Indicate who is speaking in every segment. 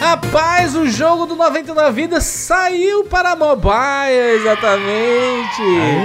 Speaker 1: Rapaz, o jogo do 99 Vidas saiu para mobile, exatamente.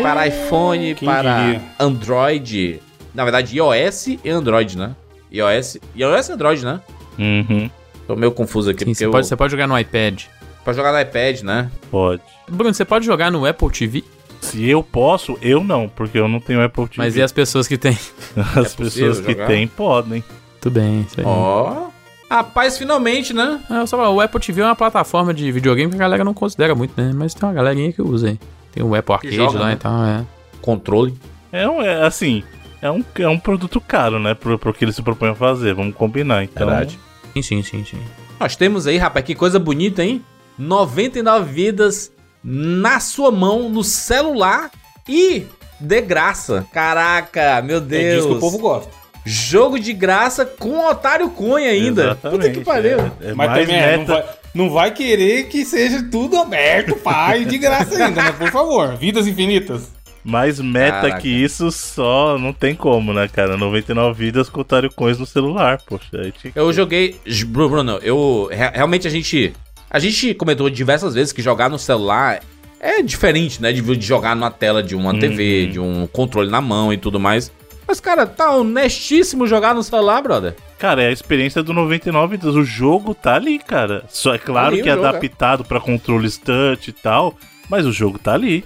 Speaker 1: para iPhone,
Speaker 2: quem
Speaker 1: para
Speaker 2: diria?
Speaker 1: Android. Na verdade, iOS e Android, né? iOS, iOS e Android, né?
Speaker 2: Uhum.
Speaker 1: Tô meio confuso aqui,
Speaker 3: Sim,
Speaker 1: porque
Speaker 3: você,
Speaker 1: eu...
Speaker 3: pode, você pode jogar no iPad.
Speaker 1: Pra jogar no iPad, né?
Speaker 2: Pode.
Speaker 3: Bruno, você pode jogar no Apple TV,
Speaker 2: Se eu posso, eu não, porque eu não tenho Apple TV.
Speaker 3: mas e as pessoas que têm?
Speaker 2: as
Speaker 1: É possível
Speaker 2: pessoas que
Speaker 1: jogar?
Speaker 2: têm podem.
Speaker 3: Tudo bem, isso aí.
Speaker 1: Ó. Rapaz, finalmente, né?
Speaker 3: Ah, eu só falo, o Apple TV é uma plataforma de videogame que a galera não considera muito, né? Mas tem uma galerinha que usa aí. Tem o Apple Arcade
Speaker 1: joga,
Speaker 3: lá
Speaker 1: né?
Speaker 3: e tal, é.
Speaker 1: Controle.
Speaker 2: É, um- é assim, é um, é um produto caro, né? Pro, pro que ele se propõe a fazer, vamos combinar. Então,
Speaker 1: É Verdade.
Speaker 3: Sim, sim, sim, sim.
Speaker 1: Nós temos aí, rapaz, que coisa bonita, hein? 99 vidas na sua mão, no celular e de graça. Caraca, meu
Speaker 4: É
Speaker 1: Deus.
Speaker 4: disso que o povo gosta.
Speaker 1: Jogo de graça com o Otário Cunha ainda. Puta que
Speaker 2: exatamente,
Speaker 1: pariu.
Speaker 2: É, é
Speaker 4: Mas
Speaker 2: mais
Speaker 4: também é, não,
Speaker 2: meta-
Speaker 4: vai, não vai querer que seja tudo aberto, pai, de graça ainda, né? Por favor, vidas infinitas.
Speaker 2: Mais meta
Speaker 1: Caraca.
Speaker 2: que isso só não tem como, né, cara? 99 vidas com otário coins no celular, poxa. aí tinha que-
Speaker 1: Eu joguei. Bru- Bruno, eu. re- Realmente a gente. A gente comentou diversas vezes que jogar no celular é diferente, né? De de jogar numa tela de uma TV, de um controle na mão e tudo mais. Mas, cara, tá honestíssimo jogar no celular, brother.
Speaker 2: Cara, é a experiência do 99 vidas. O jogo tá ali, cara. Só é claro
Speaker 1: ali
Speaker 2: que
Speaker 1: o
Speaker 2: é
Speaker 1: jogo, é.
Speaker 2: adaptado pra controles touch e tal, mas o jogo tá ali.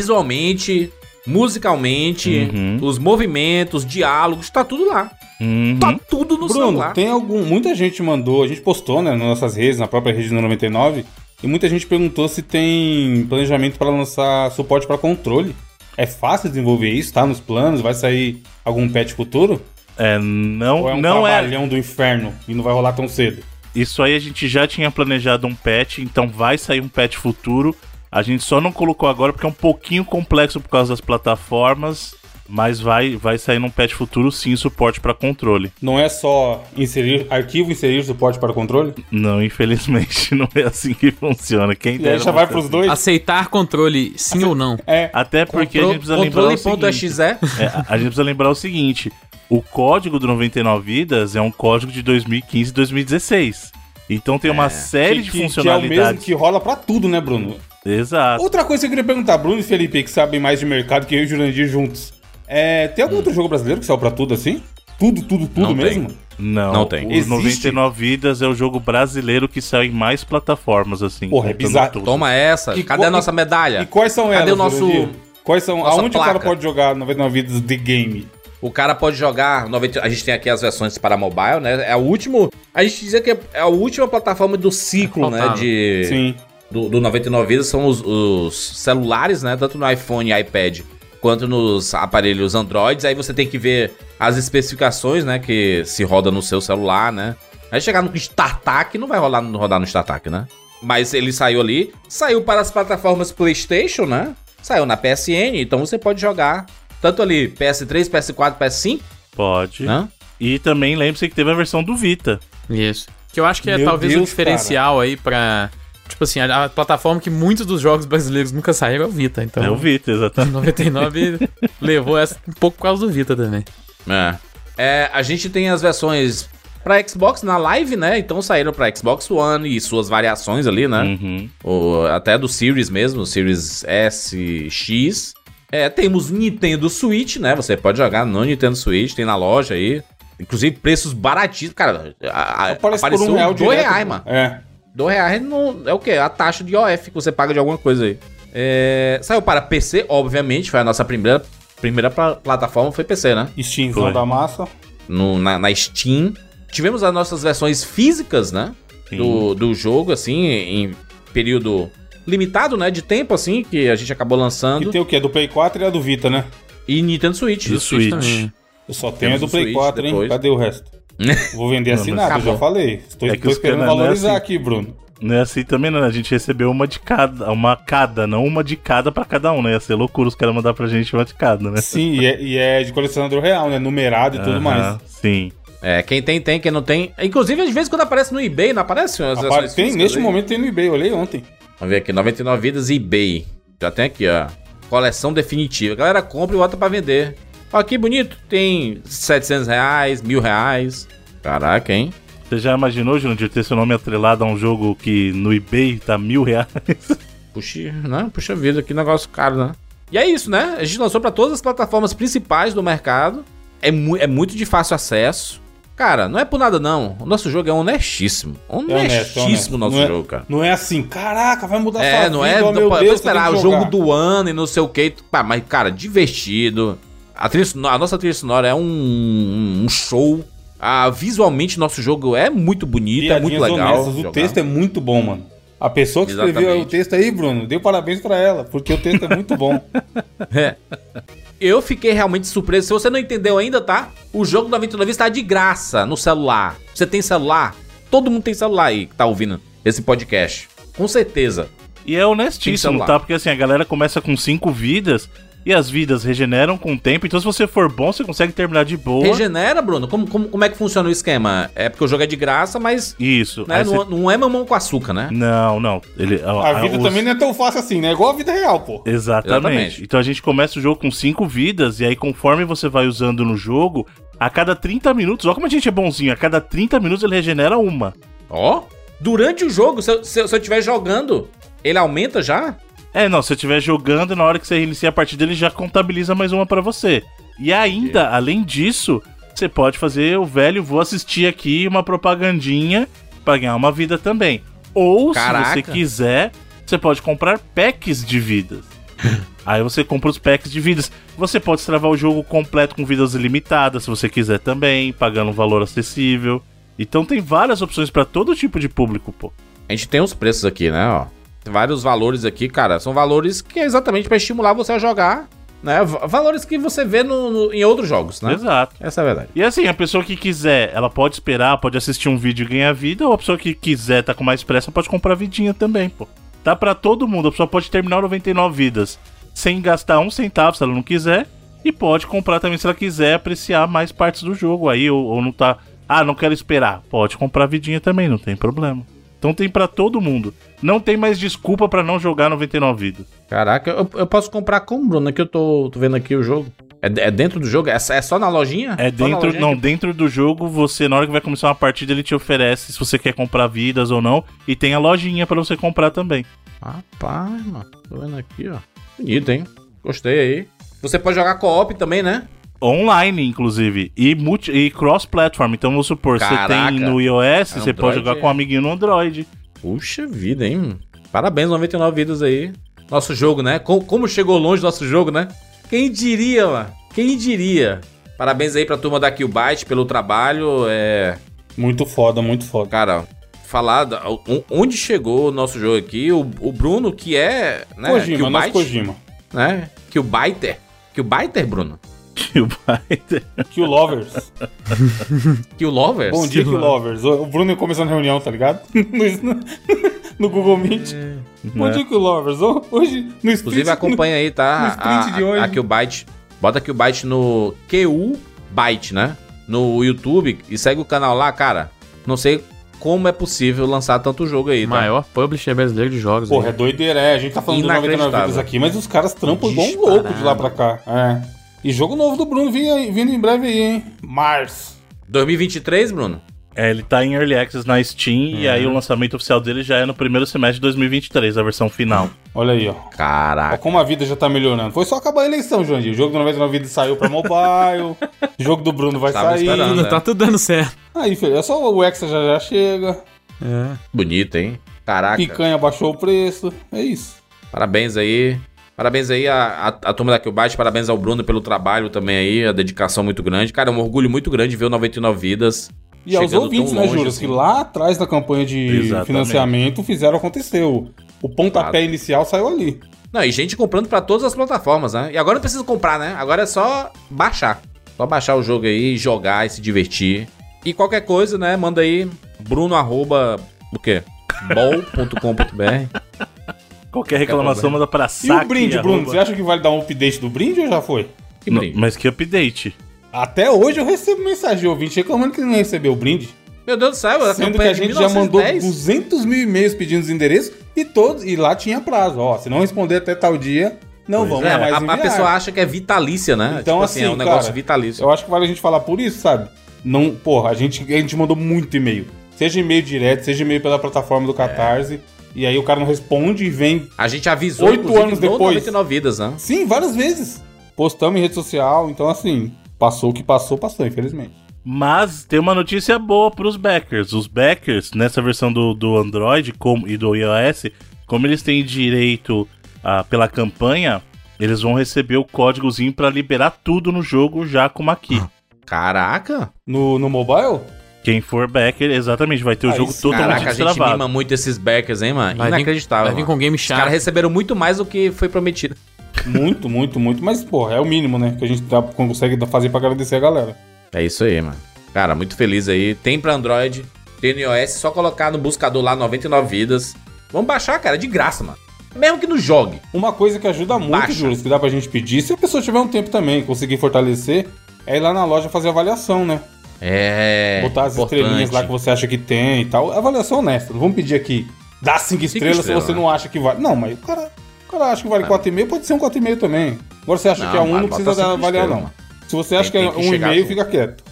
Speaker 1: Visualmente, musicalmente,
Speaker 2: Uhum.
Speaker 1: os movimentos, diálogos, tá tudo lá.
Speaker 2: Uhum.
Speaker 1: Tá tudo no
Speaker 4: Bruno,
Speaker 1: celular.
Speaker 4: tem algum. Muita gente mandou, a gente postou, né, nas nossas redes, na própria rede do 99, e muita gente perguntou se tem planejamento para lançar suporte para controle. É fácil desenvolver isso? Tá nos planos? Vai sair algum patch futuro?
Speaker 2: É, não,
Speaker 4: Ou é um
Speaker 2: não é
Speaker 4: trabalhão do inferno e não vai rolar tão cedo?
Speaker 2: Isso aí a gente já tinha planejado um patch, então vai sair um patch futuro. A gente só não colocou agora porque é um pouquinho complexo por causa das plataformas, mas vai vai sair num patch futuro sim suporte pra controle.
Speaker 4: Não é só inserir arquivo, inserir suporte para controle?
Speaker 2: Não, infelizmente não é assim que funciona. Quem
Speaker 4: E aí
Speaker 2: dera
Speaker 4: já vai
Speaker 2: fosse
Speaker 4: pros
Speaker 2: assim.
Speaker 4: dois?
Speaker 3: Aceitar controle, sim ou não?
Speaker 4: É.
Speaker 2: Até porque a gente precisa lembrar o seguinte,
Speaker 1: Controle.exe.
Speaker 2: é, a- a gente precisa lembrar o seguinte, o código do 99 vidas é um código de 2015 e 2016. Então tem uma série de
Speaker 4: que é o mesmo
Speaker 2: funcionalidades.
Speaker 4: que rola para tudo, né, Bruno?
Speaker 1: Ah.
Speaker 2: Exato.
Speaker 4: Outra coisa que eu queria perguntar, Bruno e Felipe, que sabem mais de mercado que eu e o Jurandir juntos. É, tem algum outro jogo brasileiro que saiu pra tudo assim? Tudo, tudo, tudo
Speaker 1: Hum. Não
Speaker 4: mesmo?
Speaker 2: Não,
Speaker 1: Não tem.
Speaker 2: O
Speaker 4: Existe?
Speaker 2: 99 Vidas é o jogo brasileiro que saiu em mais plataformas, assim.
Speaker 4: Porra, é
Speaker 2: contando
Speaker 4: bizarro.
Speaker 2: tudo.
Speaker 1: Toma essa.
Speaker 4: Que
Speaker 1: Cadê
Speaker 4: co-
Speaker 1: a nossa medalha?
Speaker 4: E quais são
Speaker 1: Cadê
Speaker 4: elas?
Speaker 1: o nosso-
Speaker 4: Jurandir? Quais são.
Speaker 1: nossa
Speaker 4: Aonde o
Speaker 1: placa?
Speaker 4: cara pode jogar 99 vidas de game?
Speaker 1: O cara pode jogar. 90 A gente tem aqui as versões para mobile, né? É o último. A gente dizia que é é a última plataforma do ciclo, né?
Speaker 3: Faltava.
Speaker 1: De,
Speaker 4: Sim.
Speaker 1: Do, do 99 vidas são os, os celulares, né? Tanto no iPhone e iPad quanto nos aparelhos Androids. Aí você tem que ver as especificações, né? Que se roda no seu celular, né? Aí chegar no StarTAC, não vai rolar, não rodar no StarTAC, né? Mas ele saiu ali, saiu para as plataformas PlayStation, né? Saiu na PSN, então você pode jogar tanto ali PS3, PS4, PS5,
Speaker 2: Pode.
Speaker 1: né?
Speaker 2: E também lembre-se que teve a versão do Vita.
Speaker 3: Isso. Que eu acho que é
Speaker 4: Meu
Speaker 3: talvez um
Speaker 4: Deus,
Speaker 3: diferencial aí pra. Tipo assim, a, a plataforma que muitos dos jogos brasileiros nunca saíram é o Vita, então.
Speaker 2: É o Vita, exatamente.
Speaker 3: 99 levou essa um pouco por causa do Vita também.
Speaker 1: É. É, a gente tem as versões pra Xbox na live, né? Então saíram pra Xbox One e suas variações ali, né?
Speaker 2: Uhum.
Speaker 1: Ou até do Series mesmo, Series S, X. É, temos Nintendo Switch, né? Você pode jogar no Nintendo Switch, tem na loja aí. Inclusive, preços baratíssimos. Cara, a- a-
Speaker 4: Aparece
Speaker 1: É, apareceu
Speaker 4: por um real
Speaker 1: dois
Speaker 4: direto.
Speaker 1: reais, mano.
Speaker 4: É.
Speaker 1: Dois reais não, é o quê? A taxa de IOF que você paga de alguma coisa aí. É, saiu para PC, obviamente. Foi a nossa primeira, primeira pla- plataforma, foi PC, né?
Speaker 4: Extinção
Speaker 2: Foi.
Speaker 4: da massa.
Speaker 1: no- na, na Steam. Tivemos as nossas versões físicas, né?
Speaker 2: Sim.
Speaker 1: Do, do jogo, assim, em período limitado, né? De tempo, assim, que a gente acabou lançando.
Speaker 4: E tem o que? É do Play 4 e a do Vita, né?
Speaker 1: E Nintendo Switch.
Speaker 2: Do Switch.
Speaker 3: Switch também.
Speaker 4: Eu só tenho a
Speaker 1: Temos
Speaker 4: do
Speaker 1: o
Speaker 4: Play
Speaker 1: Switch
Speaker 4: 4, hein?
Speaker 1: depois.
Speaker 4: Cadê o resto? Vou vender
Speaker 2: Não, mas
Speaker 4: assinado, eu já
Speaker 1: acabou.
Speaker 4: falei. Estou,
Speaker 2: É que
Speaker 4: estou
Speaker 2: os
Speaker 4: esperando
Speaker 2: Cananã,
Speaker 4: valorizar
Speaker 2: assim-
Speaker 4: aqui, Bruno.
Speaker 2: Não é assim também, né? A gente recebeu uma de cada. Uma cada, não uma de cada pra cada um, né? Ia ser loucura os caras mandar pra gente uma de cada, né?
Speaker 4: Sim, e é, e é de colecionador real, né? Numerado e tudo
Speaker 2: Aham,
Speaker 4: mais.
Speaker 2: Sim.
Speaker 1: É, quem tem, tem, quem não tem. Inclusive, às vezes, quando aparece no eBay, não aparece as
Speaker 4: Apare-
Speaker 1: versões
Speaker 4: Tem,
Speaker 1: físicas
Speaker 4: neste
Speaker 1: aí?
Speaker 4: momento tem no eBay, eu olhei ontem.
Speaker 1: Vamos ver aqui, 99 vidas e eBay. Já tem aqui, ó. Coleção definitiva. Galera, compra e bota pra vender. Ó, que bonito. Tem 700 reais, mil reais. Caraca, hein?
Speaker 2: Você já imaginou, Jurandir, ter seu nome atrelado a um jogo que no eBay tá mil reais?
Speaker 1: Puxa, né? Puxa vida, que negócio caro, né? E é isso, né? A gente lançou pra todas as plataformas principais do mercado. É, mu é muito de fácil acesso. Cara, não é por nada não. O nosso jogo é honestíssimo.
Speaker 4: honesto, é honesto.
Speaker 1: Honestíssimo o nosso
Speaker 4: Não é-
Speaker 1: jogo, cara.
Speaker 4: Não é assim, caraca, vai mudar
Speaker 1: É,
Speaker 4: sua
Speaker 1: não
Speaker 4: vida,
Speaker 1: é.
Speaker 4: oh,
Speaker 1: Não,
Speaker 4: meu
Speaker 1: pô,
Speaker 4: Deus,
Speaker 1: eu esperar
Speaker 4: você
Speaker 1: o
Speaker 4: tem que
Speaker 1: jogo
Speaker 4: jogar.
Speaker 1: do ano e não sei o que. Pá, mas, cara, divertido. A, trilha sonora- a nossa trilha sonora é um, um- um show. Ah, visualmente, nosso jogo é muito bonito, é muito
Speaker 4: Piadinhas
Speaker 1: legal.
Speaker 4: honestas. O
Speaker 1: jogar.
Speaker 4: texto é muito bom, mano. A pessoa que escreveu
Speaker 1: Exatamente.
Speaker 4: o texto aí, Bruno, deu parabéns pra ela, porque o texto é muito bom.
Speaker 1: É. Eu fiquei realmente surpreso. Se você não entendeu ainda, tá? O jogo da Aventura Vista tá de graça no celular. Você tem celular? Todo mundo tem celular aí que tá ouvindo esse podcast. Com certeza.
Speaker 2: E é
Speaker 1: Tem
Speaker 2: honestíssimo,
Speaker 1: celular.
Speaker 2: tá? Porque assim, a galera começa com cinco vidas e as vidas regeneram com o tempo. Então, se você for bom, você consegue terminar de boa.
Speaker 1: Regenera, Bruno? Como, como, como é que funciona o esquema? É porque o jogo é de graça, mas
Speaker 2: Isso.
Speaker 1: né,
Speaker 2: Aí você-
Speaker 1: não, não é mamão com açúcar, né?
Speaker 2: Não, não. Ele,
Speaker 4: A vida também não é tão fácil assim, né? É igual a vida real, pô.
Speaker 2: Exatamente.
Speaker 1: Exatamente.
Speaker 2: Então a gente começa o jogo com cinco vidas, e aí conforme você vai usando no jogo, a cada 30 minutos, olha como a gente é bonzinho, a cada 30 minutos ele regenera uma.
Speaker 1: Ó. Durante o jogo, se eu, se eu- se eu estiver jogando, ele aumenta já?
Speaker 2: É, não, se você estiver jogando, na hora que você reinicia a partida, ele já contabiliza mais uma pra você. E ainda, além disso, você pode fazer o velho, vou assistir aqui uma propagandinha pra ganhar uma vida também. Ou,
Speaker 1: Caraca.
Speaker 2: se você quiser, você pode comprar packs de vidas. Aí você compra os packs de vidas. Você pode travar o jogo completo com vidas ilimitadas, se você quiser também, pagando um valor acessível. Então tem várias opções pra todo tipo de público, pô.
Speaker 1: A gente tem os preços aqui, né? Ó. Tem vários valores aqui, cara. São valores que é exatamente pra estimular você a jogar, né? Va- Valores que você vê no, no- em outros jogos, né?
Speaker 2: Exato.
Speaker 1: Essa é a verdade.
Speaker 2: E assim, a pessoa que quiser, ela pode esperar, pode assistir um vídeo e ganhar vida, ou a pessoa que quiser tá com mais pressa pode comprar vidinha também, pô. Tá pra todo mundo, a pessoa pode terminar 99 vidas sem gastar um centavo se ela não quiser, e pode comprar também se ela quiser apreciar mais partes do jogo aí, ou, ou não tá. Ah, não quero esperar. Pode comprar vidinha também, não tem problema. Então tem pra todo mundo. Não tem mais desculpa pra não jogar 99 vidas.
Speaker 1: Caraca, eu, eu posso comprar como, Bruno? Que eu tô, tô vendo aqui o jogo. É, de- é dentro do jogo? É, s- é só na lojinha?
Speaker 2: É
Speaker 1: Só na
Speaker 2: dentro,
Speaker 1: lojinha
Speaker 2: não,
Speaker 1: que-
Speaker 2: dentro do jogo, você na hora que vai começar uma partida, ele te oferece se você quer comprar vidas ou não, e tem a lojinha pra você comprar também.
Speaker 1: Rapaz, mano. Tô vendo aqui, ó. Bonito, hein? Gostei aí. Você pode jogar co-op também, né?
Speaker 2: Online, inclusive, e, multi- e cross-platform. Então, vamos supor, você
Speaker 1: Caraca.
Speaker 2: tem no iOS, você
Speaker 1: Android
Speaker 2: pode jogar
Speaker 1: é-
Speaker 2: com um amiguinho no Android.
Speaker 1: Puxa vida, hein? Parabéns, 99 vidas aí. Nosso jogo, né? Co- Como chegou longe nosso jogo, né? Quem diria, mano? Quem diria? Parabéns aí pra turma da Killbyte pelo trabalho. É,
Speaker 4: Muito foda, muito foda.
Speaker 1: cara, falar da- o- onde chegou o nosso jogo aqui. O, o Bruno, que é. Né?
Speaker 4: Kojima, nosso
Speaker 1: Killbyte,
Speaker 4: Kojima.
Speaker 1: né? Killbiter. Killbiter, Bruno?
Speaker 2: Tio Biden.
Speaker 4: Kill Lovers.
Speaker 1: Killlovers?
Speaker 4: Bom dia, Kill Lovers. O o Bruno começou na reunião, tá ligado? No, no Google Meet. Bom dia, Kill Lovers. Ho- Hoje, no
Speaker 1: É. Inclusive,
Speaker 4: Split-
Speaker 1: acompanha aí,
Speaker 4: no
Speaker 1: tá?
Speaker 4: sprint
Speaker 1: A,
Speaker 4: de hoje.
Speaker 1: a, a Qbyte. Bota Qbyte no QU Byte, né? No YouTube e segue o canal lá, cara. Não sei como é possível lançar tanto jogo aí, tá?
Speaker 3: Maior publisher brasileiro de jogos.
Speaker 4: Porra, é
Speaker 3: né?
Speaker 4: doideira, é. A gente tá falando de 99
Speaker 1: Inacreditável.
Speaker 4: vidas aqui, mas os caras trampam igual um
Speaker 3: Disparado.
Speaker 4: louco de lá pra cá. É. E jogo novo do Bruno vindo, aí- vindo em breve aí, hein? Mars.
Speaker 1: 2023, Bruno?
Speaker 2: É, ele tá em Early Access na Steam, e
Speaker 4: Uhum.
Speaker 2: aí o lançamento oficial dele já é no primeiro semestre de 2023, a versão final.
Speaker 4: Olha aí, ó. Ó
Speaker 1: Caraca.
Speaker 4: como a vida já tá melhorando. Foi só acabar a eleição, Jandir. O jogo do 99 vidas saiu pra mobile. o jogo do Bruno vai
Speaker 1: Tava
Speaker 4: sair.
Speaker 1: esperando.
Speaker 3: Não tá tudo dando certo.
Speaker 4: Aí, filho, é só o Hexa já já chega.
Speaker 3: É.
Speaker 1: Bonito, hein? Caraca.
Speaker 4: Picanha baixou o preço. É isso.
Speaker 1: Parabéns aí. Parabéns aí à, à, à turma da Killbyte, parabéns ao Bruno pelo trabalho também aí, a dedicação muito grande. Cara, é um orgulho muito grande ver o 99 Vidas.
Speaker 4: E aos
Speaker 1: chegando
Speaker 4: ouvintes,
Speaker 1: tão
Speaker 4: né,
Speaker 1: longe
Speaker 4: Juras,
Speaker 1: assim.
Speaker 4: que lá atrás da campanha de
Speaker 2: Exatamente.
Speaker 4: financiamento fizeram acontecer. O, o pontapé
Speaker 1: Claro.
Speaker 4: inicial saiu ali.
Speaker 1: Não, e gente comprando pra todas as plataformas, né? E agora não precisa comprar, né? Agora é só baixar. Só baixar o jogo aí, jogar e se divertir. E qualquer coisa, né? Manda aí bruno arroba, o quê? bol.com.br
Speaker 2: Qualquer reclamação manda pra
Speaker 4: E
Speaker 2: saque.
Speaker 4: o brinde, Bruno?
Speaker 2: arroba-
Speaker 4: Você acha que vale dar um update do brinde ou já foi?
Speaker 1: Que
Speaker 2: Não,
Speaker 1: brinde.
Speaker 2: Mas que update.
Speaker 4: Até hoje eu recebo mensagem de ouvinte reclamando que não recebeu o brinde.
Speaker 1: Meu Deus do céu, a
Speaker 4: Sendo que
Speaker 1: campanha
Speaker 4: a
Speaker 1: de
Speaker 4: gente já mandou
Speaker 1: 1910.
Speaker 4: 200 mil e-mails pedindo os endereços e todos e lá tinha prazo. Ó, se não responder até tal dia, não
Speaker 2: Pois
Speaker 4: vamos
Speaker 1: É,
Speaker 4: mais
Speaker 1: a, a
Speaker 4: enviar.
Speaker 1: pessoa acha que é vitalícia, né?
Speaker 4: Então, assim,
Speaker 1: é um negócio
Speaker 4: cara,
Speaker 1: vitalício.
Speaker 4: Eu acho que vale a gente falar por isso, sabe? Não, porra, a gente, a gente mandou muito e-mail.
Speaker 5: Seja e-mail direto, seja e-mail pela plataforma do Catarse. E aí o cara não responde e vem.
Speaker 1: A gente avisou,
Speaker 5: Oito
Speaker 1: inclusive,
Speaker 5: anos
Speaker 1: no
Speaker 5: depois.
Speaker 1: 99 vidas, né?
Speaker 5: Sim, várias vezes. Postamos em rede social. Então, assim, passou o que passou, passou, infelizmente.
Speaker 2: Mas tem uma notícia boa para os backers. Os backers, nessa versão do, do Android como, e do iOS, como eles têm direito ah, pela campanha, eles vão receber o códigozinho para liberar tudo no jogo já como aqui.
Speaker 1: Caraca!
Speaker 5: No, no mobile?
Speaker 2: Quem for backer, exatamente, vai ter o
Speaker 5: Aí
Speaker 2: jogo
Speaker 5: sim.
Speaker 2: totalmente
Speaker 1: Ah, Caraca, a gente
Speaker 2: destravado.
Speaker 1: mima muito esses backers, hein, mano?
Speaker 3: Vai vir-
Speaker 1: Inacreditável.
Speaker 3: Vai vir
Speaker 1: mano.
Speaker 3: com game
Speaker 1: Os caras
Speaker 3: chato.
Speaker 1: receberam muito mais do que foi prometido.
Speaker 5: Muito, muito, muito. Mas, porra, é o mínimo, né? Que a gente tá- consegue fazer pra agradecer a galera.
Speaker 1: É isso aí, mano. Cara, muito feliz aí. Tem pra Android, tem no iOS, só colocar no buscador lá 99 vidas. Vamos baixar, cara, de graça, mano. Mesmo que não jogue.
Speaker 5: Uma coisa que ajuda muito,
Speaker 1: Baixa.
Speaker 5: Juras, que dá pra gente pedir, se a pessoa tiver um tempo também, conseguir fortalecer, é ir lá na loja fazer avaliação, né?
Speaker 1: É.
Speaker 5: Botar as
Speaker 1: importante.
Speaker 5: estrelinhas lá que você acha que tem e tal. Avaliação honesta. Não vamos pedir aqui, dá cinco estrelas
Speaker 1: estrelas,
Speaker 5: se você
Speaker 1: né? É.
Speaker 5: não acha que vale. Não, mas o cara, o cara acha que vale 4,5, pode ser um 4,5 também. Agora você acha
Speaker 1: Não,
Speaker 5: que é um,
Speaker 1: vale,
Speaker 5: não precisa
Speaker 1: bota
Speaker 5: dar-
Speaker 1: cinco
Speaker 5: avaliar,
Speaker 1: estrelas,
Speaker 5: não. Se você acha
Speaker 1: Tem-
Speaker 5: que é
Speaker 1: tem que
Speaker 5: um
Speaker 1: chegar
Speaker 5: e-mail,
Speaker 1: junto.
Speaker 5: fica quieto.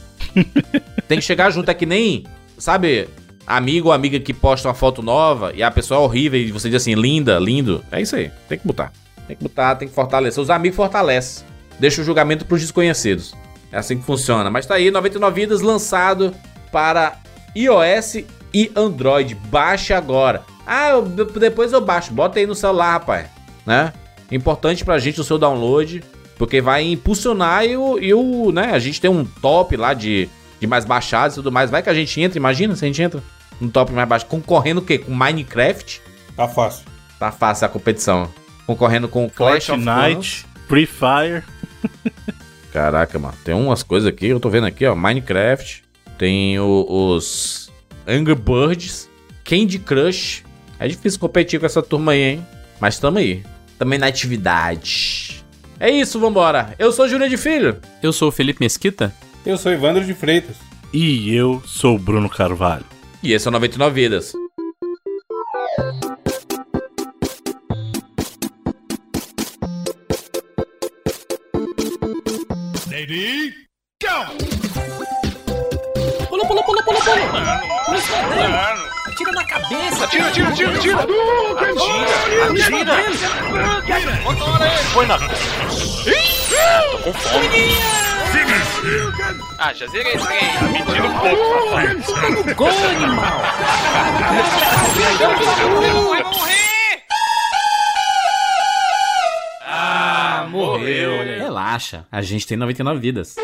Speaker 1: Tem que chegar junto, é que nem, sabe, amigo ou amiga que posta uma foto nova e a pessoa é horrível e você diz assim, linda, lindo. É isso aí, tem que botar. Tem que botar, tem que fortalecer. Os amigos fortalecem. Deixa o julgamento pros desconhecidos. É assim que funciona. Mas tá aí, 99 vidas lançado para iOS e Android. Baixe agora. Ah, eu- de- depois eu baixo. Bota aí no celular, rapaz. Né? Importante pra gente o seu download, porque vai impulsionar e o, e o né? A gente tem um top lá de, de mais baixados e tudo mais. Vai que a gente entra, imagina se a gente entra no top mais baixo. Concorrendo o quê? Com Minecraft?
Speaker 5: Tá fácil.
Speaker 1: Tá fácil a competição. Concorrendo com o Clash of Clans.
Speaker 2: Fortnite, Free Fire.
Speaker 1: Caraca, mano, tem umas coisas aqui, eu tô vendo aqui, ó, Minecraft, tem o- os Angry Birds, Candy Crush. É difícil competir com essa turma aí, hein? Mas tamo aí. Também na atividade. É isso, vambora. Eu sou Júlia de Filho.
Speaker 3: Eu sou o Felipe Mesquita.
Speaker 5: Eu sou Evandro de Freitas.
Speaker 2: E eu sou o Bruno Carvalho.
Speaker 1: E esse é o 99 Vidas.
Speaker 6: Pula, pula, pula, pula, pula! Não escondendo! Atira na cabeça!
Speaker 7: Tira, tira, tira, tira! Atira, atira! Foi na...
Speaker 6: Ah, já zerei esse game!
Speaker 7: Tira um pouco, rapaz.
Speaker 6: Gol, animal! Vai morrer! Ah, morreu!
Speaker 8: Relaxa, a gente tem 99 vidas.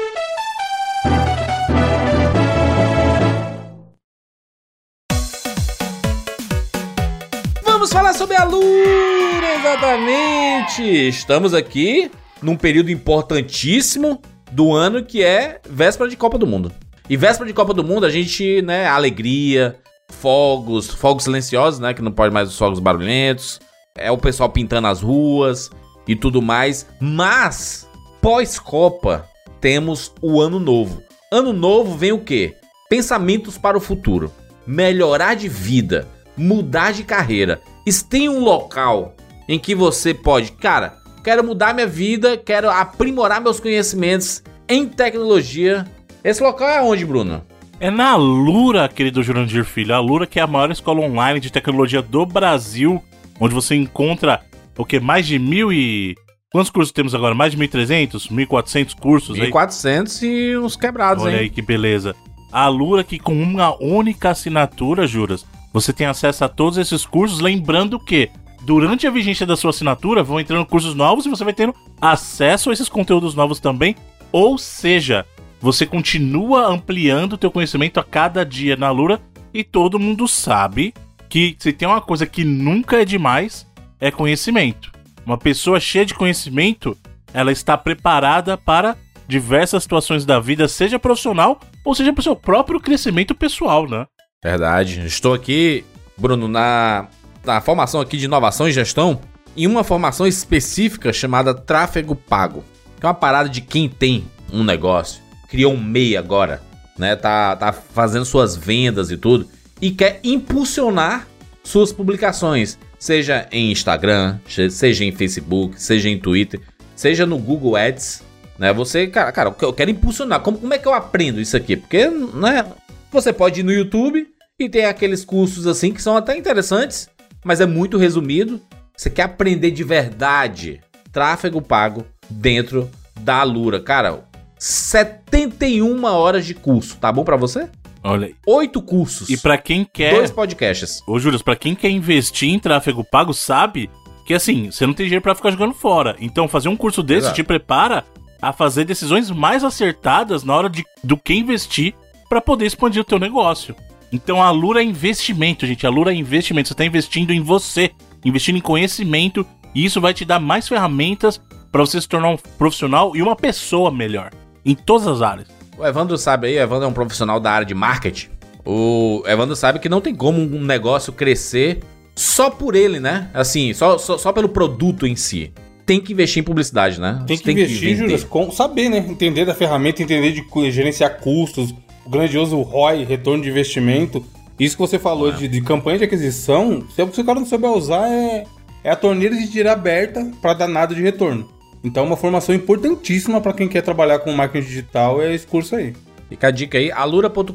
Speaker 1: Vamos falar sobre a Lura, exatamente! Estamos aqui num período importantíssimo do ano que é véspera de Copa do Mundo. E véspera de Copa do Mundo, a gente, né, alegria, fogos, fogos silenciosos, né, que não pode mais os fogos barulhentos, é o pessoal pintando as ruas e tudo mais. Mas, pós-Copa, temos o Ano Novo. Ano Novo vem o quê? Pensamentos para o futuro, melhorar de vida, mudar de carreira. E se tem um local em que você pode, cara, quero mudar minha vida, quero aprimorar meus conhecimentos em tecnologia. Esse local é onde, Bruno?
Speaker 2: É na Lura, querido Jurandir Filho. A Lura que é a maior escola online de tecnologia do Brasil, onde você encontra o que mais de mil e quantos cursos temos agora? Mais de 1.300, 1.400 cursos é aí.
Speaker 1: 1400 e uns quebrados,
Speaker 2: Olha aí que beleza. A Lura que com uma única assinatura, juras, você tem acesso a todos esses cursos, lembrando que durante a vigência da sua assinatura vão entrando cursos novos e você vai tendo acesso a esses conteúdos novos também. Ou seja, você continua ampliando o teu conhecimento a cada dia na Lura e todo mundo sabe que se tem uma coisa que nunca é demais é conhecimento. Uma pessoa cheia de conhecimento, ela está preparada para diversas situações da vida, seja profissional ou seja para o seu próprio crescimento pessoal, né?
Speaker 1: Verdade. Estou aqui, Bruno, na, na formação aqui de inovação e gestão, em uma formação específica chamada tráfego pago. Que é uma parada de quem tem um negócio, criou um MEI agora, né? Tá, tá fazendo suas vendas e tudo, e quer impulsionar suas publicações, seja em Instagram, che- seja em Facebook, seja em Twitter, seja no Google Ads, né? Você, cara, cara eu quero impulsionar. Como, como é que eu aprendo isso aqui? Porque, né, você pode ir no YouTube E tem aqueles cursos assim que são até interessantes, mas é muito resumido. Você quer aprender de verdade tráfego pago dentro da Alura. Cara, 71 horas de curso, tá bom pra você?
Speaker 2: Olha aí.
Speaker 1: Oito cursos.
Speaker 2: E pra quem é? quer.
Speaker 1: Dois podcasts.
Speaker 2: Ô, Júlio, pra quem quer investir em tráfego pago, sabe que assim, você não tem dinheiro pra ficar jogando fora. Então, fazer um curso desse
Speaker 1: Exato.
Speaker 2: te prepara a fazer decisões mais acertadas na hora de, do que investir pra poder expandir o teu negócio. Então, a Lura é investimento, gente. A Lura é investimento. Você tá investindo em você, investindo em conhecimento, e isso vai te dar mais ferramentas pra você se tornar um profissional e uma pessoa melhor em todas as áreas.
Speaker 1: O Evandro sabe aí, o Evandro é um profissional da área de marketing. O Evandro sabe que não tem como um negócio crescer só por ele, né? Assim, só, só, só pelo produto em si. Tem que investir em publicidade, né?
Speaker 4: Tem
Speaker 1: Você
Speaker 4: que investir,
Speaker 1: vender.
Speaker 4: Júlio, com saber, né? Entender da ferramenta, entender de cu- gerenciar custos, o grandioso ROI, retorno de investimento. Isso que você falou de, de campanha de aquisição, se o cara não souber usar, é, é a torneira de tirar aberta para dar nada de retorno. Então, uma formação importantíssima para quem quer trabalhar com marketing digital é esse curso aí.
Speaker 1: Fica a dica aí, alura.com.br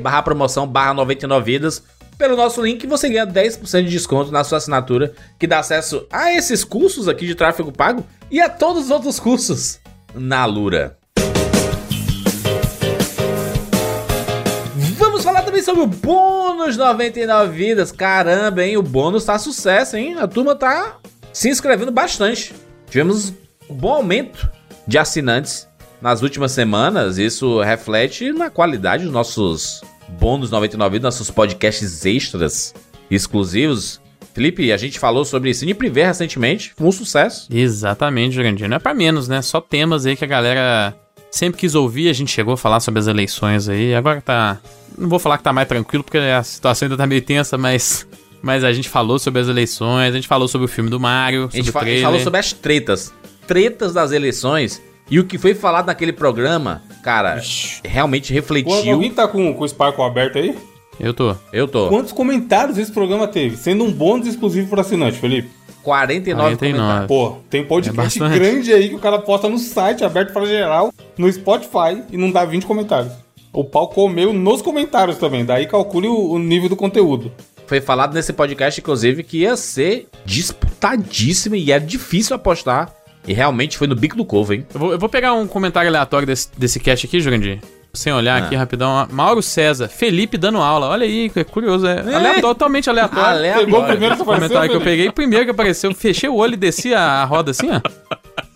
Speaker 1: barra promoção barra 99 vidas. Pelo nosso link você ganha 10% de desconto na sua assinatura, que dá acesso a esses cursos aqui de tráfego pago e a todos os outros cursos na Alura. Vamos falar também sobre o bônus 99 vidas. Caramba, hein? O bônus tá sucesso, hein? A turma tá se inscrevendo bastante. Tivemos um bom aumento de assinantes nas últimas semanas. Isso reflete na qualidade dos nossos bônus 99, dos nossos podcasts extras exclusivos. Felipe, a gente falou sobre Cine Privé recentemente, foi um sucesso.
Speaker 3: Exatamente, Jurandir. Não é pra menos, né? Só temas aí que a galera sempre quis ouvir. A gente chegou a falar sobre as eleições aí. Agora tá. Não vou falar que tá mais tranquilo, porque a situação ainda tá meio tensa, mas. Mas a gente falou sobre as eleições, a gente falou sobre o filme do
Speaker 1: A
Speaker 3: Mario, sobre
Speaker 1: gente,
Speaker 3: o
Speaker 1: fa- a gente
Speaker 3: trailer.
Speaker 1: falou sobre as tretas. Tretas das eleições. E o que foi falado naquele programa, cara, realmente
Speaker 4: Pô,
Speaker 1: refletiu.
Speaker 4: Alguém tá com, com o Sparkle aberto aí?
Speaker 3: Eu tô.
Speaker 1: Eu tô.
Speaker 4: Quantos comentários esse programa teve? Sendo um bônus exclusivo para assinante, Felipe.
Speaker 1: 49,
Speaker 3: 49.
Speaker 4: Pô, tem um podcast
Speaker 3: É bastante.
Speaker 4: grande aí que o cara posta no site, aberto pra geral, no Spotify, e não dá 20 comentários. O pau comeu nos comentários também, daí calcule o, o nível do conteúdo.
Speaker 1: Foi falado nesse podcast, inclusive, que ia ser disputadíssimo e era difícil apostar. E realmente foi no bico do covo, hein?
Speaker 3: Eu vou, eu vou pegar um comentário aleatório desse, desse cast aqui, Jurandir. Sem olhar
Speaker 1: Ah.
Speaker 3: aqui rapidão. ó. Mauro César, Felipe dando aula. Olha aí, é curioso. É, alea- totalmente aleatório.
Speaker 1: Aleatório.
Speaker 4: Pegou o primeiro que Ah, apareceu,
Speaker 3: comentário que eu
Speaker 4: Felipe?
Speaker 3: peguei, primeiro que apareceu, fechei o olho e desci a, a roda assim, ó.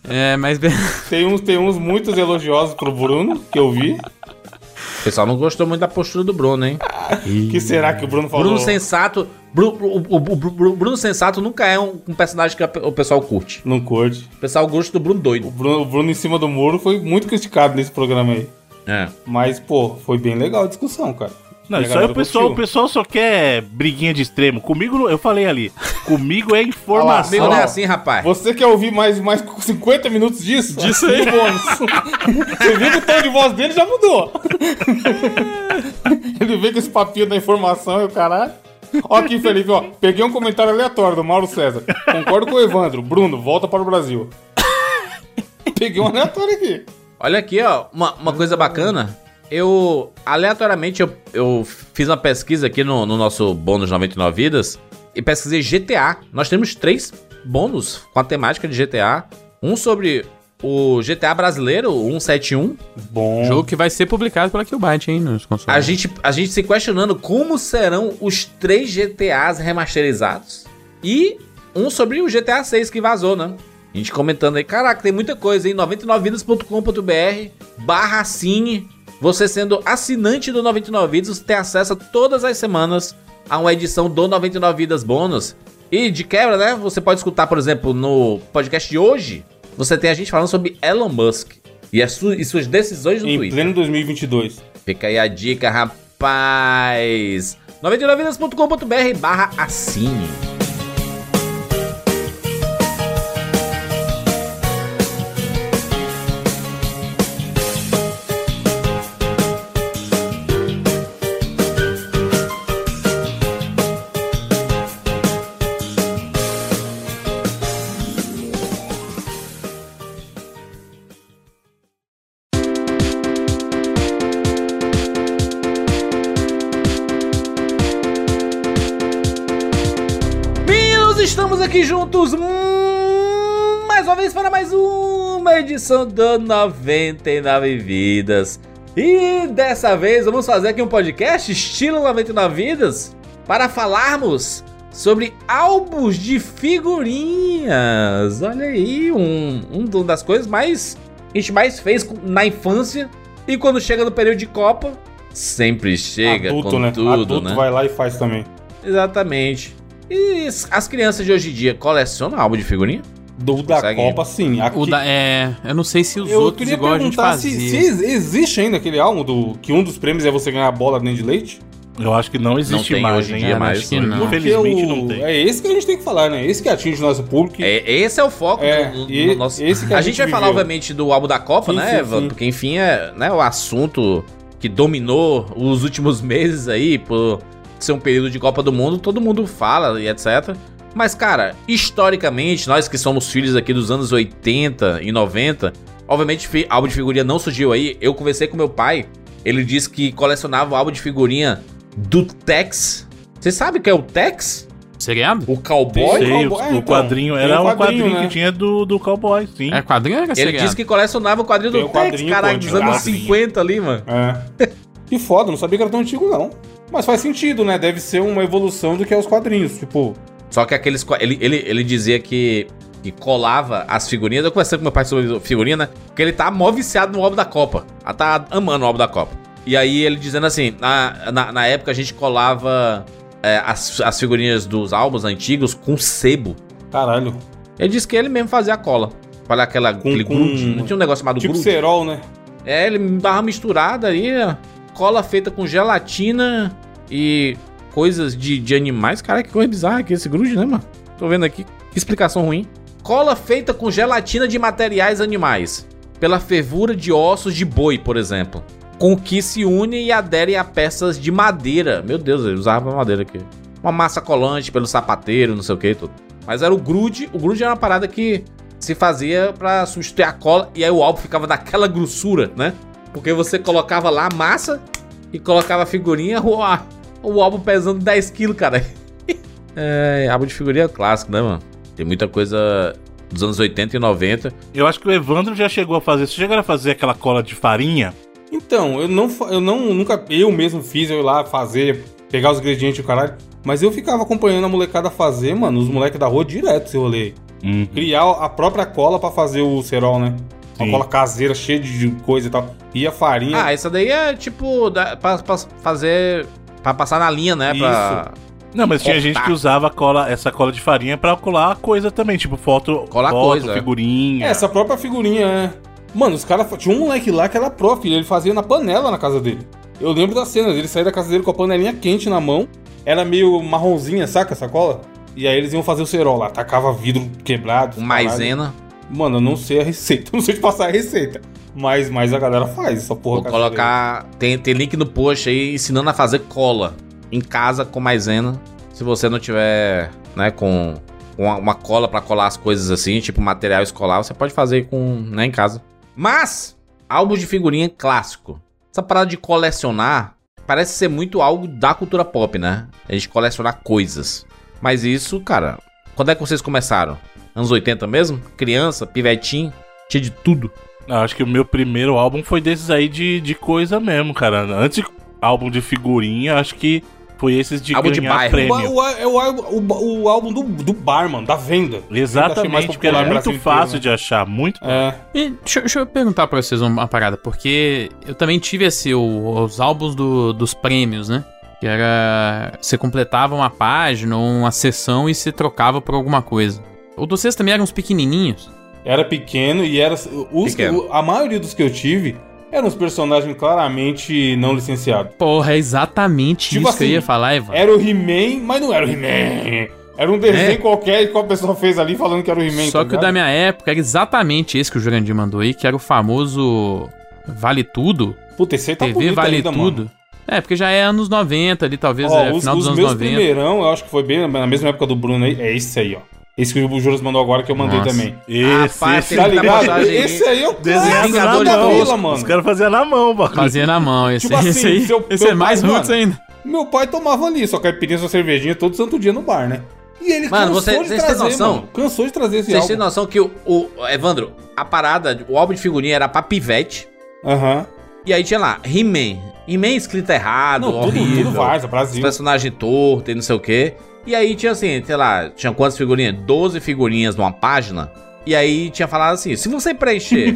Speaker 3: É, mas be-
Speaker 4: Tem uns, tem uns muitos elogiosos pro Bruno, que eu vi.
Speaker 1: O pessoal não gostou muito da postura do Bruno, hein?
Speaker 4: que será que o Bruno falou?
Speaker 1: Bruno Sensato. Bru- o, o- o- o- o Bruno Sensato nunca é um, um personagem que a- o pessoal curte.
Speaker 4: Não curte.
Speaker 1: O pessoal gosta do Bruno
Speaker 4: O
Speaker 1: doido.
Speaker 4: Bruno, o Bruno em cima do muro foi muito criticado nesse programa aí.
Speaker 1: É.
Speaker 4: Mas, pô, foi bem legal a discussão, cara.
Speaker 2: Não,
Speaker 4: A
Speaker 2: isso aí
Speaker 4: galera
Speaker 2: o pessoal, o
Speaker 4: curtiu.
Speaker 2: pessoal só quer briguinha de extremo. Comigo, não- eu falei ali,
Speaker 1: Comigo
Speaker 2: comigo é
Speaker 1: não
Speaker 2: informação.
Speaker 1: é assim, rapaz.
Speaker 4: Você quer ouvir mais, mais 50 minutos disso? Disso aí. Bônus. Você viu que o tom de voz dele já mudou. Ele vem com esse papinho da informação e o caralho. Ó aqui, Felipe, ó. Peguei um comentário aleatório do Mauro César. Concordo com o Evandro. Bruno, volta para o Brasil. Peguei um aleatório aqui.
Speaker 1: Olha aqui, ó, uma, uma coisa bacana. Eu, aleatoriamente, eu, eu fiz uma pesquisa aqui no, no nosso bônus 99 vidas e pesquisei GTA. Nós temos três bônus com a temática de GTA. Um sobre o GTA brasileiro, o 171.
Speaker 4: Bom.
Speaker 3: jogo que vai ser publicado pela Killbyte, hein, nos
Speaker 1: A
Speaker 3: consoles.
Speaker 1: gente, a gente se questionando como serão os três GTAs remasterizados. E um sobre o GTA 6 que vazou, né? A gente comentando aí, caraca, tem muita coisa, hein? 99vidas.com.br barra cine. Você sendo assinante do 99 Vidas, você tem acesso a todas as semanas a uma edição do 99 Vidas Bônus. E de quebra, né? Você pode escutar, por exemplo, no podcast de hoje, você tem a gente falando sobre Elon Musk e, as su- e suas decisões no
Speaker 4: Em
Speaker 1: Twitter.
Speaker 4: pleno 2022.
Speaker 1: Fica aí a dica, rapaz. 99vidas.com.br barra assine. Estamos aqui juntos hum, mais uma vez para mais uma edição do 99 Vidas. E dessa vez vamos fazer aqui um podcast estilo 99 Vidas para falarmos sobre álbuns de figurinhas. Olha aí, um, um do- das coisas mais a gente mais fez com- na infância e quando chega no período de Copa, sempre chega com tudo,
Speaker 4: Adulto
Speaker 1: né?
Speaker 4: vai lá e faz também.
Speaker 1: Exatamente. E s- as crianças de hoje em dia colecionam álbum de figurinha?
Speaker 4: Do da
Speaker 1: Consegue?
Speaker 4: Copa, sim. Aqui,
Speaker 3: O da, é, eu não sei se os
Speaker 4: eu
Speaker 3: outros
Speaker 4: queria
Speaker 3: igual a gente
Speaker 4: perguntar
Speaker 3: fazia.
Speaker 4: se, se ex- existe ainda aquele álbum do que um dos prêmios é você ganhar a bola dentro de leite.
Speaker 2: Eu acho que não existe
Speaker 1: tem
Speaker 2: mais,
Speaker 1: hoje em
Speaker 2: hein?
Speaker 1: dia
Speaker 3: Cara,
Speaker 1: mais,
Speaker 3: acho que
Speaker 1: né?
Speaker 3: não.
Speaker 4: Porque
Speaker 2: Infelizmente
Speaker 4: o-
Speaker 2: não tem.
Speaker 4: É esse que a gente tem que falar, né? Esse que atinge o nosso público.
Speaker 1: É, esse é o foco
Speaker 4: É,
Speaker 1: do, do-
Speaker 4: e-
Speaker 1: do nosso.
Speaker 4: esse que
Speaker 1: a,
Speaker 4: a
Speaker 1: gente,
Speaker 4: gente
Speaker 1: vai falar,
Speaker 4: viveu.
Speaker 1: obviamente, do álbum da Copa,
Speaker 4: Sim,
Speaker 1: né,
Speaker 4: sim,
Speaker 1: Evan?
Speaker 4: sim.
Speaker 1: Porque, enfim, é né, o assunto que dominou os últimos meses aí, por ser um período de Copa do Mundo, todo mundo fala e etc. Mas, cara, historicamente, nós que somos filhos aqui dos anos 80 e 90, obviamente, fi- álbum de figurinha não surgiu aí. Eu conversei com meu pai, ele disse que colecionava o álbum de figurinha do Tex. Você sabe o que é o Tex?
Speaker 3: Seriado?
Speaker 1: O cowboy?
Speaker 4: Tem.
Speaker 2: Sei, o,
Speaker 4: Cowboy- é,
Speaker 2: o
Speaker 4: então,
Speaker 2: quadrinho.
Speaker 4: tem
Speaker 2: Era
Speaker 4: um
Speaker 2: um
Speaker 4: quadrinho,
Speaker 2: quadrinho
Speaker 4: né?
Speaker 2: que tinha do, do Cowboy, sim.
Speaker 3: É quadrinho ou é
Speaker 1: Ele
Speaker 3: seriado?
Speaker 1: disse que colecionava o quadrinho
Speaker 4: Tem
Speaker 1: do
Speaker 4: o
Speaker 1: Tex,
Speaker 4: quadrinho, né?
Speaker 1: caralho,
Speaker 4: pô,
Speaker 1: dos
Speaker 4: de
Speaker 1: anos
Speaker 4: quadrinho.
Speaker 1: 50 ali, mano.
Speaker 4: É. Que foda, não sabia que era tão antigo, não. Mas faz sentido, né? Deve ser uma evolução do que é os quadrinhos. Tipo,
Speaker 1: Só que aqueles. qua- Ele, ele, ele dizia que, que colava as figurinhas. Eu conversei com meu pai sobre figurinha, né? Porque ele tá mó viciado no álbum da Copa. Ah, Tá amando o álbum da Copa. E aí ele dizendo assim: na, na, na época a gente colava é, as, as figurinhas dos álbuns antigos com sebo.
Speaker 4: caralho.
Speaker 1: Ele disse que ele mesmo fazia a cola. Olha aquela
Speaker 4: Com-
Speaker 1: aquele
Speaker 4: com-
Speaker 1: grude. Não tinha um negócio chamado
Speaker 4: tipo
Speaker 1: grude?
Speaker 4: cerol, né?
Speaker 1: É, ele me dava uma misturada aí, ó. cola feita com gelatina e coisas de, de animais. Cara, que coisa bizarra aqui esse grude, né, mano? Tô vendo aqui, que explicação ruim. Cola feita com gelatina de materiais animais, pela fervura de ossos de boi, por exemplo, com que se une e adere a peças de madeira. Meu Deus, ele usava madeira aqui. Uma massa colante pelo sapateiro, não sei o que e tudo. Mas era o grude, o grude era uma parada que se fazia pra substituir a cola e aí o álbum ficava daquela grossura, né? Porque você colocava lá a massa e colocava a figurinha, o, á- o álbum pesando 10 kg, cara. é, álbum de figurinha é clássico, né, mano? Tem muita coisa dos anos 80 e 90.
Speaker 2: Eu acho que o Evandro já chegou a fazer. Vocês chegaram a fazer aquela cola de farinha?
Speaker 4: Então, eu não, fa- eu não, nunca, eu mesmo fiz, eu ir lá fazer, pegar os ingredientes e o caralho. Mas eu ficava acompanhando a molecada fazer, mano, os moleques da rua direto esse rolê.
Speaker 2: Hum.
Speaker 4: Criar a própria cola pra fazer o cerol, né? Uma
Speaker 2: Sim.
Speaker 4: cola caseira cheia de coisa e tal. E a farinha.
Speaker 1: Ah, essa daí é tipo da, pra, pra fazer. pra passar na linha, né? Pra
Speaker 2: Não, mas tinha
Speaker 1: Cortar.
Speaker 2: gente que usava cola, essa cola de farinha pra colar coisa também, tipo foto,
Speaker 1: Colar
Speaker 2: foto
Speaker 1: coisa.
Speaker 2: figurinha.
Speaker 4: É, Essa própria figurinha, né? Mano, os caras. Tinha um moleque lá que era pró, filho. Ele fazia na panela na casa dele. Eu lembro da cena dele sair da casa dele com a panelinha quente na mão. Era meio marronzinha, saca a sacola? E aí eles iam fazer o cerol lá. Tacava vidro quebrado.
Speaker 1: com
Speaker 4: caralho.
Speaker 1: maisena.
Speaker 4: Mano, eu não sei a receita. Não sei te passar a receita. Mas, mas a galera faz essa porra.
Speaker 1: Vou colocar. Tem, tem link no post aí ensinando a fazer cola em casa com maisena. Se você não tiver, né, com uma, uma cola pra colar as coisas assim, tipo material escolar, você pode fazer com, né, em casa. Mas álbum de figurinha clássico. Essa parada de colecionar parece ser muito algo da cultura pop, né? A gente colecionar coisas. Mas isso, cara, quando é que vocês começaram? Anos 80 mesmo? Criança, pivetinho, tinha de tudo.
Speaker 2: Eu acho que o meu primeiro álbum foi desses aí de, de coisa mesmo, cara. Antes de álbum de figurinha, acho que foi esses de
Speaker 1: Álbum de
Speaker 2: ganhar
Speaker 1: bairro.
Speaker 4: O,
Speaker 2: prêmio.
Speaker 4: o, é o, álbum- o, ba- o álbum do, do bar, mano, da venda. achei mais
Speaker 2: Exatamente, porque era
Speaker 4: popular no
Speaker 2: muito
Speaker 4: Brasil
Speaker 2: fácil
Speaker 4: inteiro, né?
Speaker 2: de achar, muito.
Speaker 4: É.
Speaker 3: E deixa, deixa eu perguntar pra vocês uma parada, porque eu também tive esse, o- os álbuns do- dos prêmios, né? Que era. Você completava uma página ou uma sessão e se trocava por alguma coisa. O dos vocês também eram uns pequenininhos.
Speaker 4: Era pequeno e era. Os que-
Speaker 1: Pequeno.
Speaker 4: a maioria dos que eu tive eram os personagens claramente não licenciados.
Speaker 3: Porra, é exatamente
Speaker 4: Tipo
Speaker 3: isso que eu
Speaker 4: assim,
Speaker 3: ia falar, Ivan.
Speaker 4: Era o He-Man, mas não era o He-Man. Era um desenho
Speaker 3: É.
Speaker 4: qualquer que a pessoa fez ali falando que era o He-Man.
Speaker 3: Só
Speaker 4: tá
Speaker 3: que o
Speaker 4: ligado?
Speaker 3: da minha época era exatamente esse que o Jurandir mandou aí, que era o famoso Vale Tudo,
Speaker 4: Puta, esse aí tá
Speaker 3: TV
Speaker 4: bonito
Speaker 3: Vale
Speaker 4: ainda,
Speaker 3: Tudo.
Speaker 4: mano.
Speaker 3: É, porque já é anos 90 ali, talvez,
Speaker 4: Ó,
Speaker 3: é,
Speaker 4: os,
Speaker 3: final dos
Speaker 4: os
Speaker 3: anos
Speaker 4: meus
Speaker 3: 90.
Speaker 4: primeirão, eu acho que foi bem na mesma época do Bruno aí. É esse aí, ó. Esse que o Juras mandou agora que eu mandei
Speaker 3: Nossa.
Speaker 4: também.
Speaker 2: Esse,
Speaker 1: Rapaz,
Speaker 2: esse
Speaker 1: tem
Speaker 4: Tá
Speaker 1: muita
Speaker 4: ligado?
Speaker 1: postagem aí.
Speaker 4: Esse aí é o
Speaker 2: desenhado
Speaker 4: clássico
Speaker 2: na
Speaker 1: Vingadores
Speaker 4: da
Speaker 1: da
Speaker 2: mão.
Speaker 4: vila,
Speaker 2: Os
Speaker 4: mano.
Speaker 2: caras faziam na mão, mano.
Speaker 3: Fazia na mão, esse,
Speaker 4: Tipo
Speaker 3: esse
Speaker 4: assim,
Speaker 3: aí.
Speaker 4: seu-
Speaker 3: esse
Speaker 4: meu
Speaker 3: é mais
Speaker 4: pai,
Speaker 3: roots
Speaker 4: mano.
Speaker 3: ainda.
Speaker 4: Meu pai tomava ali, só caipirinha, sua cervejinha todo santo dia no bar, né? E ele
Speaker 1: Mano,
Speaker 4: cansou
Speaker 1: você-
Speaker 4: de
Speaker 1: vocês têm
Speaker 4: trazer,
Speaker 1: noção?
Speaker 4: mano. Cansou de trazer esse
Speaker 1: Vocês têm
Speaker 4: álbum.
Speaker 1: noção que o, o- Evandro, a parada, o álbum de figurinha era pra pivete.
Speaker 4: Aham.
Speaker 1: E aí tinha lá, He-Man. He-Man escrito errado,
Speaker 4: Não, tudo,
Speaker 1: horrível.
Speaker 4: tudo Varsa,
Speaker 1: os
Speaker 4: Brasil.
Speaker 1: personagens tortos e não sei o quê. E aí tinha assim, sei lá, tinha quantas figurinhas? 12 figurinhas numa página. E aí tinha falado assim: se você preencher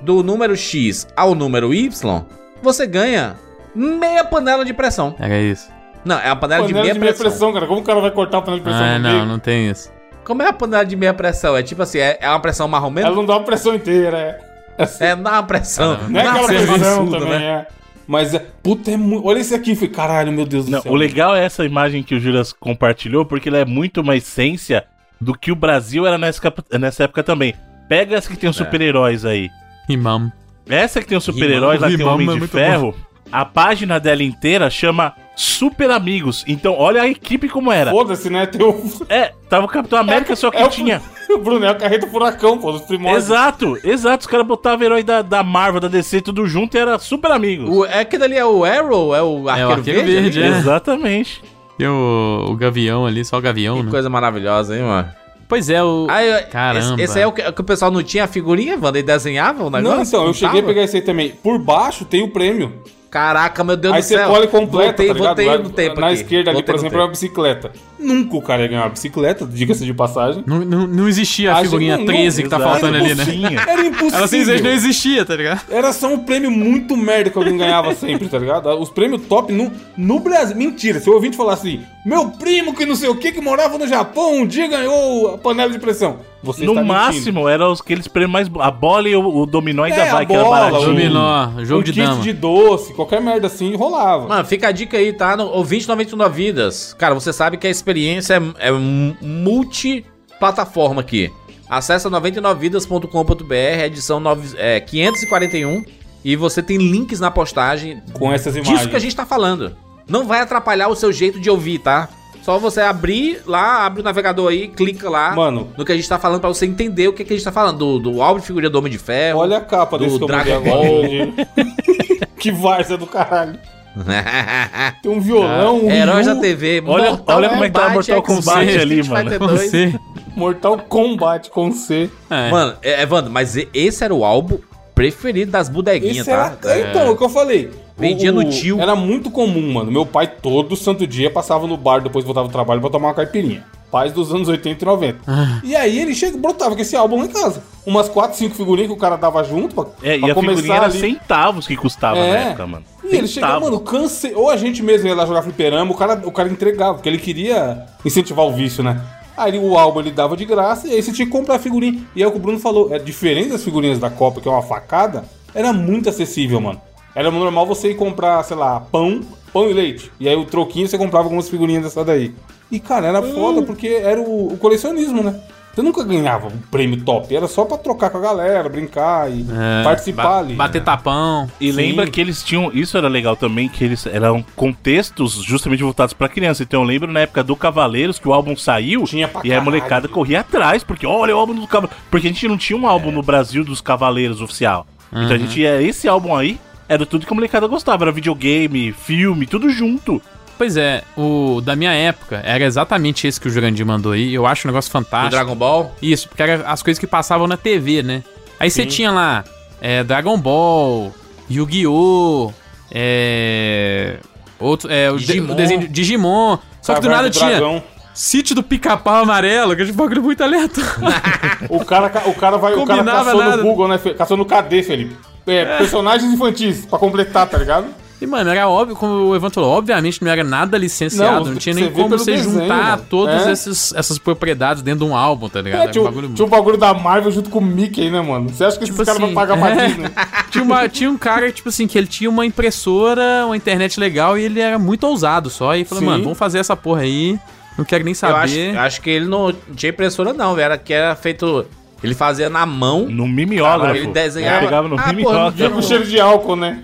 Speaker 1: do número X ao número Y, você ganha meia panela de pressão.
Speaker 3: Era isso.
Speaker 1: Não, é uma panela,
Speaker 4: Panela
Speaker 1: de meia pressão.
Speaker 4: cara. Como o cara vai cortar a panela de pressão
Speaker 3: Ah,
Speaker 4: no
Speaker 3: não,
Speaker 4: meio?
Speaker 3: não tem isso.
Speaker 1: Como é a panela de meia pressão? É tipo assim, é, é uma pressão mais ou menos?
Speaker 4: Ela não dá a pressão inteira, é. É assim.
Speaker 1: É, dá uma pressão.
Speaker 4: Não é
Speaker 1: dá uma
Speaker 4: aquela
Speaker 1: pressão
Speaker 4: pressão
Speaker 1: absurda,
Speaker 4: também, é. Mas, é- puta, é muito... Olha esse aqui, foi caralho, meu Deus do
Speaker 2: Não,
Speaker 4: céu.
Speaker 2: o legal é essa imagem que o Juras compartilhou, porque ela é muito uma essência do que o Brasil era nessa, cap- nessa época também. Pega essa que tem os
Speaker 1: É.
Speaker 2: super-heróis aí.
Speaker 3: Imam.
Speaker 2: Essa que tem os super-heróis, lá tem o
Speaker 3: Rimam
Speaker 2: Homem
Speaker 3: é
Speaker 2: de
Speaker 3: muito
Speaker 2: Ferro. A página dela inteira chama Super Amigos. Então, olha a equipe como era.
Speaker 4: Foda-se, né? Tem o...
Speaker 2: É, tava o Capitão América, só que
Speaker 4: é o-
Speaker 2: tinha.
Speaker 4: o Bruno é o carreta furacão, pô, dos primórdios.
Speaker 2: Exato, exato. Os caras botavam herói da, da Marvel, da DC, tudo junto e era Super Amigos.
Speaker 1: O, é aquele ali é o Arrow, é o arqueiro,
Speaker 3: Arqueiro
Speaker 1: verde.
Speaker 3: Verde,
Speaker 4: né?
Speaker 1: ali?
Speaker 3: é.
Speaker 2: Exatamente.
Speaker 3: Tem o, o Gavião ali, só o Gavião,
Speaker 1: Que
Speaker 3: né?
Speaker 1: coisa maravilhosa, hein, mano?
Speaker 3: Pois é, o.
Speaker 1: Ah, eu-
Speaker 3: Caramba.
Speaker 1: Esse, esse aí é o que, que o pessoal não tinha a figurinha, Wanda? E desenhava o negócio?
Speaker 4: Não, então, eu cheguei a
Speaker 1: Tava?
Speaker 4: pegar esse aí também. Por baixo tem o prêmio.
Speaker 1: Caraca, meu Deus
Speaker 4: aí
Speaker 1: do
Speaker 4: você
Speaker 1: céu.
Speaker 4: colhe completo,
Speaker 1: voltei,
Speaker 4: tá ligado?
Speaker 1: voltei
Speaker 4: Vai-
Speaker 1: no tempo
Speaker 4: Na
Speaker 1: aqui.
Speaker 4: esquerda ali,
Speaker 1: Voltei
Speaker 4: por
Speaker 1: no
Speaker 4: exemplo, é
Speaker 1: tempo.
Speaker 4: uma bicicleta. Nunca o cara ia ganhar uma bicicleta, diga-se de passagem.
Speaker 3: Não, não, não existia a
Speaker 4: Acho
Speaker 3: figurinha
Speaker 4: que não,
Speaker 3: 13 que tá
Speaker 2: Exato.
Speaker 3: faltando ali, né?
Speaker 2: Bolsinha.
Speaker 4: Era assim, impossível.
Speaker 3: Ela sem vezes não existia, tá ligado?
Speaker 4: Era só um prêmio muito merda que alguém ganhava sempre, tá ligado? Os prêmios top no, no Brasil. Mentira, se eu ouvinte falar assim, meu primo que não sei o que, que morava no Japão, um dia ganhou a panela de pressão. Você
Speaker 2: No
Speaker 4: está tá mentindo.
Speaker 2: máximo, eram os- aqueles prêmios mais. bo- A bola e o, o dominó ainda
Speaker 4: É,
Speaker 2: vai,
Speaker 4: a
Speaker 2: que era
Speaker 4: bola,
Speaker 2: baratinho.
Speaker 4: o-
Speaker 3: Dominó, jogo
Speaker 4: um
Speaker 3: de
Speaker 4: kit
Speaker 3: dama.
Speaker 4: de doce, qualquer merda assim, rolava.
Speaker 1: Mano, fica a dica aí, tá? No, ouvinte 99 vidas. Cara, você sabe que a experiência é, é m- multiplataforma aqui. Acesse 99vidas.com.br, edição nove- é, 541. E você tem links na postagem
Speaker 4: Com essas imagens.
Speaker 1: disso que a gente tá falando. Não vai atrapalhar o seu jeito de ouvir, tá? Só você abrir lá, abre o navegador aí, clica lá
Speaker 4: Mano.
Speaker 1: no que a gente tá falando pra você entender o que, que a gente tá falando. Do, do álbum de figurinha do Homem de Ferro.
Speaker 4: Olha a capa
Speaker 1: É Do
Speaker 4: desse que eu mandei
Speaker 1: Dragon
Speaker 4: agora.
Speaker 1: Ball.
Speaker 4: gente. que várzea do caralho. Tem um violão, um
Speaker 1: Heróis da
Speaker 4: Yu,
Speaker 1: TV.
Speaker 2: Olha- olha como é que tá Mortal Kombat
Speaker 1: X-Men,
Speaker 2: ali,
Speaker 1: Street Fighter
Speaker 2: mano.
Speaker 1: 2.
Speaker 3: Você.
Speaker 4: Mortal Kombat com C.
Speaker 3: É.
Speaker 1: Mano, é, Evandro, mas e- esse era o álbum preferido das bodeguinhas,
Speaker 4: Esse
Speaker 1: tá?
Speaker 4: era... é, Então, é o que eu falei.
Speaker 1: Vendia
Speaker 4: O-
Speaker 1: no
Speaker 4: o-
Speaker 1: tio.
Speaker 4: Era muito comum, mano. Meu pai todo santo dia passava no bar, depois voltava do trabalho pra tomar uma caipirinha. Pais dos anos 80 e 90.
Speaker 2: Ah.
Speaker 4: E aí ele chega, brotava com esse álbum lá em casa. Umas 4, 5 figurinhas que o cara dava junto pra,
Speaker 2: É, e
Speaker 4: pra
Speaker 2: a figurinha era
Speaker 4: ali.
Speaker 2: centavos que custava na
Speaker 4: É.
Speaker 2: época, mano.
Speaker 4: E ele chegava, mano, cansei. Ou a gente mesmo ia lá jogar fliperama, o cara, o cara entregava, porque ele queria incentivar o vício, né? Aí ele- o álbum ele dava de graça e aí você tinha que comprar a figurinha. E é o que o Bruno falou, é diferente das figurinhas da Copa, que é uma facada, era muito acessível, mano. Era normal você ir comprar, sei lá, pão, pão e leite. E aí o troquinho você comprava algumas figurinhas dessa daí. E, cara, era
Speaker 3: Hum.
Speaker 4: foda porque era o, o colecionismo, né? Você nunca ganhava um prêmio top, era só pra trocar com a galera, brincar e
Speaker 3: É,
Speaker 4: participar
Speaker 3: ba-
Speaker 4: ali. né?
Speaker 3: Bater tapão.
Speaker 2: E
Speaker 4: Sim.
Speaker 2: lembra que eles tinham. Isso era legal também, que eles eram contextos justamente voltados pra criança. Então eu lembro na época do Cavaleiros que o álbum saiu
Speaker 4: Tinha pra
Speaker 2: e a
Speaker 4: caralho.
Speaker 2: molecada corria atrás, porque olha o álbum do Cavaleiros. Porque a gente não tinha um álbum no Brasil dos Cavaleiros oficial. Então
Speaker 3: Uhum.
Speaker 2: a gente ia. Esse álbum aí era tudo que a molecada gostava. Era videogame, filme, tudo junto.
Speaker 3: Pois é, o da minha época era exatamente esse que o Jurandir mandou aí. Eu acho um negócio
Speaker 1: Do
Speaker 3: fantástico.
Speaker 1: Dragon Ball.
Speaker 3: Isso, porque eram as coisas que passavam na TV, né? Aí você tinha lá é, Dragon Ball, Yu-Gi-Oh! É. Outro, é, o, de-
Speaker 1: Digimon.
Speaker 3: o desenho de Digimon. Só que do nada
Speaker 4: Caverna
Speaker 3: tinha
Speaker 4: Dragão.
Speaker 3: Sítio do Pica-Pau Amarelo, que é um bagulho muito aleatório.
Speaker 4: O cara, ca- o cara vai, o cara
Speaker 3: Combinava
Speaker 4: caçou
Speaker 3: nada.
Speaker 4: no Google, né? Fe- Caçou no KD, Felipe. É, personagens infantis, pra completar, tá ligado?
Speaker 3: E, mano, era óbvio, como o Evan falou, obviamente não era nada licenciado,
Speaker 4: Não,
Speaker 3: não, tinha
Speaker 4: você
Speaker 3: nem
Speaker 4: vê
Speaker 3: como
Speaker 4: pelo
Speaker 3: você
Speaker 4: desenho,
Speaker 3: juntar
Speaker 4: mano.
Speaker 3: todas
Speaker 4: É.
Speaker 3: esses- essas propriedades dentro de um álbum, tá ligado?
Speaker 4: É,
Speaker 3: Era um
Speaker 4: tinha,
Speaker 3: bagulho
Speaker 4: o- tinha o bagulho da Marvel junto com o Mickey, né, mano? Você acha que esses caras
Speaker 3: assim,
Speaker 4: vão pagar né? pra
Speaker 3: é.
Speaker 4: Disney?
Speaker 3: tinha, uma- tinha um cara, tipo assim, que ele tinha uma impressora, uma internet legal e ele era muito ousado só. E falou,
Speaker 4: Sim.
Speaker 3: mano, vamos fazer essa porra aí. Não quero nem
Speaker 1: Eu acho,
Speaker 3: saber.
Speaker 1: eu acho que ele não tinha impressora, não, velho. Era que era feito. Ele fazia na mão.
Speaker 2: No mimeógrafo.
Speaker 1: Caralho, ele desenhava.
Speaker 2: Eu pegava no
Speaker 1: Ah, porra,
Speaker 2: mimeógrafo.
Speaker 1: não
Speaker 4: Fica com cheiro de álcool, né?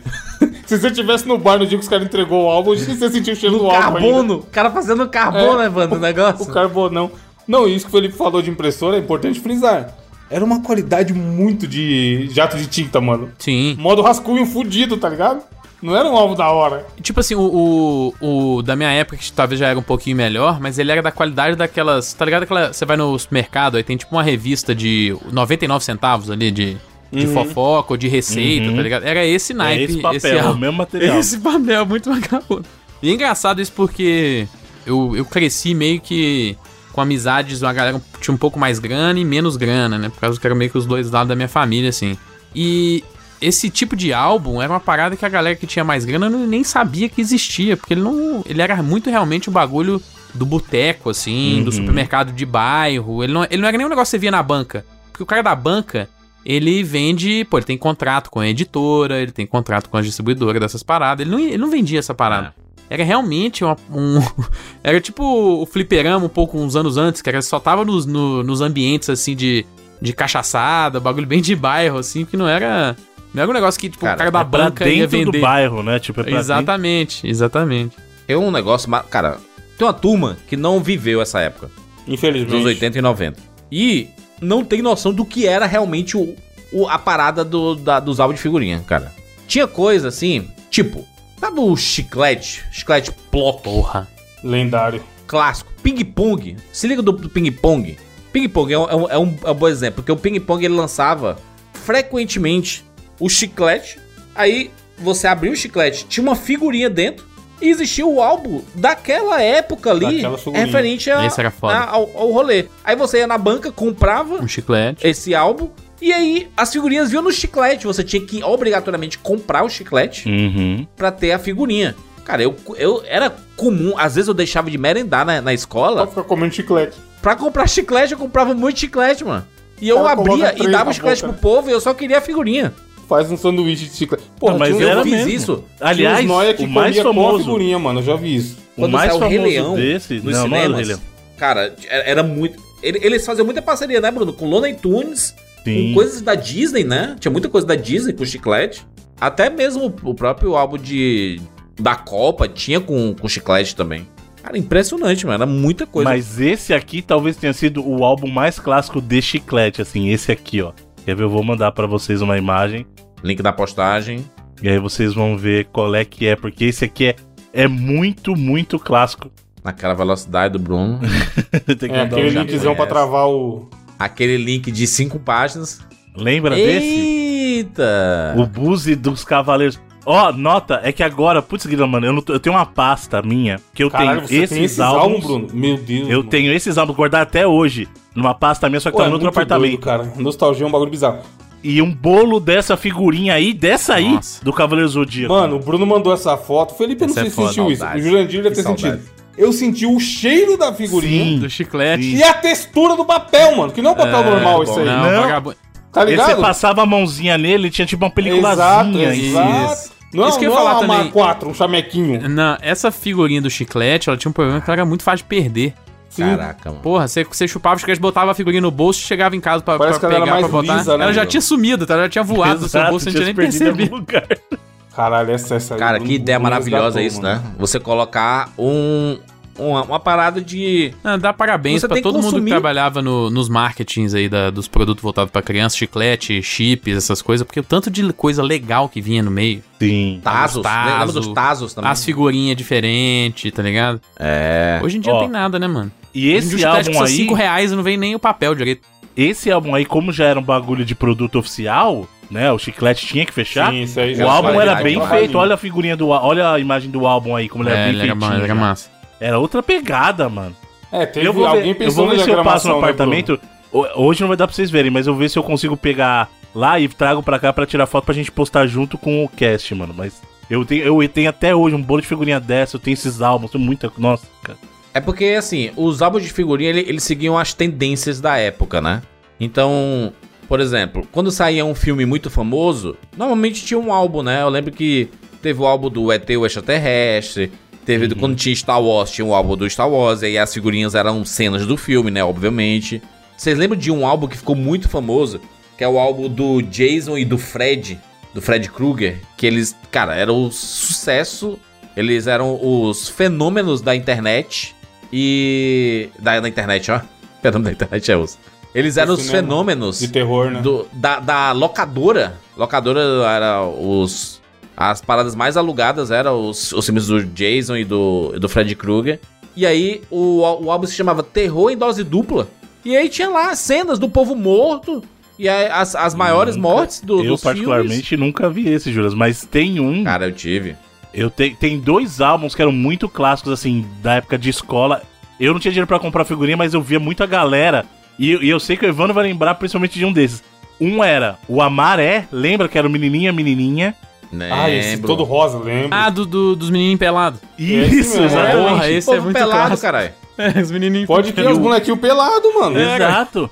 Speaker 4: Se você estivesse no bar no dia que os caras entregou o álbum, se você sentiu o cheiro do álcool ainda.
Speaker 1: Carbono. O cara fazendo carbono,
Speaker 4: É.
Speaker 1: Evandro, o negócio.
Speaker 4: O carbonão. Não, isso que o Felipe falou de impressora é importante frisar. Era uma qualidade muito de jato de tinta, mano.
Speaker 3: Sim.
Speaker 4: Modo rascunho fudido, tá ligado? Não era um alvo da hora.
Speaker 3: Tipo assim, o, o, o da minha época, que talvez já era um pouquinho melhor, mas ele era da qualidade daquelas. Tá ligado? Aquela, você vai no mercado, aí tem tipo uma revista de 99 centavos ali de, de fofoca ou de receita, tá ligado? Era esse
Speaker 2: É
Speaker 3: naipe.
Speaker 2: esse papel, é o
Speaker 3: álbum.
Speaker 2: mesmo material.
Speaker 3: Esse papel, muito vagabundo. E é engraçado isso porque eu, eu cresci meio que com amizades, uma galera que tinha um pouco mais grana e menos grana, né? Por causa que era meio que os dois lados da minha família, assim. E esse tipo de álbum era uma parada que a galera que tinha mais grana não- nem sabia que existia, porque ele não. Ele era muito realmente o bagulho do boteco, assim, do supermercado de bairro. Ele não, ele não era nem um negócio que você via na banca. Porque o cara da banca, ele vende. Pô, ele tem contrato com a editora, ele tem contrato com a distribuidora dessas paradas. Ele não, ele não vendia essa parada. Era realmente uma- um. era tipo o fliperama um pouco uns anos antes, que era, só tava nos, no- nos ambientes, assim, de, de cachaçada, bagulho bem de bairro, assim, que não era. Não era um negócio que, tipo,
Speaker 1: Cara,
Speaker 3: o cara da
Speaker 2: é pra
Speaker 3: banca ia
Speaker 2: dentro do
Speaker 3: vender.
Speaker 2: bairro, né? Tipo, é pra dentro-
Speaker 3: Exatamente, exatamente.
Speaker 1: É um negócio. ma- Cara, tem uma turma que não viveu essa época, dos
Speaker 5: Infelizmente.
Speaker 1: anos 80 e 90. E não tem noção do que era realmente o, o- a parada do- da- dos álbuns de figurinha, cara. Tinha coisa assim, tipo, sabe o chiclete? Chiclete plock.
Speaker 3: Porra.
Speaker 5: Lendário.
Speaker 1: clássico. Ping-pong. Se liga do, do ping-pong. Ping-pong é um, é, um, é um- é um bom exemplo, porque o ping-pong ele lançava frequentemente o chiclete. Aí você abria o chiclete, tinha uma figurinha dentro e existia o álbum daquela época ali,
Speaker 5: Daquela figurinha.
Speaker 1: referente a,
Speaker 3: Esse era foda.
Speaker 1: a- ao, ao rolê. Aí você ia na banca, comprava
Speaker 3: Um chiclete.
Speaker 1: esse álbum. E aí, as figurinhas vinham no chiclete. Você tinha que obrigatoriamente comprar o chiclete
Speaker 2: Uhum.
Speaker 1: pra ter a figurinha. Cara, eu, eu era comum, às vezes eu deixava de merendar na, na escola
Speaker 4: Só ficar comendo chiclete.
Speaker 1: Pra comprar chiclete, eu comprava muito chiclete, mano. E eu
Speaker 4: Cara, coloca
Speaker 1: abria e
Speaker 4: três
Speaker 1: dava
Speaker 4: na
Speaker 1: o chiclete
Speaker 4: boca.
Speaker 1: pro povo e eu só queria a figurinha.
Speaker 4: Faz um sanduíche de chiclete. Porra,
Speaker 2: Não, mas
Speaker 4: tinha uns-
Speaker 1: eu
Speaker 2: era
Speaker 1: fiz
Speaker 2: mesmo.
Speaker 1: isso.
Speaker 2: Aliás,
Speaker 4: tinha uns nóia que
Speaker 2: o mais
Speaker 4: comia com a
Speaker 2: famoso,
Speaker 4: figurinha, mano. Eu já vi isso.
Speaker 2: o mais
Speaker 1: saiu
Speaker 2: famoso desse,
Speaker 1: nos
Speaker 2: não, não era o Rei
Speaker 1: cinemas,
Speaker 2: Leão.
Speaker 1: cara, era, era muito... ele- Eles faziam muita parceria, né, Bruno? Com Looney Tunes,
Speaker 2: Sim.
Speaker 4: um
Speaker 1: com coisas da Disney, né? Tinha muita coisa da Disney com chiclete. Até mesmo o próprio álbum de... da Copa tinha com, com chiclete também. Cara, impressionante, mano. Era muita coisa.
Speaker 2: Mas esse aqui talvez tenha sido o álbum mais clássico de chiclete, assim, esse aqui, ó. Quer ver? Eu vou mandar pra vocês uma imagem
Speaker 1: Link na postagem.
Speaker 2: e aí vocês vão ver qual é que é, porque esse aqui é, é muito, muito clássico.
Speaker 1: Naquela velocidade do Bruno.
Speaker 2: Tem que
Speaker 4: É,
Speaker 2: mandar um
Speaker 4: aquele
Speaker 2: já.
Speaker 4: linkzão pra travar o.
Speaker 1: Aquele link de cinco páginas.
Speaker 2: Lembra desse?
Speaker 1: Eita!
Speaker 2: O Buzi dos Cavaleiros. Ó, nota, é que agora, putz, Guilherme, mano, eu, não tô- eu tenho uma pasta minha que eu
Speaker 4: Caralho,
Speaker 2: tenho
Speaker 4: você
Speaker 2: esses,
Speaker 4: tem esses
Speaker 2: álbuns.
Speaker 4: álbuns, Bruno? Meu Deus.
Speaker 2: Eu
Speaker 4: mano.
Speaker 2: tenho esses álbuns guardados até hoje. Numa pasta minha, só que
Speaker 4: Pô,
Speaker 2: tá
Speaker 4: é
Speaker 2: no outro
Speaker 4: muito
Speaker 2: apartamento.
Speaker 4: doido, cara. Nostalgia é um bagulho bizarro.
Speaker 2: E um bolo dessa figurinha aí, dessa aí,
Speaker 3: Nossa.
Speaker 2: do Cavaleiro Zodíaco.
Speaker 4: Mano, o Bruno mandou essa foto. Felipe, eu não
Speaker 3: Essa
Speaker 4: sei
Speaker 3: é
Speaker 4: se
Speaker 3: foda,
Speaker 4: sentiu isso. O
Speaker 1: saudade.
Speaker 4: Jurandir deve
Speaker 1: Que
Speaker 4: ter
Speaker 1: saudade.
Speaker 4: sentido. Eu senti o cheiro da figurinha.
Speaker 2: Sim.
Speaker 3: Do chiclete.
Speaker 4: E a textura do papel, mano. Que não é um papel normal isso aí.
Speaker 3: Não,
Speaker 2: Não.
Speaker 3: vagabundo.
Speaker 4: Tá
Speaker 2: Ele, você
Speaker 4: ligado?
Speaker 2: passava a mãozinha nele, tinha tipo uma
Speaker 4: Exato, assim,
Speaker 2: peliculazinha. aí.
Speaker 4: exato. Não,
Speaker 3: Isso que eu ia
Speaker 4: não
Speaker 3: falar
Speaker 4: é uma
Speaker 3: também.
Speaker 4: 4, um chamequinho.
Speaker 3: Não, essa figurinha do chiclete, ela tinha um problema que ela era muito fácil de perder.
Speaker 1: Caraca, mano.
Speaker 3: Porra, você, você chupava o chiclete, botava a figurinha no bolso, chegava em casa pra,
Speaker 4: Parece
Speaker 3: pra
Speaker 4: que ela
Speaker 3: pegar, pra
Speaker 4: era mais
Speaker 3: botar.
Speaker 4: lisa, né,
Speaker 3: ela já
Speaker 4: meu?
Speaker 3: tinha sumido, tá? ela já tinha voado do seu
Speaker 2: Exato,
Speaker 3: bolso, a gente
Speaker 2: tinha
Speaker 3: nem
Speaker 2: se perdido em
Speaker 3: percebeu.
Speaker 2: algum lugar.
Speaker 4: Caralho, essa, essa aí,
Speaker 1: Cara,
Speaker 4: Bruno-
Speaker 1: que ideia
Speaker 4: Bruno
Speaker 1: maravilhosa
Speaker 4: resgatou,
Speaker 1: isso,
Speaker 4: mano.
Speaker 1: né? Você colocar um, uma, uma parada de.
Speaker 3: Ah, dá parabéns
Speaker 1: Você
Speaker 3: pra
Speaker 1: tem que
Speaker 3: todo mundo que
Speaker 1: consumir.
Speaker 3: trabalhava no- nos marketings aí da- dos produtos voltados pra criança, chiclete, chips, essas coisas, porque o tanto de coisa legal que vinha no meio.
Speaker 2: Sim.
Speaker 1: Tazos. né?
Speaker 3: Tazo.
Speaker 1: Lembra dos Tazos também?
Speaker 3: As figurinhas diferentes, tá ligado?
Speaker 1: É.
Speaker 3: Hoje em dia
Speaker 2: Ó,
Speaker 3: não tem nada, né, mano?
Speaker 2: E
Speaker 3: Hoje em
Speaker 2: esse
Speaker 3: dia o chiclete
Speaker 2: álbum
Speaker 3: custa
Speaker 2: aí,
Speaker 3: 5 reais e não vem nem o papel direito.
Speaker 2: esse álbum aí, como já era um bagulho de produto oficial, né? O chiclete tinha que fechar.
Speaker 4: Sim, isso aí
Speaker 2: O
Speaker 4: já
Speaker 2: álbum
Speaker 4: foi
Speaker 2: era
Speaker 4: legal,
Speaker 2: bem
Speaker 4: caralho.
Speaker 2: feito, olha a figurinha do á- olha a imagem do álbum aí, como ele
Speaker 3: É,
Speaker 2: é, bem
Speaker 3: ele era,
Speaker 2: feitinho.
Speaker 3: mano, ele
Speaker 2: já.
Speaker 3: era massa.
Speaker 2: Era outra pegada, mano.
Speaker 4: É, teve
Speaker 2: eu vou
Speaker 4: alguém
Speaker 2: ver, eu vou
Speaker 4: pensando
Speaker 2: ver
Speaker 4: na
Speaker 2: se eu passo no
Speaker 4: gramação, né,
Speaker 2: apartamento. Ho- Hoje não vai dar pra vocês verem, mas eu vou ver se eu consigo pegar lá e trago pra cá pra tirar foto pra gente postar junto com o cast, mano. Mas eu tenho, eu tenho até hoje um bolo de figurinha dessa, eu tenho esses álbuns, tenho muita. Nossa, cara.
Speaker 1: É porque, assim, os álbuns de figurinha ele- eles seguiam as tendências da época, né? Então, por exemplo, quando saía um filme muito famoso, normalmente tinha um álbum, né? Eu lembro que teve o álbum do ET, o Extraterrestre. Teve do- quando tinha Star Wars, tinha o álbum do Star Wars. E aí as figurinhas eram cenas do filme, né? Obviamente. Vocês lembram de um álbum que ficou muito famoso? Que é o álbum do Jason e do Fred, do Fred Krueger. Que eles, cara, era o sucesso. Eles eram os fenômenos da internet. E. Da, da internet, ó. Fenômeno da internet é os. Eles eram
Speaker 4: Do
Speaker 1: os
Speaker 4: cinema.
Speaker 1: fenômenos
Speaker 4: né? De terror, né?
Speaker 1: do- da, da locadora. Locadora era os As paradas mais alugadas eram os, os filmes do Jason e do, e do Freddy Krueger. E aí o, o álbum se chamava Terror em Dose Dupla. E aí tinha lá cenas do povo morto e aí as, as maiores
Speaker 2: Nunca.
Speaker 1: mortes do,
Speaker 2: eu
Speaker 1: dos filmes.
Speaker 2: particularmente nunca vi esse, Juras, mas tem um.
Speaker 1: Cara, eu tive.
Speaker 2: Eu te, tem dois álbuns que eram muito clássicos, assim, da época de escola. Eu não tinha dinheiro pra comprar figurinha, mas eu via muita galera. E, eu- e eu sei que o Evandro vai lembrar principalmente de um desses. Um era o Amaré, lembra que era o Menininha, Menininha?
Speaker 1: Lembro.
Speaker 4: Ah, esse todo rosa, lembro.
Speaker 3: Ah, do, do- dos menininhos pelados.
Speaker 2: Isso,
Speaker 4: É assim mesmo,
Speaker 2: exatamente.
Speaker 3: Porra, esse é
Speaker 1: povo
Speaker 3: muito
Speaker 1: pelado,
Speaker 3: pelado,
Speaker 1: caralho.
Speaker 3: cara. Os menininhos
Speaker 4: Pode ter os bonequinhos pelados, mano.
Speaker 2: É, Exato.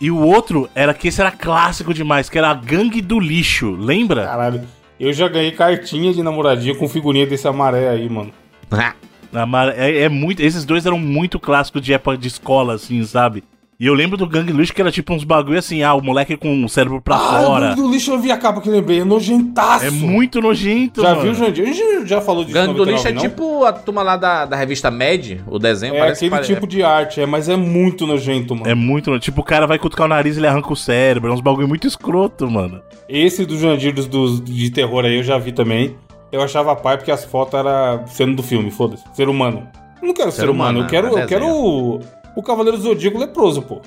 Speaker 2: E o outro era que esse era clássico demais, que era a Gangue do Lixo, lembra?
Speaker 4: Caralho. Eu já ganhei cartinha de namoradinha com figurinha desse amaré aí, mano. Ah.
Speaker 2: Na Mara- é, é muito, esses dois eram muito clássicos de época de escola, assim, sabe? E eu lembro do Gangue Luz que era tipo uns bagulho assim, ah, o moleque com o cérebro pra fora.
Speaker 4: do, do lixo Ah, eu vi a capa que eu lembrei. É nojentaço.
Speaker 2: É muito nojento,
Speaker 4: Já
Speaker 2: mano.
Speaker 4: viu, Jandir? A gente já falou disso.
Speaker 1: Gangue do
Speaker 4: 99,
Speaker 1: Lixo é
Speaker 4: não?
Speaker 1: tipo a turma lá da, da revista Mad, o desenho
Speaker 4: É
Speaker 1: parece
Speaker 4: aquele
Speaker 1: pare-
Speaker 4: tipo de arte, é, mas é muito nojento, mano.
Speaker 2: É muito nojento. Tipo, o cara vai cutucar o nariz e ele arranca o cérebro. É uns bagulho muito escroto, mano.
Speaker 4: Esse do Jandir dos, dos- de terror aí eu já vi também. Eu achava pai porque as fotos eram sendo do filme, foda-se. Ser humano. Eu não quero ser,
Speaker 1: Ser humano,
Speaker 4: humano, eu quero,
Speaker 1: né?
Speaker 4: eu quero o, o Cavaleiro Zodíaco leproso, pô.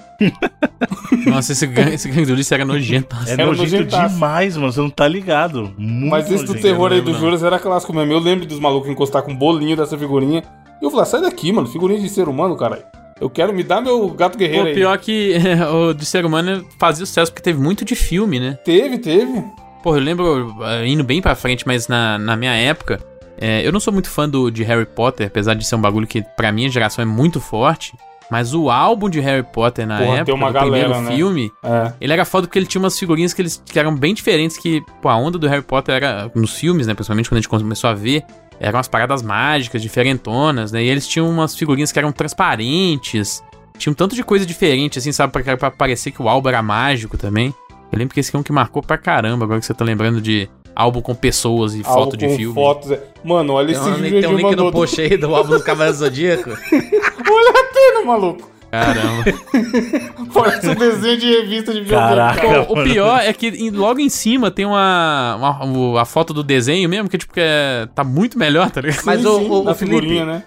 Speaker 3: Nossa, esse gangue, esse gangue do lixo era nojento.
Speaker 2: É
Speaker 4: Era
Speaker 2: nojento
Speaker 4: nojentaço.
Speaker 2: demais, mano. Você não tá ligado. Muito
Speaker 4: Mas esse do
Speaker 2: nojento.
Speaker 4: terror aí
Speaker 3: lembro,
Speaker 4: do
Speaker 3: não.
Speaker 4: Juras era clássico mesmo. Eu lembro dos malucos encostar com um bolinho dessa figurinha. E eu falar, sai daqui, mano. Figurinha de ser humano, caralho. Eu quero me dar meu gato
Speaker 3: Pô,
Speaker 4: guerreiro aí.
Speaker 3: pior é que o de ser humano fazia sucesso porque teve muito de filme, né?
Speaker 4: Teve, teve.
Speaker 3: Porra, eu lembro, ah, indo bem pra frente, mas na, na minha época, é, eu não sou muito fã do, de Harry Potter, apesar de ser um bagulho que pra minha geração é muito forte. Mas o álbum de Harry Potter na
Speaker 4: Porra, tem
Speaker 3: época,
Speaker 4: uma
Speaker 3: do
Speaker 4: galera,
Speaker 3: primeiro
Speaker 4: né?
Speaker 3: filme,
Speaker 4: É.
Speaker 3: ele era foda porque ele tinha umas figurinhas que, eles, que eram bem diferentes, que, pô, a onda do Harry Potter era, nos filmes, né, principalmente quando a gente começou a ver, eram as paradas mágicas, diferentonas, né, e eles tinham umas figurinhas que eram transparentes, tinha um tanto de coisa diferente, assim, sabe, pra, pra parecer que o álbum era mágico também. Eu lembro que esse é um que marcou pra caramba, agora que você tá lembrando de álbum com pessoas e
Speaker 4: Álbum
Speaker 3: foto de
Speaker 4: com
Speaker 3: filme.
Speaker 4: Fotos. é. Mano, olha
Speaker 1: Tem
Speaker 4: esse
Speaker 1: um,
Speaker 4: vídeo
Speaker 1: tem um link
Speaker 4: de
Speaker 1: no
Speaker 4: mandou do
Speaker 1: post aí do álbum do Cavaleiro Zodíaco.
Speaker 4: maluco.
Speaker 3: Caramba.
Speaker 4: Parece um desenho de revista de videogame.
Speaker 2: Caraca.
Speaker 4: Pô,
Speaker 3: O pior é que em- logo em cima tem uma, uma- o- a foto do desenho mesmo, que tipo que é, tá muito melhor, tá ligado?
Speaker 1: Mas
Speaker 4: sim,
Speaker 1: o,
Speaker 4: sim,
Speaker 1: o,
Speaker 4: na
Speaker 1: o Felipe,
Speaker 4: figurinha, né?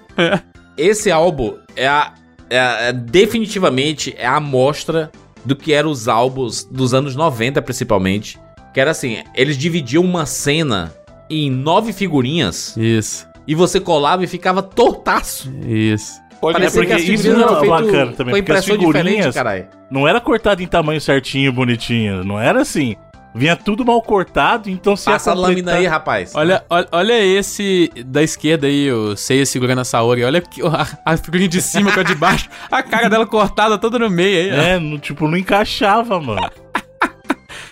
Speaker 1: esse álbum é, a, é, a- é definitivamente é a amostra do que eram os álbuns dos anos 90, principalmente. Que era assim, eles dividiam uma cena em nove figurinhas
Speaker 3: Isso,
Speaker 1: e você colava e ficava tortaço.
Speaker 3: isso.
Speaker 4: Pode
Speaker 2: Parece
Speaker 4: ser
Speaker 2: porque
Speaker 1: as
Speaker 2: isso
Speaker 1: figurinhas
Speaker 4: né,
Speaker 2: não é
Speaker 1: eram feito
Speaker 2: bacana
Speaker 1: com
Speaker 2: também, porque as
Speaker 1: impressão diferente,
Speaker 2: figurinhas-
Speaker 1: caralho.
Speaker 2: Não era cortado em tamanho certinho, bonitinho. Não era assim. Vinha tudo mal cortado, então se ia
Speaker 1: Passa a lâmina
Speaker 2: completar-
Speaker 1: aí, rapaz.
Speaker 3: Olha, olha, olha esse da esquerda aí, o Seiya segurando a Saori. Olha que- a, a figurinha de cima com a de baixo. A cara dela cortada toda no meio aí. ó.
Speaker 2: É, no, tipo, não encaixava, mano.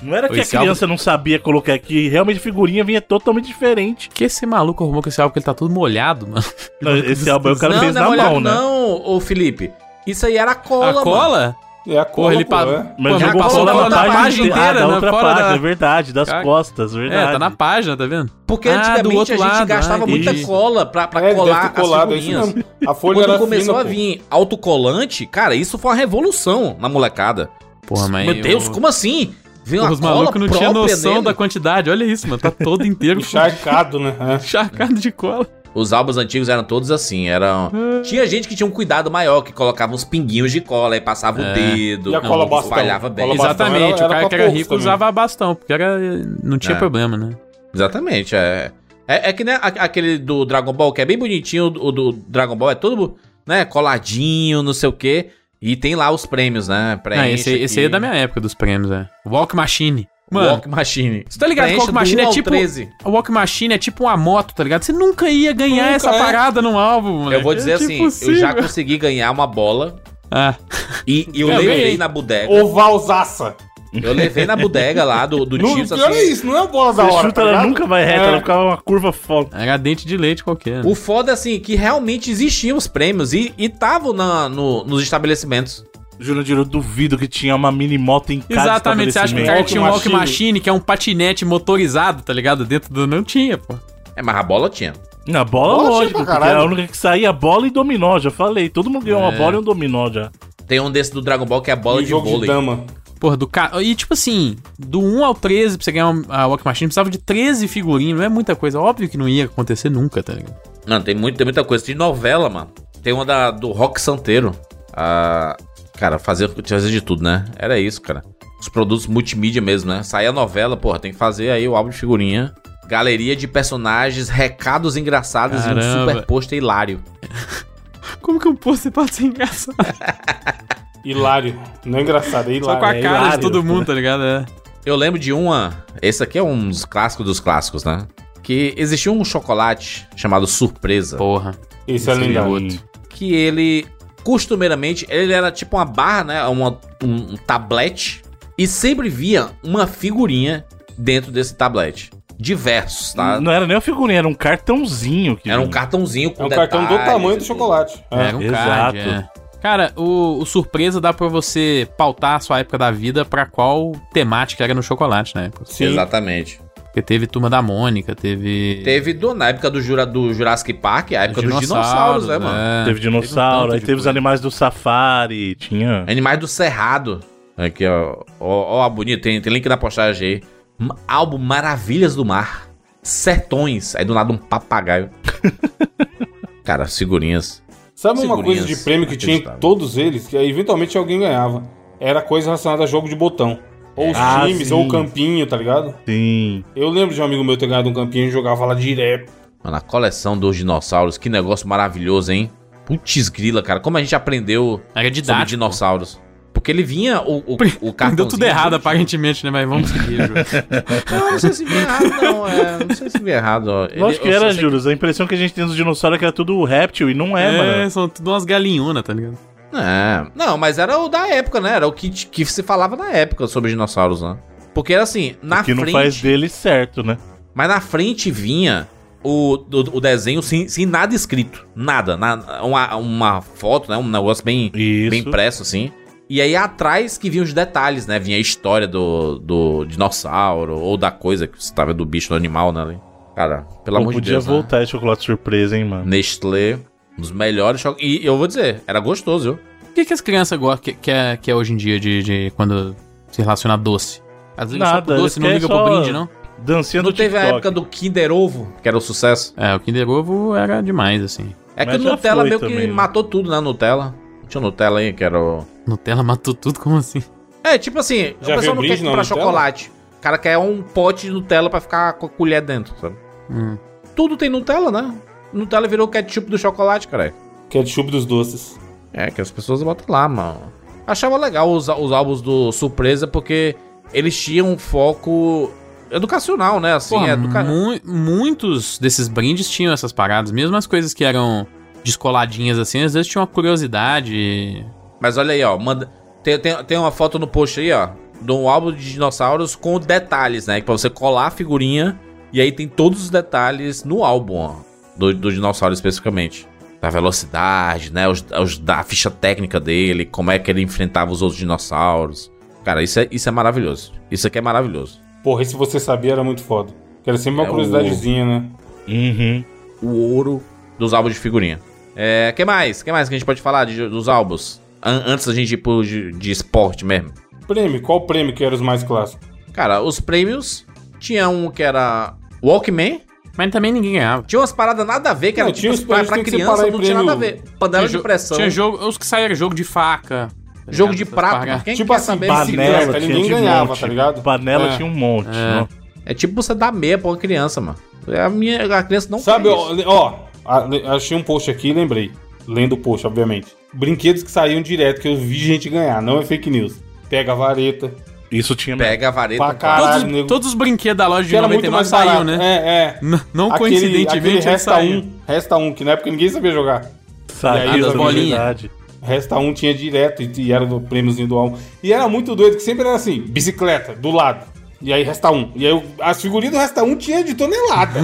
Speaker 2: Não era que
Speaker 3: Esse
Speaker 2: a criança não sabia colocar aqui, realmente a figurinha vinha totalmente diferente.
Speaker 3: Que esse maluco arrumou com esse álbum que ele tá todo molhado, mano.
Speaker 2: Não, Esse álbum aí o cara
Speaker 1: não,
Speaker 2: fez
Speaker 1: não,
Speaker 2: na
Speaker 1: olha,
Speaker 2: mão, né?
Speaker 1: não, ô Felipe. Isso aí era cola,
Speaker 3: a
Speaker 1: mano.
Speaker 3: cola?
Speaker 4: É a
Speaker 3: Porra,
Speaker 4: cor,
Speaker 3: ele
Speaker 4: pô,
Speaker 3: pa...
Speaker 4: é.
Speaker 2: Mas
Speaker 3: Pô,
Speaker 2: jogou
Speaker 1: mas
Speaker 2: cola
Speaker 1: colou
Speaker 2: na
Speaker 1: na
Speaker 2: página
Speaker 1: página
Speaker 2: inteira,
Speaker 3: inteira,
Speaker 2: da
Speaker 3: né?
Speaker 2: outra
Speaker 3: Fora
Speaker 2: página,
Speaker 3: da-
Speaker 2: é verdade, das
Speaker 3: Cara-
Speaker 2: costas, verdade.
Speaker 3: É, tá na página, tá vendo?
Speaker 1: Porque
Speaker 3: Ah, do
Speaker 1: antigamente
Speaker 3: outro
Speaker 1: a gente
Speaker 3: lado,
Speaker 1: gastava
Speaker 3: ah,
Speaker 1: muita
Speaker 3: entendi.
Speaker 1: cola pra, pra
Speaker 4: É, deve
Speaker 1: colar
Speaker 4: ter colado, é
Speaker 1: as
Speaker 4: isso
Speaker 1: figurinhas.
Speaker 4: mesmo. A folha
Speaker 1: Quando
Speaker 4: era
Speaker 1: começou
Speaker 4: fina,
Speaker 1: a
Speaker 4: pô.
Speaker 1: vir autocolante, cara, isso foi uma revolução na molecada.
Speaker 3: Porra, mas.
Speaker 1: Meu Deus,
Speaker 3: eu-
Speaker 1: como assim? Veio
Speaker 3: Porra,
Speaker 1: uma
Speaker 3: Os malucos
Speaker 1: cola
Speaker 3: não tinham
Speaker 1: própria
Speaker 3: noção
Speaker 1: dele.
Speaker 3: da quantidade. Olha isso, mano. Tá todo inteiro
Speaker 4: Encharcado, né? É.
Speaker 3: encharcado de cola.
Speaker 1: Os álbuns antigos eram todos assim, eram...
Speaker 3: É.
Speaker 1: Tinha gente que tinha um cuidado maior, que colocava uns pinguinhos de cola e passava
Speaker 3: É.
Speaker 1: o dedo.
Speaker 4: E a cola
Speaker 1: não,
Speaker 4: bastão?
Speaker 1: Espalhava bem.
Speaker 4: Cola
Speaker 1: Exa-
Speaker 4: bastão
Speaker 3: Exatamente.
Speaker 4: era-
Speaker 3: o cara
Speaker 4: era
Speaker 3: que
Speaker 4: pra
Speaker 3: era
Speaker 4: poucos
Speaker 3: rico
Speaker 4: também.
Speaker 3: usava bastão, porque era... não tinha
Speaker 1: É.
Speaker 3: problema, né?
Speaker 1: Exatamente, é... É, é que né, a- aquele do Dragon Ball, que é bem bonitinho, o do- o do Dragon Ball é todo né, coladinho, não sei o quê. E tem lá os prêmios, né?
Speaker 3: Não,
Speaker 1: Preenche
Speaker 3: Ah, esse, esse aí é da minha época dos prêmios, é. Walk Machine.
Speaker 1: Mano,
Speaker 3: Mano,
Speaker 1: Walk Machine.
Speaker 3: Você tá ligado que
Speaker 1: Preenche
Speaker 3: Walk Machine
Speaker 1: do
Speaker 3: é
Speaker 1: 1 ao
Speaker 3: tipo-
Speaker 1: 13.
Speaker 3: a Walk Machine é tipo uma moto, tá ligado? Você nunca ia ganhar
Speaker 4: Nunca,
Speaker 3: essa
Speaker 4: é.
Speaker 3: parada num álbum, moleque.
Speaker 1: Eu vou dizer
Speaker 3: É
Speaker 1: assim,
Speaker 3: impossível.
Speaker 1: eu já consegui ganhar uma bola
Speaker 3: Ah,
Speaker 1: e e eu
Speaker 3: Eu
Speaker 1: levei
Speaker 3: ganhei.
Speaker 1: na
Speaker 4: É.
Speaker 1: bodega.
Speaker 4: Ovalzaça.
Speaker 1: Eu levei na bodega lá do, do
Speaker 4: Não,
Speaker 1: Chips,
Speaker 4: pior é
Speaker 1: assim.
Speaker 4: isso, não é a bola da
Speaker 2: Você
Speaker 4: hora.
Speaker 2: chuta,
Speaker 4: tá
Speaker 2: ela
Speaker 4: ligado?
Speaker 2: nunca vai reta,
Speaker 4: É.
Speaker 2: ela ficava uma curva foda.
Speaker 3: era dente de leite qualquer. né?
Speaker 1: O foda, assim, que realmente existiam os prêmios e estavam nos estabelecimentos.
Speaker 2: Jurandir, eu duvido que tinha uma mini moto em casa.
Speaker 3: Exatamente, você acha que o cara tinha um Walk
Speaker 4: Walk Machine.
Speaker 3: Machine, que é um patinete motorizado, tá ligado? Dentro do... Não tinha, pô.
Speaker 1: É, mas a bola tinha.
Speaker 2: Na bola,
Speaker 4: Bola tinha
Speaker 2: lógico,
Speaker 4: pra
Speaker 2: porque
Speaker 4: caralho.
Speaker 2: era a única que saía bola e dominó, já falei. Todo mundo ganhou uma bola e um dominó já.
Speaker 1: Tem um desse do Dragon Ball que é a bola
Speaker 4: E
Speaker 1: de
Speaker 4: jogo de
Speaker 1: vôlei.
Speaker 4: dama.
Speaker 3: Porra, do cara. E tipo assim, do 1 ao 13 pra você ganhar uma, a Walk Machine, precisava de 13 figurinhas, não é muita coisa. Óbvio que não ia acontecer nunca, tá ligado?
Speaker 1: Não, tem, muito, tem muita coisa. Tem novela, mano. Tem uma da, do Rock Santeiro. Ah, cara, fazer, fazer de tudo, né? Era isso, cara. Os produtos multimídia mesmo, né? Sair a novela, porra, tem que fazer aí o álbum de figurinha. Galeria de personagens, recados engraçados e um
Speaker 3: Caramba.
Speaker 1: super pôster hilário.
Speaker 3: Como que um pôster pode ser engraçado?
Speaker 4: Hilário. Não é engraçado, é hilário.
Speaker 3: Só com a
Speaker 4: é
Speaker 3: cara
Speaker 4: hilário.
Speaker 3: de todo
Speaker 1: né?
Speaker 3: mundo, tá ligado? É.
Speaker 1: Eu lembro de uma. Esse aqui é um dos clássicos dos clássicos, né? Que existia um chocolate chamado Surpresa.
Speaker 3: Porra.
Speaker 4: Isso é lendário.
Speaker 1: que ele costumeiramente ele era tipo uma barra, né? Uma, um, um tablete. E sempre via uma figurinha dentro desse tablete. Diversos,
Speaker 4: Hum,
Speaker 1: tá?
Speaker 2: Não era nem uma figurinha, era um cartãozinho. Que
Speaker 1: Era um
Speaker 2: vinha.
Speaker 1: cartãozinho com
Speaker 4: É um cartão do
Speaker 1: detalhes assim.
Speaker 4: tamanho
Speaker 1: e
Speaker 4: do
Speaker 1: tudo.
Speaker 4: chocolate. É.
Speaker 3: Era um
Speaker 2: Ah, Exato.
Speaker 3: card, é. Cara, o, o surpresa dá pra você pautar a sua época da vida pra qual temática era no chocolate na época.
Speaker 4: Sim.
Speaker 1: Exatamente.
Speaker 3: Porque teve Turma da Mônica, teve.
Speaker 1: Teve do, na época do, Jura, do Jurassic Park, a época dos dinossauros,
Speaker 3: é.
Speaker 1: né, mano?
Speaker 2: Teve dinossauro, aí teve os animais do safari, tinha.
Speaker 1: Animais do Cerrado. Aqui, ó. Ó, ó a bonita, tem, tem link na postagem aí. M- álbum Maravilhas do Mar. Sertões. Aí do nada um papagaio. Cara, figurinhas.
Speaker 4: Sabe uma
Speaker 1: Figurinhas
Speaker 4: coisa de prêmio que tinha em
Speaker 1: inacreditável.
Speaker 4: todos eles, que aí eventualmente alguém ganhava? Era coisa relacionada a jogo de botão. Ou os
Speaker 2: Ah,
Speaker 4: times,
Speaker 2: sim.
Speaker 4: ou o campinho, tá ligado?
Speaker 2: Sim.
Speaker 4: Eu lembro de um amigo meu ter ganhado um campinho e jogava lá direto.
Speaker 1: Mano, a coleção dos dinossauros, que negócio maravilhoso, hein? Putz grila, cara, como a gente aprendeu
Speaker 3: Era
Speaker 1: sobre
Speaker 3: didático.
Speaker 1: dinossauros. Porque ele vinha o, o, o cartãozinho... É,
Speaker 3: Deu tudo errado, aparentemente, né? Mas vamos seguir, Ju.
Speaker 1: Não, não sei se vinha errado, não. É, não sei se vinha errado. ó. Ele-
Speaker 2: Lógico que
Speaker 1: eu
Speaker 2: era,
Speaker 1: sei-
Speaker 2: Juros. A impressão que a gente tem dos dinossauros é que era tudo réptil, e não é,
Speaker 3: É,
Speaker 2: mano.
Speaker 3: são tudo umas galinhonas, tá ligado?
Speaker 1: É. Não, mas era o da época, né? Era o que, que se falava na época sobre dinossauros, né? Porque era assim, na
Speaker 2: que
Speaker 1: frente.
Speaker 2: não faz dele certo, né?
Speaker 1: Mas na frente vinha o, o, o desenho sem, sem nada escrito. Nada. na- uma, uma foto, né? Um negócio bem,
Speaker 2: Isso.
Speaker 1: bem impresso, assim. E aí atrás que vinham os detalhes, né? Vinha a história do, do dinossauro ou da coisa que você tava do bicho, do animal, né? ali. Cara, pelo
Speaker 2: Pô,
Speaker 1: amor de
Speaker 2: podia
Speaker 1: Deus. né?
Speaker 2: voltar esse chocolate surpresa, hein, mano.
Speaker 1: Nestlé, um dos melhores. cho- E eu vou dizer, era gostoso, viu?
Speaker 3: O que, que as crianças gostam que, que, é, que é hoje em dia de, de quando se relaciona a doce? Às vezes
Speaker 2: Nada,
Speaker 3: só pro doce,
Speaker 2: eles
Speaker 3: não liga
Speaker 2: querem
Speaker 3: pro
Speaker 2: só-
Speaker 3: brinde, não?
Speaker 2: Dancinha
Speaker 1: não
Speaker 2: do
Speaker 1: teve a
Speaker 2: TikTok.
Speaker 1: época do Kinder Ovo, que era o sucesso.
Speaker 3: É, o Kinder Ovo era demais, assim.
Speaker 1: É
Speaker 2: Mas
Speaker 1: que o
Speaker 2: já
Speaker 1: Nutella
Speaker 2: foi
Speaker 1: meio que
Speaker 2: também, né?
Speaker 1: matou tudo na Nutella. Tinha o Nutella aí, que era o.
Speaker 3: Nutella matou tudo, como assim?
Speaker 1: É, tipo assim, o
Speaker 4: Já viu
Speaker 1: pessoal não quer
Speaker 4: brinde na
Speaker 1: comprar
Speaker 4: Nutella?
Speaker 1: chocolate. O cara quer um pote de Nutella pra ficar com a colher dentro, sabe?
Speaker 3: Hum.
Speaker 1: Tudo tem Nutella, né? Nutella virou o ketchup do chocolate, cara.
Speaker 4: Ketchup é dos doces.
Speaker 1: É, que as pessoas botam lá, mano. Achava legal os, os álbuns do Surpresa, porque eles tinham um foco educacional, né? Assim,
Speaker 3: Porra,
Speaker 1: é educa...
Speaker 3: mu- muitos desses brindes tinham essas paradas, mesmo as coisas que eram descoladinhas assim, às vezes tinha uma curiosidade.
Speaker 1: Mas olha aí, ó. Manda... Tem, tem, tem uma foto no post aí, ó. De um álbum de dinossauros com detalhes, né? Pra você colar a figurinha. E aí tem todos os detalhes no álbum, ó. Do, do dinossauro especificamente. Da velocidade, né? Os, os- da ficha técnica dele. Como é que ele enfrentava os outros dinossauros. Cara, isso é, isso é maravilhoso. Isso aqui é maravilhoso.
Speaker 4: Porra, esse você sabia era muito foda. Que era sempre uma
Speaker 1: É o-
Speaker 4: curiosidadezinha, né?
Speaker 2: Uhum.
Speaker 1: O ouro dos álbuns de figurinha. É. que mais? que mais que a gente pode falar de- dos álbuns? An- antes da gente ir pro de- de esporte mesmo.
Speaker 4: Prêmio, qual prêmio que era os mais clássicos?
Speaker 1: Cara, os prêmios. Tinha um que era Walkman.
Speaker 3: Mas também ninguém ganhava.
Speaker 1: Tinha umas paradas nada a ver, que
Speaker 4: Não,
Speaker 1: era
Speaker 4: tinha
Speaker 1: tipo
Speaker 4: uns
Speaker 1: pra,
Speaker 4: prêmios
Speaker 1: pra
Speaker 4: que tem que
Speaker 1: criança,
Speaker 4: separar em
Speaker 1: não tinha nada a ver.
Speaker 4: prêmio-
Speaker 1: Panela
Speaker 3: jo-
Speaker 1: de pressão,
Speaker 3: Tinha jogo, os que saíram jogo de faca. tá
Speaker 1: jogo de
Speaker 3: ligado? Essas
Speaker 1: prato.
Speaker 3: paradas.
Speaker 1: Quem
Speaker 4: Tipo
Speaker 1: quer
Speaker 4: assim,
Speaker 1: saber
Speaker 4: banana.
Speaker 1: se
Speaker 4: Bicicleta,
Speaker 2: Panela tinha
Speaker 4: ninguém
Speaker 2: de
Speaker 4: ganhava,
Speaker 2: monte.
Speaker 4: tá ligado?
Speaker 2: Panela
Speaker 4: É.
Speaker 2: tinha um monte.
Speaker 3: É.
Speaker 2: não.
Speaker 1: É tipo você dar meia pra uma criança, mano. É A, minha, a criança não
Speaker 4: Sabe,
Speaker 1: quer
Speaker 4: ó, le- ó, a- le- achei um post aqui e lembrei. Lendo o post, obviamente. Brinquedos que saíam direto, que eu vi gente ganhar, não é fake news. Pega a vareta,
Speaker 2: Isso tinha mesmo.
Speaker 1: Pega a vareta.
Speaker 4: pra
Speaker 1: cara.
Speaker 4: caralho,
Speaker 3: Todos,
Speaker 4: nego.
Speaker 3: todos os brinquedos da loja
Speaker 4: que
Speaker 3: de
Speaker 4: era muito
Speaker 3: 99
Speaker 4: mais barato.
Speaker 3: saíam, né?
Speaker 4: É, é.
Speaker 3: N- Não
Speaker 4: Aquele-
Speaker 3: coincidentemente
Speaker 4: aquele
Speaker 3: eles
Speaker 4: resta
Speaker 3: saíram.
Speaker 4: um, resta um, que na época ninguém sabia jogar.
Speaker 2: Saiu
Speaker 4: E aí,
Speaker 2: da
Speaker 4: as
Speaker 3: bolinhas?
Speaker 2: verdade.
Speaker 4: Resta um tinha direto e, e era do prêmiozinho do álbum. E era muito doido, que sempre era assim, bicicleta, do lado. E aí resta um. E aí o- as figurinhas do resta um tinha de tonelada.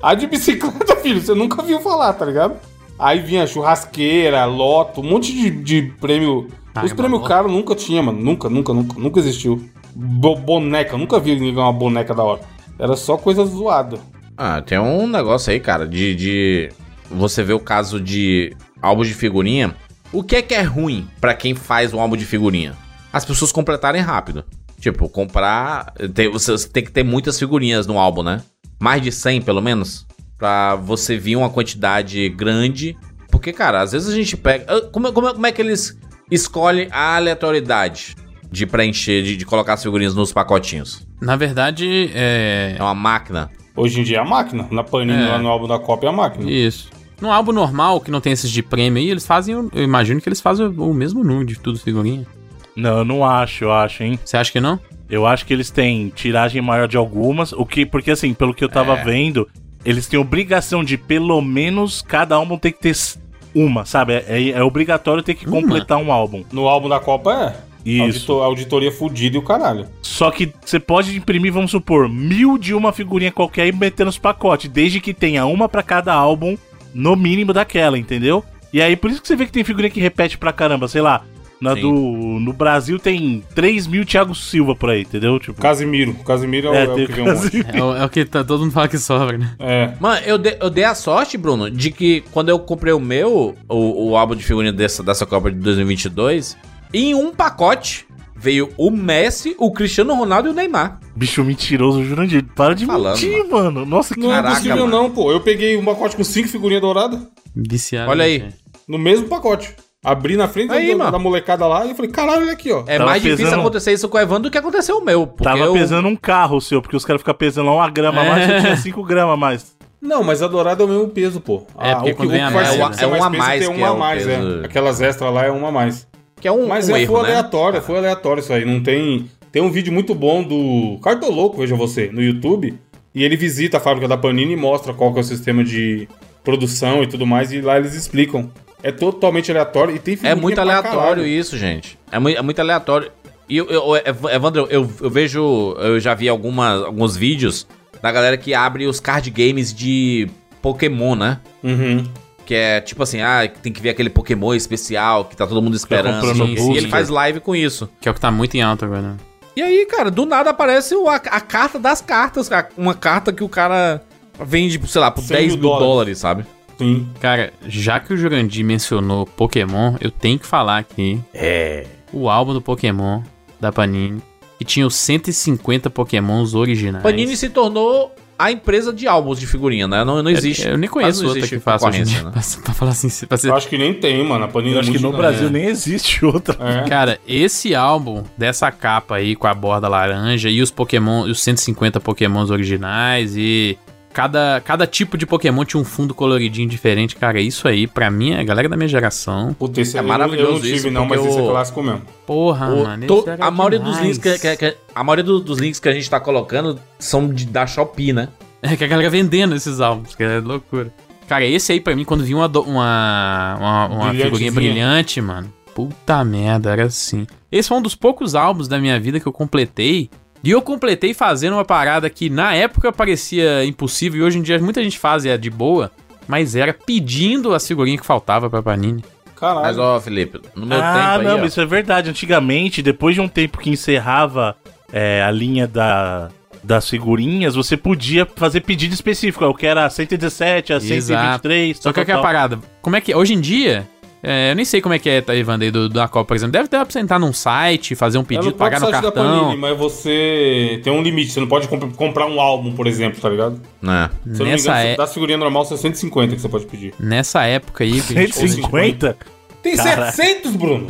Speaker 4: A de bicicleta, filho, você nunca viu falar, tá ligado? Aí vinha churrasqueira, loto, um monte de, de prêmio.
Speaker 3: Ai,
Speaker 4: Os prêmios
Speaker 3: Tá, é maluco.
Speaker 4: caros nunca tinha, mano. Nunca, nunca, nunca, nunca existiu. Bo- boneca, nunca vi ninguém ganhar uma boneca da hora. Era só coisa zoada.
Speaker 1: Ah, tem um negócio aí, cara, de, de. Você vê o caso de álbum de figurinha. O que é que é ruim pra quem faz um álbum de figurinha? as pessoas completarem rápido. Tipo, comprar. Tem, você você tem que ter muitas figurinhas no álbum, né? Mais de 100, pelo menos. Pra você vir uma quantidade grande. Porque, cara, às vezes a gente pega. Ah, Como, é- como é- como é que eles escolhem a aleatoriedade de preencher, de, de colocar as figurinhas nos pacotinhos?
Speaker 3: Na verdade, é.
Speaker 1: É uma máquina.
Speaker 4: Hoje em dia é a máquina. Na Panini,
Speaker 3: É.
Speaker 4: lá no álbum da Copa é a máquina.
Speaker 3: Isso. Num álbum normal, que não tem esses de prêmio aí, eles fazem. o- Eu imagino que eles fazem o o mesmo número de tudo figurinha.
Speaker 2: Não, eu não acho, eu acho, hein?
Speaker 3: Você acha que não?
Speaker 2: Eu acho que eles têm tiragem maior de algumas, o que, porque assim, pelo que eu tava vendo, eles têm obrigação de pelo menos cada álbum tem que ter s- uma, sabe? É, é- é obrigatório ter que
Speaker 3: Uma?
Speaker 2: completar um álbum.
Speaker 4: No álbum da Copa é.
Speaker 2: Isso.
Speaker 4: Audito- auditoria fudida e o caralho.
Speaker 2: Só que você pode imprimir, vamos supor, mil de uma figurinha qualquer e meter nos pacotes, desde que tenha uma pra cada álbum, no mínimo daquela, entendeu? E aí, por isso que você vê que tem figurinha que repete pra caramba, sei lá. Na
Speaker 1: Sim.
Speaker 2: do, no Brasil tem 3 mil Thiago Silva por aí, entendeu? Tipo,
Speaker 4: Casimiro. Casimiro é, o- é o
Speaker 2: tem
Speaker 4: que vem um monte.
Speaker 2: Casimiro.
Speaker 3: É o, é o que tá- todo mundo fala que sobra, né?
Speaker 4: É.
Speaker 1: Mano, eu, de- eu dei a sorte, Bruno, de que quando eu comprei o meu, o, o álbum de figurinha dessa, dessa Copa de 2022, em um pacote veio o Messi, o Cristiano Ronaldo e o Neymar.
Speaker 2: Bicho mentiroso, Jurandir. Para de
Speaker 1: Falando,
Speaker 2: mentir, mano. Nossa, que
Speaker 4: Não
Speaker 1: Caraca,
Speaker 4: é possível,
Speaker 1: mano.
Speaker 4: não, pô. Eu peguei um pacote com cinco figurinhas douradas
Speaker 3: Viciado.
Speaker 1: Olha aí.
Speaker 3: né, cara?
Speaker 4: no mesmo pacote. Abri na frente
Speaker 1: Aí,
Speaker 4: da-
Speaker 1: mano.
Speaker 4: da molecada lá e falei, caralho, olha aqui, ó.
Speaker 1: É
Speaker 2: Tava
Speaker 1: mais difícil
Speaker 2: pesando-
Speaker 1: acontecer isso com o Evandro do que aconteceu o meu. Porque
Speaker 2: Tava
Speaker 1: eu...
Speaker 2: pesando um carro seu, porque os caras ficam pesando lá uma grama a mais,
Speaker 3: É.
Speaker 2: você tinha 5 gramas a mais.
Speaker 4: Não, mas a dourada é o mesmo peso, pô.
Speaker 3: É, porque quando vem a mais,
Speaker 4: ser-
Speaker 3: é
Speaker 1: uma-
Speaker 4: ser
Speaker 1: é uma
Speaker 4: peso
Speaker 1: mais
Speaker 4: tem um
Speaker 1: que
Speaker 4: uma
Speaker 1: é
Speaker 4: a
Speaker 1: o
Speaker 4: mais,
Speaker 1: peso.
Speaker 4: é. Aquelas extras lá é uma a mais.
Speaker 1: Que é um,
Speaker 4: Mas
Speaker 1: um
Speaker 4: é,
Speaker 1: erro,
Speaker 4: foi
Speaker 1: né?
Speaker 4: aleatório, foi aleatório isso aí. Não tem. Tem um vídeo muito bom do Cartoloco, veja você, no YouTube. E ele visita a fábrica da Panini e mostra qual que é o sistema de produção e tudo mais. E lá eles explicam. É totalmente aleatório e tem
Speaker 1: É
Speaker 4: figurinha
Speaker 1: muito
Speaker 4: pra
Speaker 1: aleatório
Speaker 4: caralho.
Speaker 1: isso, gente. É, mui- é muito aleatório. E eu, eu- Ev- Evandro, eu, eu vejo. Eu já vi algumas, alguns vídeos da galera que abre os card games de Pokémon, né?
Speaker 4: Uhum.
Speaker 1: Que é tipo assim, ah, tem que ver aquele Pokémon especial que tá todo mundo esperando.
Speaker 2: comprando
Speaker 1: não sei o quê. e
Speaker 2: booster.
Speaker 1: ele faz live com isso.
Speaker 3: Que é o que tá muito em alta agora. né?
Speaker 1: E aí, cara, do nada aparece o- a, a carta das cartas, cara. Uma carta que o cara vende, sei lá, por
Speaker 4: 100
Speaker 1: 10 mil
Speaker 4: mil dólares.
Speaker 1: dólares, sabe?
Speaker 4: Sim.
Speaker 3: Cara, já que o Jurandir mencionou Pokémon, eu tenho que falar aqui. É. O álbum do Pokémon da Panini, que tinha os 150 Pokémons originais.
Speaker 1: Panini se tornou a empresa de álbuns de figurinha, né? Não, não existe.
Speaker 3: Eu, eu nem
Speaker 1: Quase
Speaker 3: conheço
Speaker 1: não
Speaker 3: outra
Speaker 1: existe
Speaker 3: que faça hoje em
Speaker 1: concorrência,
Speaker 3: dia.
Speaker 1: né?
Speaker 3: Pra- pra falar assim, pra ser
Speaker 4: Eu acho que nem tem, mano. A Panini
Speaker 2: Eu
Speaker 4: é
Speaker 2: acho que
Speaker 4: muito
Speaker 2: no
Speaker 4: grande.
Speaker 2: Brasil nem existe outra.
Speaker 1: né?
Speaker 4: É.
Speaker 3: Cara, esse álbum dessa capa aí com a borda laranja e os Pokémon, os 150 Pokémons originais e cada, cada tipo de Pokémon tinha um fundo coloridinho diferente, cara. Isso aí, pra mim, é a galera da minha geração.
Speaker 4: Puta, esse
Speaker 1: É
Speaker 4: eu não- Eu
Speaker 1: maravilhoso
Speaker 4: não tive,
Speaker 1: isso,
Speaker 4: não, mas
Speaker 1: porque
Speaker 4: esse é
Speaker 1: o-
Speaker 4: clássico mesmo.
Speaker 3: Porra,
Speaker 1: O-
Speaker 3: Ah, mano.
Speaker 1: to-
Speaker 3: isso era
Speaker 1: a, maioria dos
Speaker 3: demais.
Speaker 1: links que, que- que- a maioria do- dos links que a gente tá colocando são de- da Shopee, né?
Speaker 3: É que a galera vendendo esses álbuns, que é loucura. Cara, esse aí pra mim, quando vi uma, do- uma, uma, uma
Speaker 4: Brilhantezinha.
Speaker 3: figurinha brilhante, mano. Puta merda, era assim. Esse foi um dos poucos álbuns da minha vida que eu completei. E eu completei fazendo uma parada que na época parecia impossível e hoje em dia muita gente faz e é de boa, mas era pedindo a figurinha que faltava pra Panini.
Speaker 4: Caralho.
Speaker 1: Mas, ó, Felipe, no meu
Speaker 2: ah,
Speaker 1: tempo
Speaker 2: não,
Speaker 1: aí, ó,
Speaker 2: mas isso é verdade. Antigamente, depois de um tempo que encerrava é, a linha da, das figurinhas, você podia fazer pedido específico. Eu quero a 117, a
Speaker 3: Exato.
Speaker 2: 123,
Speaker 3: Só que
Speaker 2: tal,
Speaker 3: aquela
Speaker 2: tal, tal.
Speaker 3: parada, como é que. Hoje em dia, é, eu nem sei como é que é, tá, Evandro, do, da Copa, por exemplo. Deve ter pra você entrar num site, fazer um
Speaker 4: Ela
Speaker 3: pedido,
Speaker 4: não
Speaker 3: pagar
Speaker 4: pode
Speaker 3: no
Speaker 4: sair da
Speaker 3: cartão.
Speaker 4: Panini, mas você tem um limite. Você não pode comp- comprar um álbum, por exemplo, tá ligado?
Speaker 1: né?
Speaker 4: Se eu não me
Speaker 3: Nessa
Speaker 4: engano,
Speaker 3: é-
Speaker 4: das figurinhas normal, são 150 que você pode pedir.
Speaker 3: Nessa época aí, que a gente-
Speaker 2: 150?
Speaker 4: Tem
Speaker 2: Caraca.
Speaker 4: 700, Bruno!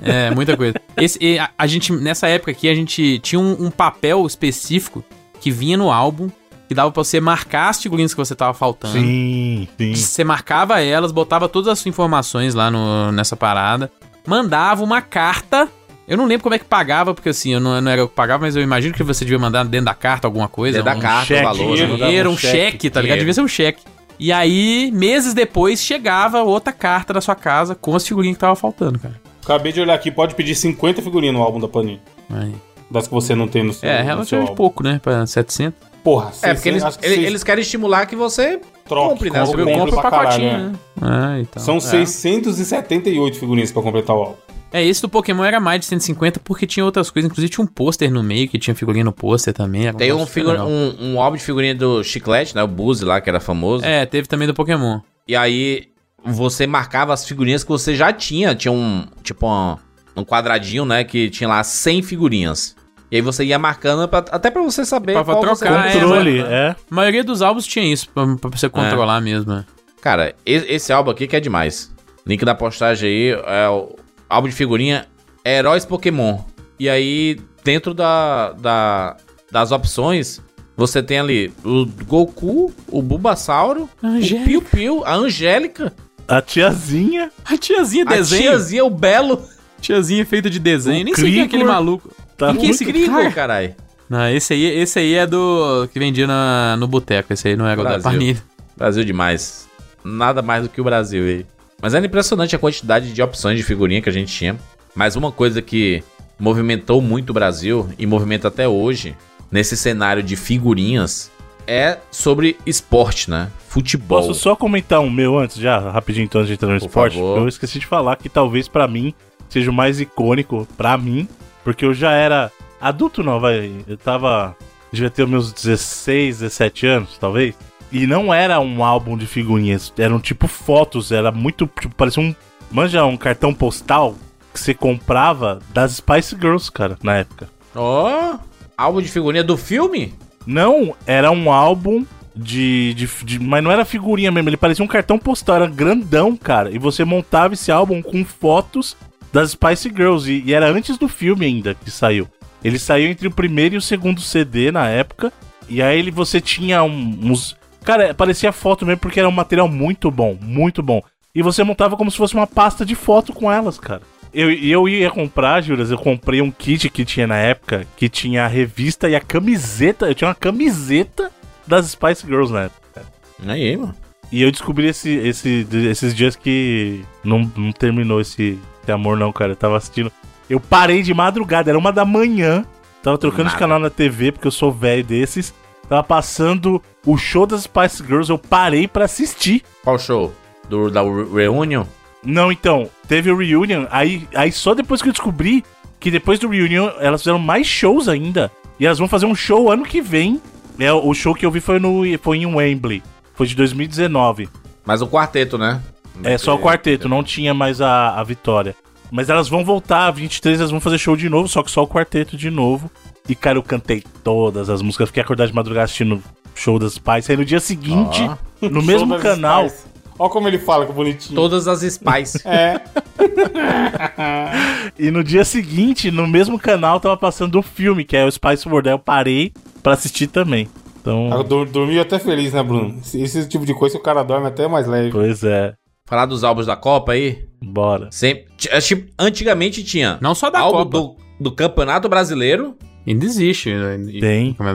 Speaker 3: É, muita coisa. Esse, e a, a gente, nessa época aqui, a gente tinha um, um papel específico que vinha no álbum, que dava pra você marcar as figurinhas que você tava faltando.
Speaker 2: Sim, sim.
Speaker 3: Você marcava elas, botava todas as suas informações lá no, nessa parada, mandava uma carta. Eu não lembro como é que pagava, porque assim, eu não, eu não era eu que pagava, mas eu imagino que você devia mandar dentro da carta alguma coisa.
Speaker 1: Você dá
Speaker 3: um
Speaker 1: carta,
Speaker 2: cheque,
Speaker 1: o valor.
Speaker 2: dinheiro,
Speaker 1: né?
Speaker 3: dinheiro, um cheque, tá ligado? Devia ser um cheque. E aí, meses depois, chegava outra carta da sua casa com as figurinhas que tava faltando, cara.
Speaker 4: Acabei de olhar aqui, pode pedir 50 figurinhas no álbum da Panini.
Speaker 3: Aí.
Speaker 4: Das que você não tem no seu.
Speaker 3: É,
Speaker 4: no seu
Speaker 3: relativamente
Speaker 4: álbum.
Speaker 3: pouco, né? Pra 700.
Speaker 4: Porra,
Speaker 1: É, porque eles,
Speaker 4: acho que
Speaker 1: ele-
Speaker 4: seis-
Speaker 1: eles querem estimular que você
Speaker 4: troque,
Speaker 1: compre, né?
Speaker 4: compre,
Speaker 1: Eu
Speaker 4: compre
Speaker 3: Compra o
Speaker 4: pra
Speaker 3: pacotinho,
Speaker 4: caralho, né?
Speaker 3: né? Ah, então.
Speaker 4: São 678 figurinhas pra completar o álbum.
Speaker 3: É, esse do Pokémon era mais de 150 porque tinha outras coisas. Inclusive tinha um pôster no meio, que tinha figurinha no pôster também. era
Speaker 1: tem um,
Speaker 3: negócio super
Speaker 1: figu-
Speaker 3: é legal.
Speaker 1: um, um álbum de figurinha do Chiclete, né? O Buzz lá, que era famoso.
Speaker 3: É, teve também do Pokémon.
Speaker 1: E aí você marcava as figurinhas que você já tinha. Tinha um, tipo, um, um quadradinho, né? Que tinha lá 100 figurinhas. E aí você ia marcando pra- até pra você saber
Speaker 3: Pra- pra
Speaker 1: você-
Speaker 3: trocar, Ah, é,
Speaker 2: Controle,
Speaker 3: mas-
Speaker 2: é.
Speaker 3: A maioria dos álbuns tinha isso, pra, pra
Speaker 1: É.
Speaker 3: você controlar mesmo. né?
Speaker 1: Cara, e- esse álbum aqui que é demais. Link da postagem aí é o álbum de figurinha Heróis Pokémon. E aí, dentro da, da- das opções, você tem ali o Goku, o Bulbasauro, o
Speaker 2: Ah,
Speaker 3: Angélica.
Speaker 1: Piu Piu, a Angélica,
Speaker 2: A tiazinha.
Speaker 3: A tiazinha
Speaker 1: a
Speaker 3: desenho.
Speaker 1: tiazinha, o Belo.
Speaker 3: Tiazinha feita de desenho.
Speaker 2: O
Speaker 3: Nem sei quem é aquele
Speaker 2: Krigor.
Speaker 3: maluco.
Speaker 2: Tá
Speaker 3: Quem que é esse
Speaker 2: muito-
Speaker 1: Incrível,
Speaker 3: cara?
Speaker 1: caralho.
Speaker 3: Não, esse aí, esse aí é do. que vendia na, no boteco. Esse aí não era o da
Speaker 1: Brasil.
Speaker 3: Panini.
Speaker 1: Brasil demais. Nada mais do que o Brasil aí. Mas era impressionante a quantidade de opções de figurinha que a gente tinha. Mas uma coisa que movimentou muito o Brasil e movimenta até hoje nesse cenário de figurinhas é sobre esporte, né? Futebol.
Speaker 2: Posso só comentar um meu antes, já, rapidinho, então, antes de entrar no
Speaker 1: Por
Speaker 2: esporte?
Speaker 1: favor.
Speaker 2: Eu esqueci de falar que talvez pra mim seja o mais icônico, pra mim, porque eu já era adulto, não, vai. Eu tava. Devia ter meus 16, 17 anos, talvez. E não era um álbum de figurinhas, eram tipo fotos, era muito. Tipo, parecia um. Manja, um cartão postal que você comprava das Spice Girls, cara, na época.
Speaker 1: Ó, álbum de figurinha do filme?
Speaker 2: Não, era um álbum de, de, de- Mas não era figurinha mesmo, ele parecia um cartão postal, era grandão, cara. E você montava esse álbum com fotos das Spice Girls. E, e era antes do filme ainda que saiu. Ele saiu entre o primeiro e o segundo CD na época. E aí ele, você tinha um- uns. Cara, parecia foto mesmo porque era um material muito bom, muito bom. E você montava como se fosse uma pasta de foto com elas, cara. Eu, e eu ia comprar, Juras, eu comprei um kit que tinha na época, que tinha a revista e a camiseta. Eu tinha uma camiseta das Spice Girls na época.
Speaker 1: Aí, mano.
Speaker 2: E eu descobri esse, esse- esses dias que não, não terminou esse, esse amor, não, cara. Eu tava assistindo. Eu parei de madrugada, era uma da manhã. Tava trocando de canal na TV, porque eu sou velho desses. Tava passando o show das Spice Girls, eu parei pra assistir.
Speaker 1: Qual show? Do, da Re- Reunion?
Speaker 2: Não, então, teve o Reunion, aí, aí só depois que eu descobri que depois do Reunion elas fizeram mais shows ainda. E elas vão fazer um show ano que vem. É, o show que eu vi foi, no, foi em Wembley. Foi de 2019.
Speaker 1: Mas o quarteto, né?
Speaker 2: É só o quarteto, não tinha mais a, a vitória. Mas elas vão voltar, 23 elas vão fazer show de novo, só que só o quarteto de novo. E, cara, eu cantei todas as músicas, fiquei acordado de madrugada assistindo show das pais. Aí no dia seguinte,
Speaker 1: Ó.
Speaker 2: no mesmo
Speaker 4: Show das
Speaker 2: canal,
Speaker 4: Spice. Ó como ele fala, que bonitinho. É.
Speaker 1: Todas as Spice.
Speaker 2: É. E no dia seguinte, no mesmo canal, tava passando um filme, que é o Spice World. Aí eu parei pra assistir também.
Speaker 4: Ah,
Speaker 2: Então,
Speaker 4: dur- Dormiu até feliz, né, Bruno? Esse, esse tipo de coisa o cara dorme até mais leve.
Speaker 2: pois é,
Speaker 1: Falar dos álbuns da Copa aí?
Speaker 2: bora.
Speaker 1: Sempre, ti- acho que antigamente tinha.
Speaker 3: Não só da
Speaker 1: álbum
Speaker 3: Copa.
Speaker 1: Do, do Campeonato Brasileiro.
Speaker 3: Ainda existe. né? E-
Speaker 2: Tem.
Speaker 3: como é-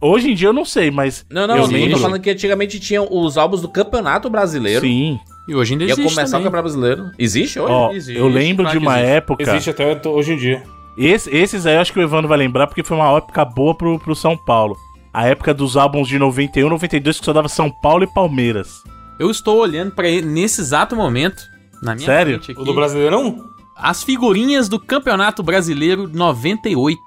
Speaker 2: Hoje em dia eu não sei, mas.
Speaker 1: Não, não,
Speaker 2: eu
Speaker 1: eu tô
Speaker 2: lembro.
Speaker 1: falando que antigamente tinha os álbuns do Campeonato Brasileiro. Sim.
Speaker 2: Sim.
Speaker 3: E hoje ainda
Speaker 1: Ia
Speaker 3: existe.
Speaker 1: começar o
Speaker 3: também.
Speaker 1: Campeonato Brasileiro. Existe hoje?
Speaker 2: Ó,
Speaker 3: existe,
Speaker 2: eu lembro
Speaker 3: claro
Speaker 2: de
Speaker 3: que
Speaker 2: uma
Speaker 3: existe.
Speaker 2: época.
Speaker 4: Existe até to- hoje em dia.
Speaker 2: Esse- esses aí eu acho que o Evandro vai lembrar, porque foi uma época boa pro, pro São Paulo. A época dos álbuns de 91, 92, que só dava São Paulo e Palmeiras.
Speaker 3: Eu estou olhando pra ele nesse exato momento. Na minha
Speaker 2: Sério?
Speaker 3: frente aqui.
Speaker 4: O do Brasileirão?
Speaker 3: As figurinhas do Campeonato Brasileiro 98.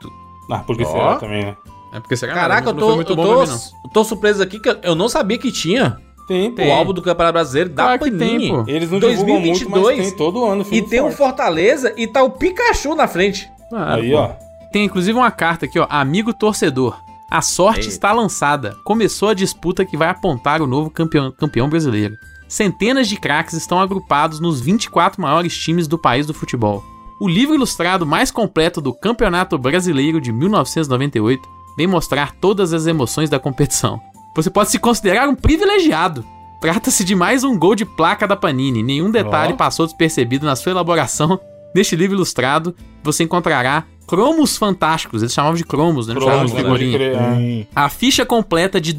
Speaker 4: Ah, porque
Speaker 1: Ó.
Speaker 4: será também, né?
Speaker 3: É porque será
Speaker 1: Caraca, eu
Speaker 3: não
Speaker 1: tô,
Speaker 3: foi muito
Speaker 1: eu
Speaker 3: bom
Speaker 1: tô,
Speaker 3: pra mim, não.
Speaker 1: eu tô surpreso aqui que eu- eu não sabia que tinha
Speaker 4: Tem, pô.
Speaker 1: o álbum do Campeonato Brasileiro da
Speaker 3: Claro que
Speaker 1: Panini.
Speaker 3: tem, pô.
Speaker 4: Eles não divulgam muito,
Speaker 1: 2022
Speaker 4: mas tem todo ano.
Speaker 1: E
Speaker 4: firme
Speaker 1: tem o
Speaker 4: forte.
Speaker 1: Fortaleza e tá o Pikachu na frente.
Speaker 3: Claro,
Speaker 4: Aí,
Speaker 3: pô.
Speaker 4: ó.
Speaker 3: Tem inclusive uma carta aqui, ó. Amigo torcedor. A sorte
Speaker 1: Ei.
Speaker 3: está lançada. Começou a disputa que vai apontar o novo campeão, campeão brasileiro. Centenas de craques estão agrupados nos 24 maiores times do país do futebol. O livro ilustrado mais completo do Campeonato Brasileiro de 1998 vem mostrar todas as emoções da competição. Você pode se considerar um privilegiado. Trata-se de mais um gol de placa da Panini. Nenhum detalhe
Speaker 1: Ó.
Speaker 3: passou despercebido na sua elaboração. Neste livro ilustrado, você encontrará cromos fantásticos. Eles chamavam de cromos, né? Não
Speaker 4: Cromos,
Speaker 3: chamavam de
Speaker 4: né?
Speaker 3: figurinha.
Speaker 4: Pode crer,
Speaker 1: Hum.
Speaker 4: é.
Speaker 2: Sim.
Speaker 3: A ficha completa de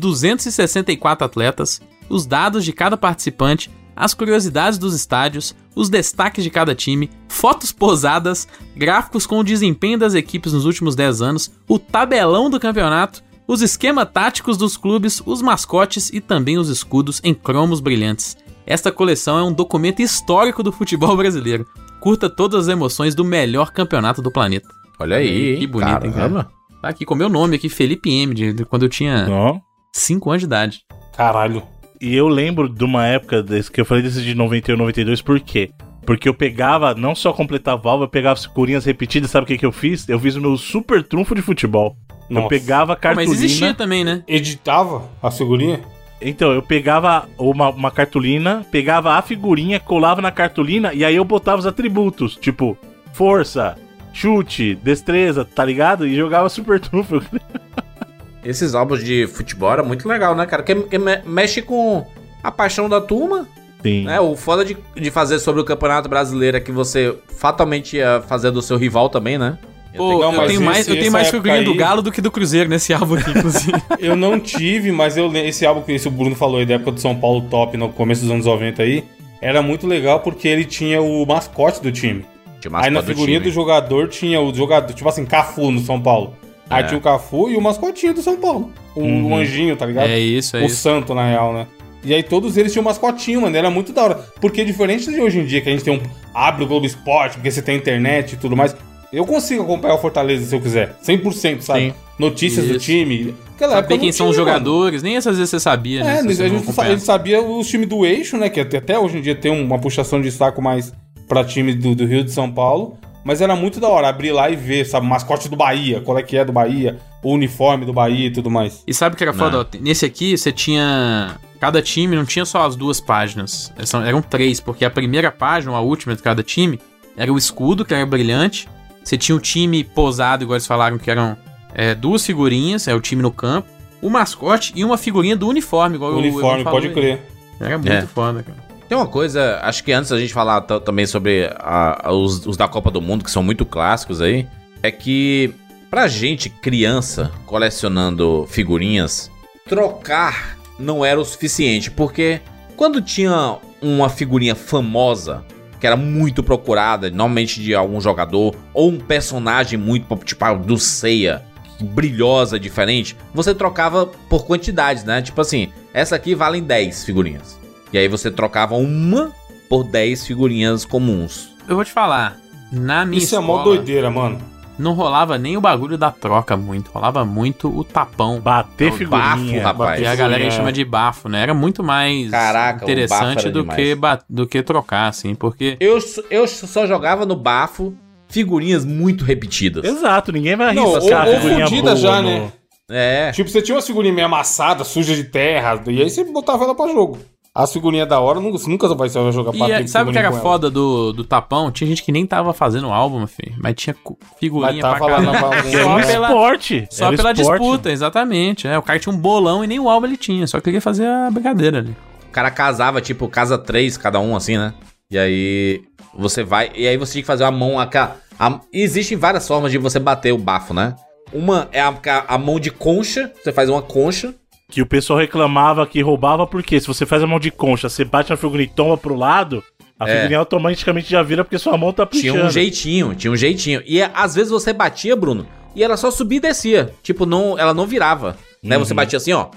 Speaker 3: 264 atletas, os dados de cada participante, as curiosidades dos estádios, os destaques de cada time, fotos posadas, gráficos com o desempenho das equipes nos últimos 10 anos, o tabelão do campeonato, os esquemas táticos dos clubes, os mascotes e também os escudos em cromos brilhantes. Esta coleção é um documento histórico do futebol brasileiro. Curta todas as emoções do melhor campeonato do planeta.
Speaker 1: Olha aí,
Speaker 3: Que bonito, hein, cara?
Speaker 1: caramba.
Speaker 3: Tá aqui com meu nome aqui, Felipe M, de, de quando eu tinha
Speaker 2: Ó.
Speaker 3: 5 anos de idade.
Speaker 4: Caralho.
Speaker 2: um, E eu lembro de uma época desse, que eu falei desse de 91, 92, por quê? Porque eu pegava, não só completava válvula, eu pegava figurinhas repetidas, sabe o que, que eu fiz? Eu fiz o meu super trunfo de futebol. Eu
Speaker 5: Nossa.
Speaker 2: pegava
Speaker 3: Pô, mas
Speaker 2: cartolina.
Speaker 3: existia também, né?
Speaker 4: Editava a figurinha?
Speaker 2: Então, eu pegava uma, uma cartolina, pegava a figurinha, colava na cartolina e aí eu botava os atributos, tipo, força, chute, destreza, tá ligado? E jogava super trunfo.
Speaker 1: Esses álbuns de futebol era muito legal, né, cara? Que, que me- mexe com a paixão da turma,
Speaker 2: Sim.
Speaker 1: né? O foda de, de fazer sobre o Campeonato Brasileiro é que você fatalmente ia fazer do seu rival também, né?
Speaker 3: Pô,
Speaker 4: Não,
Speaker 3: eu
Speaker 4: mas
Speaker 3: tenho
Speaker 4: esse- é
Speaker 3: mais, eu tenho
Speaker 4: essa
Speaker 3: mais
Speaker 4: época
Speaker 3: figurinha do
Speaker 4: aí-
Speaker 3: Galo do que do Cruzeiro nesse álbum aqui, inclusive.
Speaker 4: Eu não tive, mas eu le- esse álbum que esse Bruno falou aí da época do São Paulo top no começo dos anos 90 aí, era muito legal porque ele tinha o mascote do time.
Speaker 1: Tinha
Speaker 4: aí na
Speaker 1: mascote
Speaker 4: figurinha do,
Speaker 1: time.
Speaker 4: jogador tinha o jogador, tipo assim, Cafu no São Paulo. Aí tinha o Cafu e o mascotinho do São Paulo. O, o anjinho, tá ligado?
Speaker 3: é isso, é
Speaker 4: o
Speaker 3: isso.
Speaker 4: santo, na real, né? E aí todos eles tinham mascotinho, mano. Era muito da hora. Porque diferente de hoje em dia, que a gente tem um. abre o Globo Esporte, porque você tem internet e tudo mais. Eu consigo acompanhar o Fortaleza se eu quiser. 100%, sabe?
Speaker 1: Sim.
Speaker 4: Notícias do
Speaker 3: Isso.
Speaker 4: time. Aquela
Speaker 3: Saber
Speaker 4: não
Speaker 3: quem são
Speaker 4: tinha,
Speaker 3: os
Speaker 4: mano.
Speaker 3: jogadores, nem essas vezes você sabia, né?
Speaker 4: É,
Speaker 3: se
Speaker 4: mas
Speaker 3: você
Speaker 4: a
Speaker 3: não
Speaker 4: gente sa-
Speaker 3: acompanha.
Speaker 4: ele sabia os times do eixo, né? Que até, até hoje em dia tem uma puxação de saco mais pra time do, do Rio de São Paulo. Mas era muito da hora abrir lá e ver, sabe? Mascote do Bahia, qual é que é do Bahia, o uniforme do Bahia e tudo mais.
Speaker 3: E sabe o que era foda? Ó, Nesse aqui, você tinha. Cada time não tinha só as duas páginas. É, São- Eram três, porque a primeira página, ou a última de cada time, era o escudo, que era brilhante. Você tinha o time posado, igual eles falaram, que eram é, duas figurinhas, é o time no campo, o mascote e uma figurinha do uniforme, igual
Speaker 4: O
Speaker 3: o Evan
Speaker 4: uniforme,
Speaker 3: falou
Speaker 4: pode
Speaker 3: aí.
Speaker 4: crer.
Speaker 3: Era muito
Speaker 1: É.
Speaker 3: foda, cara.
Speaker 1: Tem uma coisa, acho que antes da gente falar ta- também sobre a- a- os, os da Copa do Mundo, que são muito clássicos aí, é que pra gente, criança, colecionando figurinhas, trocar não era o suficiente, porque quando tinha uma figurinha famosa, que era muito procurada, normalmente de algum jogador, ou um personagem muito, pop- tipo, ah, do Ceia, brilhosa, diferente, você trocava por quantidades, né? Tipo assim, essa aqui valem 10 figurinhas. E aí você trocava uma por 10 figurinhas comuns.
Speaker 3: Eu vou te falar, na minha
Speaker 4: Isso é mó
Speaker 3: escola,
Speaker 4: doideira, mano.
Speaker 3: não rolava nem o bagulho da troca muito, rolava muito o tapão.
Speaker 2: Bater
Speaker 1: O
Speaker 2: figurinha.
Speaker 1: É um bafo, rapaz.
Speaker 3: E a galera aí chama de bafo, né? Era muito mais
Speaker 1: Caraca, o bafo
Speaker 3: interessante
Speaker 1: era
Speaker 3: do
Speaker 1: demais.
Speaker 3: que, ba- do que trocar, assim, porque.
Speaker 1: Eu, s- eu s- só jogava no bafo figurinhas muito repetidas.
Speaker 2: Exato, ninguém vai
Speaker 4: Não, ou,
Speaker 2: arriscar a
Speaker 4: ou
Speaker 2: figurinha
Speaker 4: fundida
Speaker 2: boa
Speaker 4: já,
Speaker 2: no-
Speaker 4: né?
Speaker 1: É.
Speaker 4: Tipo, você tinha uma figurinha meio amassada, suja de terra, e aí você botava ela pra jogo. As figurinhas da hora, nunca, você nunca vai você vai jogar
Speaker 3: E é,
Speaker 4: ter
Speaker 3: sabe o que
Speaker 4: figurinha
Speaker 3: era
Speaker 4: com ela.
Speaker 3: foda do, do tapão? Tinha gente que nem tava fazendo álbum, filho, mas tinha cu- figurinha
Speaker 4: Mas tava
Speaker 3: pra
Speaker 4: lá
Speaker 3: caralho.
Speaker 4: na
Speaker 2: É
Speaker 3: Só
Speaker 2: um
Speaker 4: bagunça.
Speaker 3: pela-
Speaker 2: esporte.
Speaker 3: Só
Speaker 2: era um
Speaker 3: pela
Speaker 2: esporte.
Speaker 3: disputa, exatamente. né? O cara tinha um bolão e nem o álbum ele tinha, só queria fazer a brincadeira ali.
Speaker 1: O cara casava, tipo, casa três cada um, assim, né? E aí você vai. E aí você tinha que fazer a mão. A, ca- a- existem várias formas de você bater o bafo, né? Uma é a, ca- a mão de concha, você faz uma concha.
Speaker 2: Que o pessoal reclamava que roubava, porque se você faz a mão de concha, você bate na figurinha e toma pro lado, a
Speaker 1: É.
Speaker 2: figurinha automaticamente já vira porque sua mão tá puxando.
Speaker 1: Tinha um jeitinho, tinha um jeitinho. E é, às vezes você batia, Bruno, e ela só subia e descia. Tipo, não, ela não virava. Né?
Speaker 3: Uhum.
Speaker 1: Você batia assim, ó.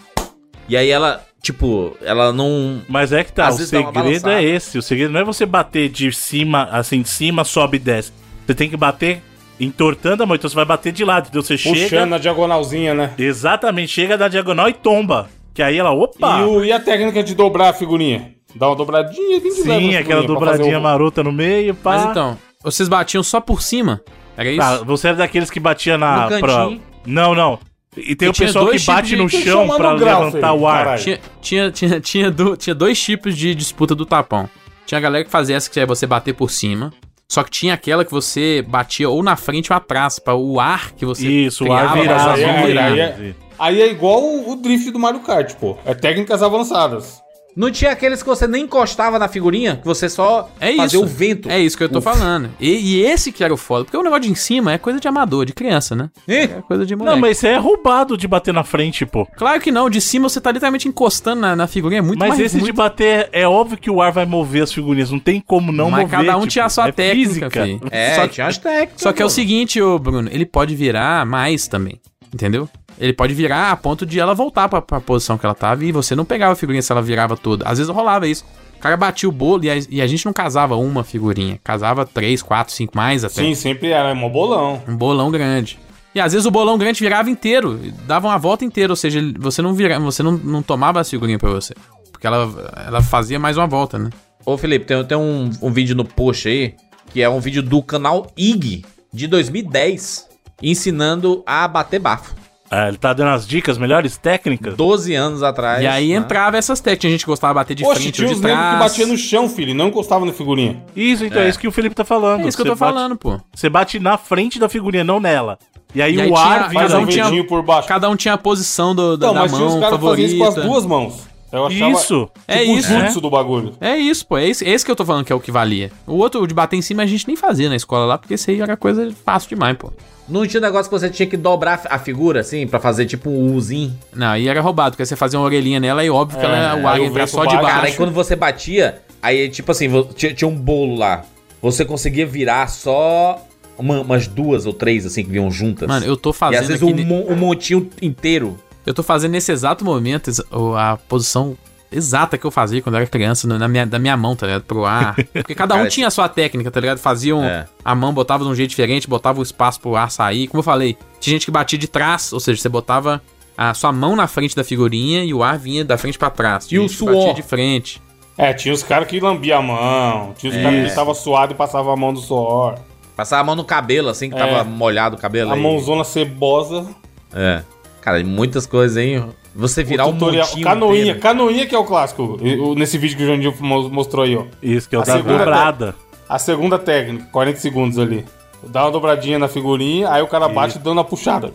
Speaker 1: E aí ela, tipo, ela não.
Speaker 2: Mas é que tá,
Speaker 1: Às
Speaker 2: o
Speaker 1: vezes dá uma
Speaker 2: segredo
Speaker 1: balançada.
Speaker 2: é esse. O segredo não é você bater de cima, assim, de cima, sobe e desce. Você tem que bater entortando a mão, então você vai bater de lado. Então você
Speaker 4: Puxando
Speaker 2: chega.
Speaker 4: a diagonalzinha, né?
Speaker 2: Exatamente, chega da diagonal e tomba. Que aí ela, opa!
Speaker 4: E, o- e a técnica de dobrar a figurinha? Dá uma dobradinha, quem quiser.
Speaker 2: Sim, aquela dobradinha marota no meio, pá.
Speaker 3: Mas então, vocês batiam só por cima? Era isso?
Speaker 2: Tá, você era daqueles que batia na.
Speaker 1: No
Speaker 2: pra-
Speaker 1: cantinho.
Speaker 2: Não, não. E tem
Speaker 3: E
Speaker 2: o
Speaker 3: tinha
Speaker 2: pessoal que
Speaker 3: dois
Speaker 2: bate
Speaker 3: tipos
Speaker 2: no
Speaker 4: de- tem que
Speaker 2: chão
Speaker 4: chamar
Speaker 2: pra
Speaker 4: no grau,
Speaker 2: levantar
Speaker 4: filho,
Speaker 2: o ar.
Speaker 4: caralho.
Speaker 3: Tinha, tinha, tinha, tinha, do- tinha dois tipos de disputa do tapão. Tinha a galera que fazia essa que é você bater por cima. Só que tinha aquela que você batia ou na frente ou atrás, pra o ar que você.
Speaker 2: Isso, o ar
Speaker 3: criava,
Speaker 2: virava.
Speaker 4: Ah, mas aí- é-
Speaker 2: não
Speaker 4: aí-
Speaker 2: virava.
Speaker 4: aí- Aí é igual o, o drift do Mario Kart, pô. É técnicas avançadas.
Speaker 1: Não tinha aqueles que você nem encostava na figurinha, que você só
Speaker 3: É
Speaker 1: fazia
Speaker 3: isso.
Speaker 1: o vento.
Speaker 3: É isso que eu tô
Speaker 1: Uf.
Speaker 3: falando. E, e esse que era o foda, porque o negócio de em cima é coisa de amador, de criança, né?
Speaker 1: Ih,
Speaker 3: É coisa de moleque.
Speaker 2: Não, mas isso aí é roubado de bater na frente, pô.
Speaker 3: Claro que não, de cima você tá literalmente encostando na, na figurinha, é muito
Speaker 2: mas
Speaker 3: mais
Speaker 2: esse de
Speaker 3: muito...
Speaker 2: bater, é óbvio que o ar vai mover as figurinhas. Não tem como não
Speaker 3: mas
Speaker 2: mover.
Speaker 3: cada um
Speaker 2: tipo,
Speaker 3: tinha a sua
Speaker 2: é
Speaker 3: técnica,
Speaker 2: física.
Speaker 3: filho.
Speaker 1: É,
Speaker 3: Só-
Speaker 1: tinha as técnicas.
Speaker 3: Só que é o
Speaker 1: mano.
Speaker 3: seguinte, ô Bruno, ele pode virar mais também, entendeu? Ele pode virar a ponto de ela voltar pra, pra posição que ela tava e você não pegava a figurinha se ela virava toda. Às vezes rolava isso. O cara batia o bolo e a, e a gente não casava uma figurinha, casava três, quatro, cinco mais até.
Speaker 4: Sim, sempre era, é mó bolão.
Speaker 3: Um bolão grande. E às vezes o bolão grande virava inteiro, dava uma volta inteira, ou seja, ele- você não vira, você não, não tomava a figurinha pra você. Porque ela, ela fazia mais uma volta, né?
Speaker 1: Ô, Felipe, tem, tem um, um vídeo no post aí, que é um vídeo do canal IG, de 2010, ensinando a bater bafo.
Speaker 2: Ah, ele tá dando as dicas, melhores técnicas.
Speaker 1: 12 anos atrás.
Speaker 3: E aí
Speaker 1: né?
Speaker 3: entrava essas técnicas. Tinha gente que gostava de bater de
Speaker 4: É Poxa,
Speaker 3: frente
Speaker 4: tinha
Speaker 3: ou
Speaker 4: uns
Speaker 3: de
Speaker 4: negros que
Speaker 3: trás.
Speaker 4: batia no chão, filho, e não encostava na figurinha.
Speaker 2: Isso, então, é. isso que o Felipe tá falando.
Speaker 3: É isso que eu tô
Speaker 2: Você bate-
Speaker 3: falando, pô.
Speaker 2: Você bate na frente da figurinha, não nela. E aí
Speaker 3: E
Speaker 2: o
Speaker 3: aí
Speaker 2: ar
Speaker 3: tinha-
Speaker 2: vira.
Speaker 4: Faz
Speaker 3: Cada
Speaker 4: um
Speaker 3: um tinha-
Speaker 4: vidinho por baixo.
Speaker 3: Cada um tinha a posição do, da,
Speaker 4: Não,
Speaker 3: da
Speaker 4: mas tinha
Speaker 3: mão
Speaker 4: os caras que faziam
Speaker 3: favorita.
Speaker 4: isso com as duas mãos. Eu achava
Speaker 2: Isso.
Speaker 3: É
Speaker 4: tipo
Speaker 3: isso,
Speaker 4: o
Speaker 3: né?
Speaker 4: jutsu do bagulho.
Speaker 3: É isso, pô. É esse, esse que eu tô falando que é o que valia. O outro, o de bater em cima, a gente nem fazia na escola lá, porque isso aí era coisa fácil demais, pô.
Speaker 1: Não tinha negócio que você tinha que dobrar a figura, assim, pra fazer tipo um Uzinho.
Speaker 3: Não, aí era roubado, porque você fazia uma orelhinha nela e óbvio que
Speaker 1: É,
Speaker 3: ela, o ar
Speaker 4: aí o
Speaker 3: entra
Speaker 4: vento
Speaker 3: só de
Speaker 4: bate.
Speaker 1: Cara, aí
Speaker 3: baixo.
Speaker 1: quando você batia, aí tipo assim, vo- tinha, tinha um bolo lá. Você conseguia virar só uma- umas duas ou três, assim, que vinham juntas.
Speaker 3: Mano, eu tô
Speaker 1: e
Speaker 3: fazendo
Speaker 1: às vezes
Speaker 3: aqui
Speaker 1: um,
Speaker 3: ne-
Speaker 1: mon- um montinho inteiro.
Speaker 3: Eu tô fazendo nesse exato momento exa- o- a posição exata que eu fazia quando eu era criança, no- na minha, da minha mão, tá ligado? Pro ar. Porque cada um
Speaker 1: Cara,
Speaker 3: tinha a sua técnica, tá ligado? Fazia um-
Speaker 1: É.
Speaker 3: a mão, botava de um jeito diferente, botava o espaço pro ar sair. Como eu falei, tinha gente que batia de trás, ou seja, você botava a sua mão na frente da figurinha e o ar vinha da frente pra trás. Tinha
Speaker 1: E o
Speaker 3: gente que batia
Speaker 1: suor?
Speaker 3: de frente.
Speaker 4: É, tinha os caras que lambia a mão, tinha os
Speaker 1: É.
Speaker 4: caras que tava suado e passava a mão do suor.
Speaker 1: Passava a mão no cabelo, assim, que tava molhado o cabelo.
Speaker 4: É. A
Speaker 1: aí.
Speaker 4: mãozona cebosa.
Speaker 1: É. Cara, muitas coisas, hein? Você virar
Speaker 4: o
Speaker 1: um
Speaker 4: tutorial.
Speaker 1: montinho
Speaker 4: canoinha,
Speaker 1: inteiro.
Speaker 4: canoinha que é o clássico. E- o- Nesse vídeo que o Jandinho mo- mostrou aí, ó.
Speaker 2: Isso, que é o
Speaker 4: A
Speaker 2: da
Speaker 4: segunda-
Speaker 2: dobrada.
Speaker 4: A segunda técnica, 40 segundos ali. Dá uma dobradinha na figurinha, aí o cara bate dando a puxada.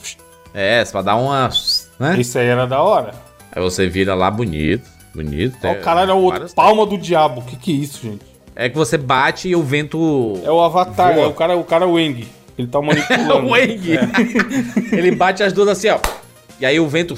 Speaker 1: É, pra dar uma... Né?
Speaker 4: Isso aí era da hora.
Speaker 1: Aí você vira lá bonito, bonito.
Speaker 4: Ó,
Speaker 1: É,
Speaker 4: o caralho, é o outro.
Speaker 1: várias-
Speaker 4: Palma do diabo. O que, que é isso, gente?
Speaker 1: É que você bate e o vento...
Speaker 4: É o Avatar,
Speaker 1: Voa.
Speaker 4: é o cara, o cara Wang. Ele tá manipulando.
Speaker 1: É
Speaker 4: É.
Speaker 1: o Eng. Ele bate as duas assim, ó. E aí o vento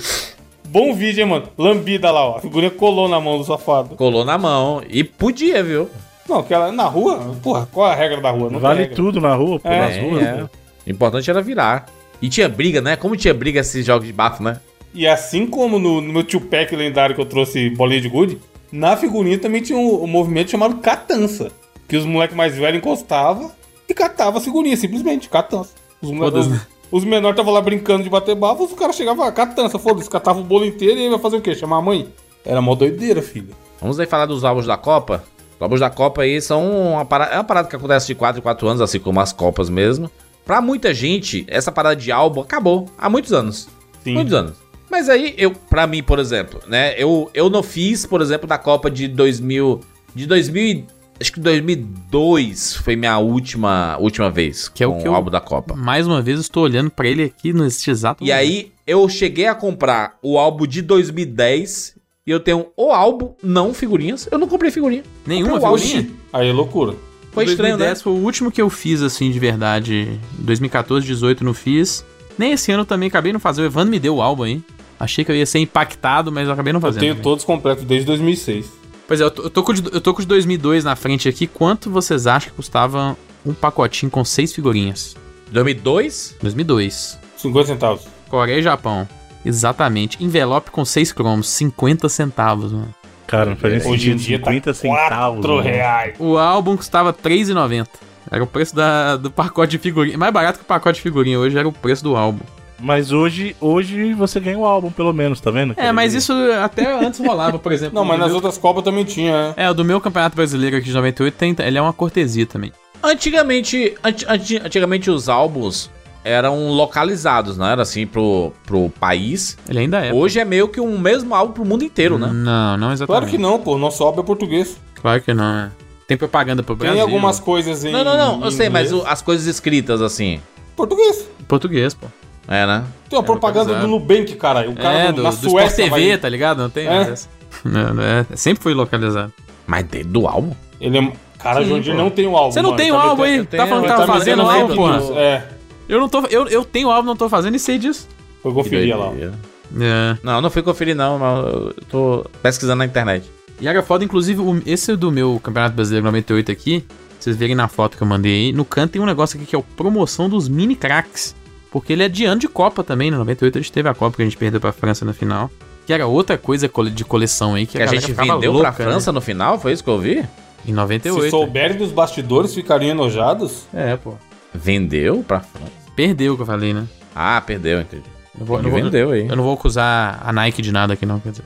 Speaker 4: Bom vídeo, hein, mano? Lambida lá, ó. A figurinha colou na mão do safado.
Speaker 1: colou na mão. E podia, viu?
Speaker 4: Não, aquela na rua? Porra, qual é a regra da rua? Não tem
Speaker 2: Vale
Speaker 4: regra.
Speaker 2: tudo na rua, pô,
Speaker 4: É,
Speaker 2: nas ruas.
Speaker 1: é.
Speaker 2: né?
Speaker 1: O importante era virar. E tinha briga, né? Como tinha briga esses jogos de bafo, né?
Speaker 4: E assim como no, no meu tio pack lendário que eu trouxe bolinha de gude, na figurinha também tinha um, um movimento chamado catança. Que os moleques mais velhos encostavam e catavam a figurinha, simplesmente, catança. Os, moleque, os,
Speaker 3: Foda-se.
Speaker 4: os menores estavam lá brincando de bater bafo, os caras chegavam, "Ah, catança, foda-se, catavam o bolo inteiro e aí vai fazer o quê? Chamar a mãe? Era mó doideira, filho.
Speaker 1: Vamos aí falar dos álbuns da Copa. Os álbuns da Copa aí são uma parada, é uma parada que acontece de 4 em 4 anos, assim como as Copas mesmo. Pra muita gente, essa parada de álbum acabou há muitos anos.
Speaker 4: Sim.
Speaker 1: Muitos anos. Mas aí, eu, pra mim, por exemplo, né? Eu, eu não fiz, por exemplo, da Copa de 2000. De 2000. e- Acho que 2002 foi minha última, última vez
Speaker 3: Que é o
Speaker 1: com
Speaker 3: que
Speaker 1: o
Speaker 3: eu-
Speaker 1: álbum da Copa.
Speaker 3: Mais uma vez, eu estou olhando pra ele aqui nesse exato
Speaker 1: E aí eu cheguei a comprar o álbum de 2010 e eu tenho o álbum, não figurinhas. Eu não comprei figurinha.
Speaker 3: Nenhuma
Speaker 1: Comprei Então, o
Speaker 3: figurinha?
Speaker 1: álbum.
Speaker 4: Aí é loucura.
Speaker 1: Foi estranho, né?
Speaker 3: foi o último que eu fiz, assim, de verdade. 2014, 18 não fiz. Nem esse ano também, acabei não fazer. O Evandro me deu o álbum aí. Achei que eu ia ser impactado, mas eu acabei não
Speaker 4: Eu
Speaker 3: fazendo.
Speaker 4: tenho
Speaker 3: também.
Speaker 4: todos completos desde 2006.
Speaker 3: Pois é, eu tô, eu, tô com o de, eu tô com o de 2002 na frente aqui. Quanto vocês acham que custava um pacotinho com seis figurinhas?
Speaker 1: 2002?
Speaker 3: 2002.
Speaker 4: 50 centavos.
Speaker 3: Coreia e Japão. Exatamente. Envelope com seis cromos. 50 centavos, mano.
Speaker 2: Cara, não faz nem
Speaker 4: Hoje em
Speaker 2: sentido.
Speaker 4: dia
Speaker 2: 50
Speaker 4: tá
Speaker 2: centavos.
Speaker 4: 4
Speaker 2: né?
Speaker 4: reais.
Speaker 3: O álbum custava R$3,90. Era o preço da, do pacote de figurinha. Mais barato que o pacote de figurinha hoje era o preço do álbum.
Speaker 2: Mas hoje, hoje você ganha o álbum, pelo menos, tá vendo?
Speaker 3: É, mas isso até antes rolava, por exemplo.
Speaker 4: Não, mas
Speaker 3: o
Speaker 4: nas
Speaker 3: meu-
Speaker 4: outras Copas também tinha, né?
Speaker 3: É, o do meu campeonato brasileiro aqui de 98, tem, ele é uma cortesia também.
Speaker 1: Antigamente, anti- anti- antigamente os álbuns eram localizados, não era assim pro, pro país.
Speaker 3: Ele ainda é.
Speaker 1: Hoje é meio que um mesmo álbum pro mundo inteiro, né?
Speaker 3: Não, não exatamente.
Speaker 4: Claro que não, pô. Nosso álbum é português.
Speaker 3: Claro que não, é. Tem propaganda pro Brasil.
Speaker 4: Tem algumas coisas em.
Speaker 1: Não, não, não. Eu
Speaker 4: em
Speaker 1: sei, mas
Speaker 4: inglês.
Speaker 1: o- as coisas escritas assim.
Speaker 4: Português.
Speaker 3: Português, pô.
Speaker 1: É, né?
Speaker 4: Tem uma
Speaker 3: É,
Speaker 4: propaganda do
Speaker 3: localizado.
Speaker 4: Nubank, caralho. O cara
Speaker 3: é,
Speaker 4: do-
Speaker 3: do,
Speaker 4: na
Speaker 3: do Sport
Speaker 4: Suécia.
Speaker 3: TV,
Speaker 4: Vai...
Speaker 3: tá ligado? Não tem
Speaker 4: É.
Speaker 3: mais essa. Não, não é. Sempre foi localizado.
Speaker 1: Mas dentro do álbum?
Speaker 4: Ele é. Cara, o
Speaker 3: Sim,
Speaker 4: Jandir
Speaker 3: pô.
Speaker 4: não tem o álbum.
Speaker 3: Você não
Speaker 4: mano.
Speaker 3: tem
Speaker 4: Ele
Speaker 3: o
Speaker 4: tá
Speaker 3: álbum
Speaker 4: metendo-
Speaker 3: aí?
Speaker 1: tem-
Speaker 3: Tá falando que
Speaker 1: eu
Speaker 3: tava
Speaker 1: tava metendo
Speaker 3: fazendo o álbum,
Speaker 1: sempre
Speaker 3: porra.
Speaker 1: no-
Speaker 4: É,
Speaker 3: Eu não tô. Eu, eu tenho o álbum, não tô fazendo e sei disso.
Speaker 4: foi conferir lá. ó.
Speaker 1: doideira.
Speaker 3: É.
Speaker 1: Não, não fui conferir, não, mas eu tô pesquisando na internet.
Speaker 3: E era foda, inclusive, o- esse é do meu Campeonato Brasileiro 98 aqui, vocês verem na foto que eu mandei aí, no canto tem um negócio aqui que é o promoção dos mini cracks. Porque ele é de ano de Copa também, né? no 98 a gente teve a Copa que a gente perdeu pra França na final. Que era outra coisa cole- de coleção aí que,
Speaker 1: Que a
Speaker 3: galera
Speaker 1: gente
Speaker 3: ficava
Speaker 1: vendeu
Speaker 3: louca,
Speaker 1: pra França no final, foi isso que eu vi?
Speaker 3: Né? Em 98.
Speaker 4: Se souberem dos bastidores, ficariam enojados.
Speaker 3: É, pô.
Speaker 1: Vendeu pra França?
Speaker 3: Perdeu que eu falei, né?
Speaker 1: Ah, perdeu, entendi.
Speaker 3: Eu, vou, eu
Speaker 1: Ele
Speaker 3: não vou-
Speaker 1: vendeu aí.
Speaker 3: eu não vou acusar a Nike de nada aqui não, quer dizer.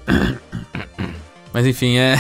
Speaker 3: Mas enfim, é...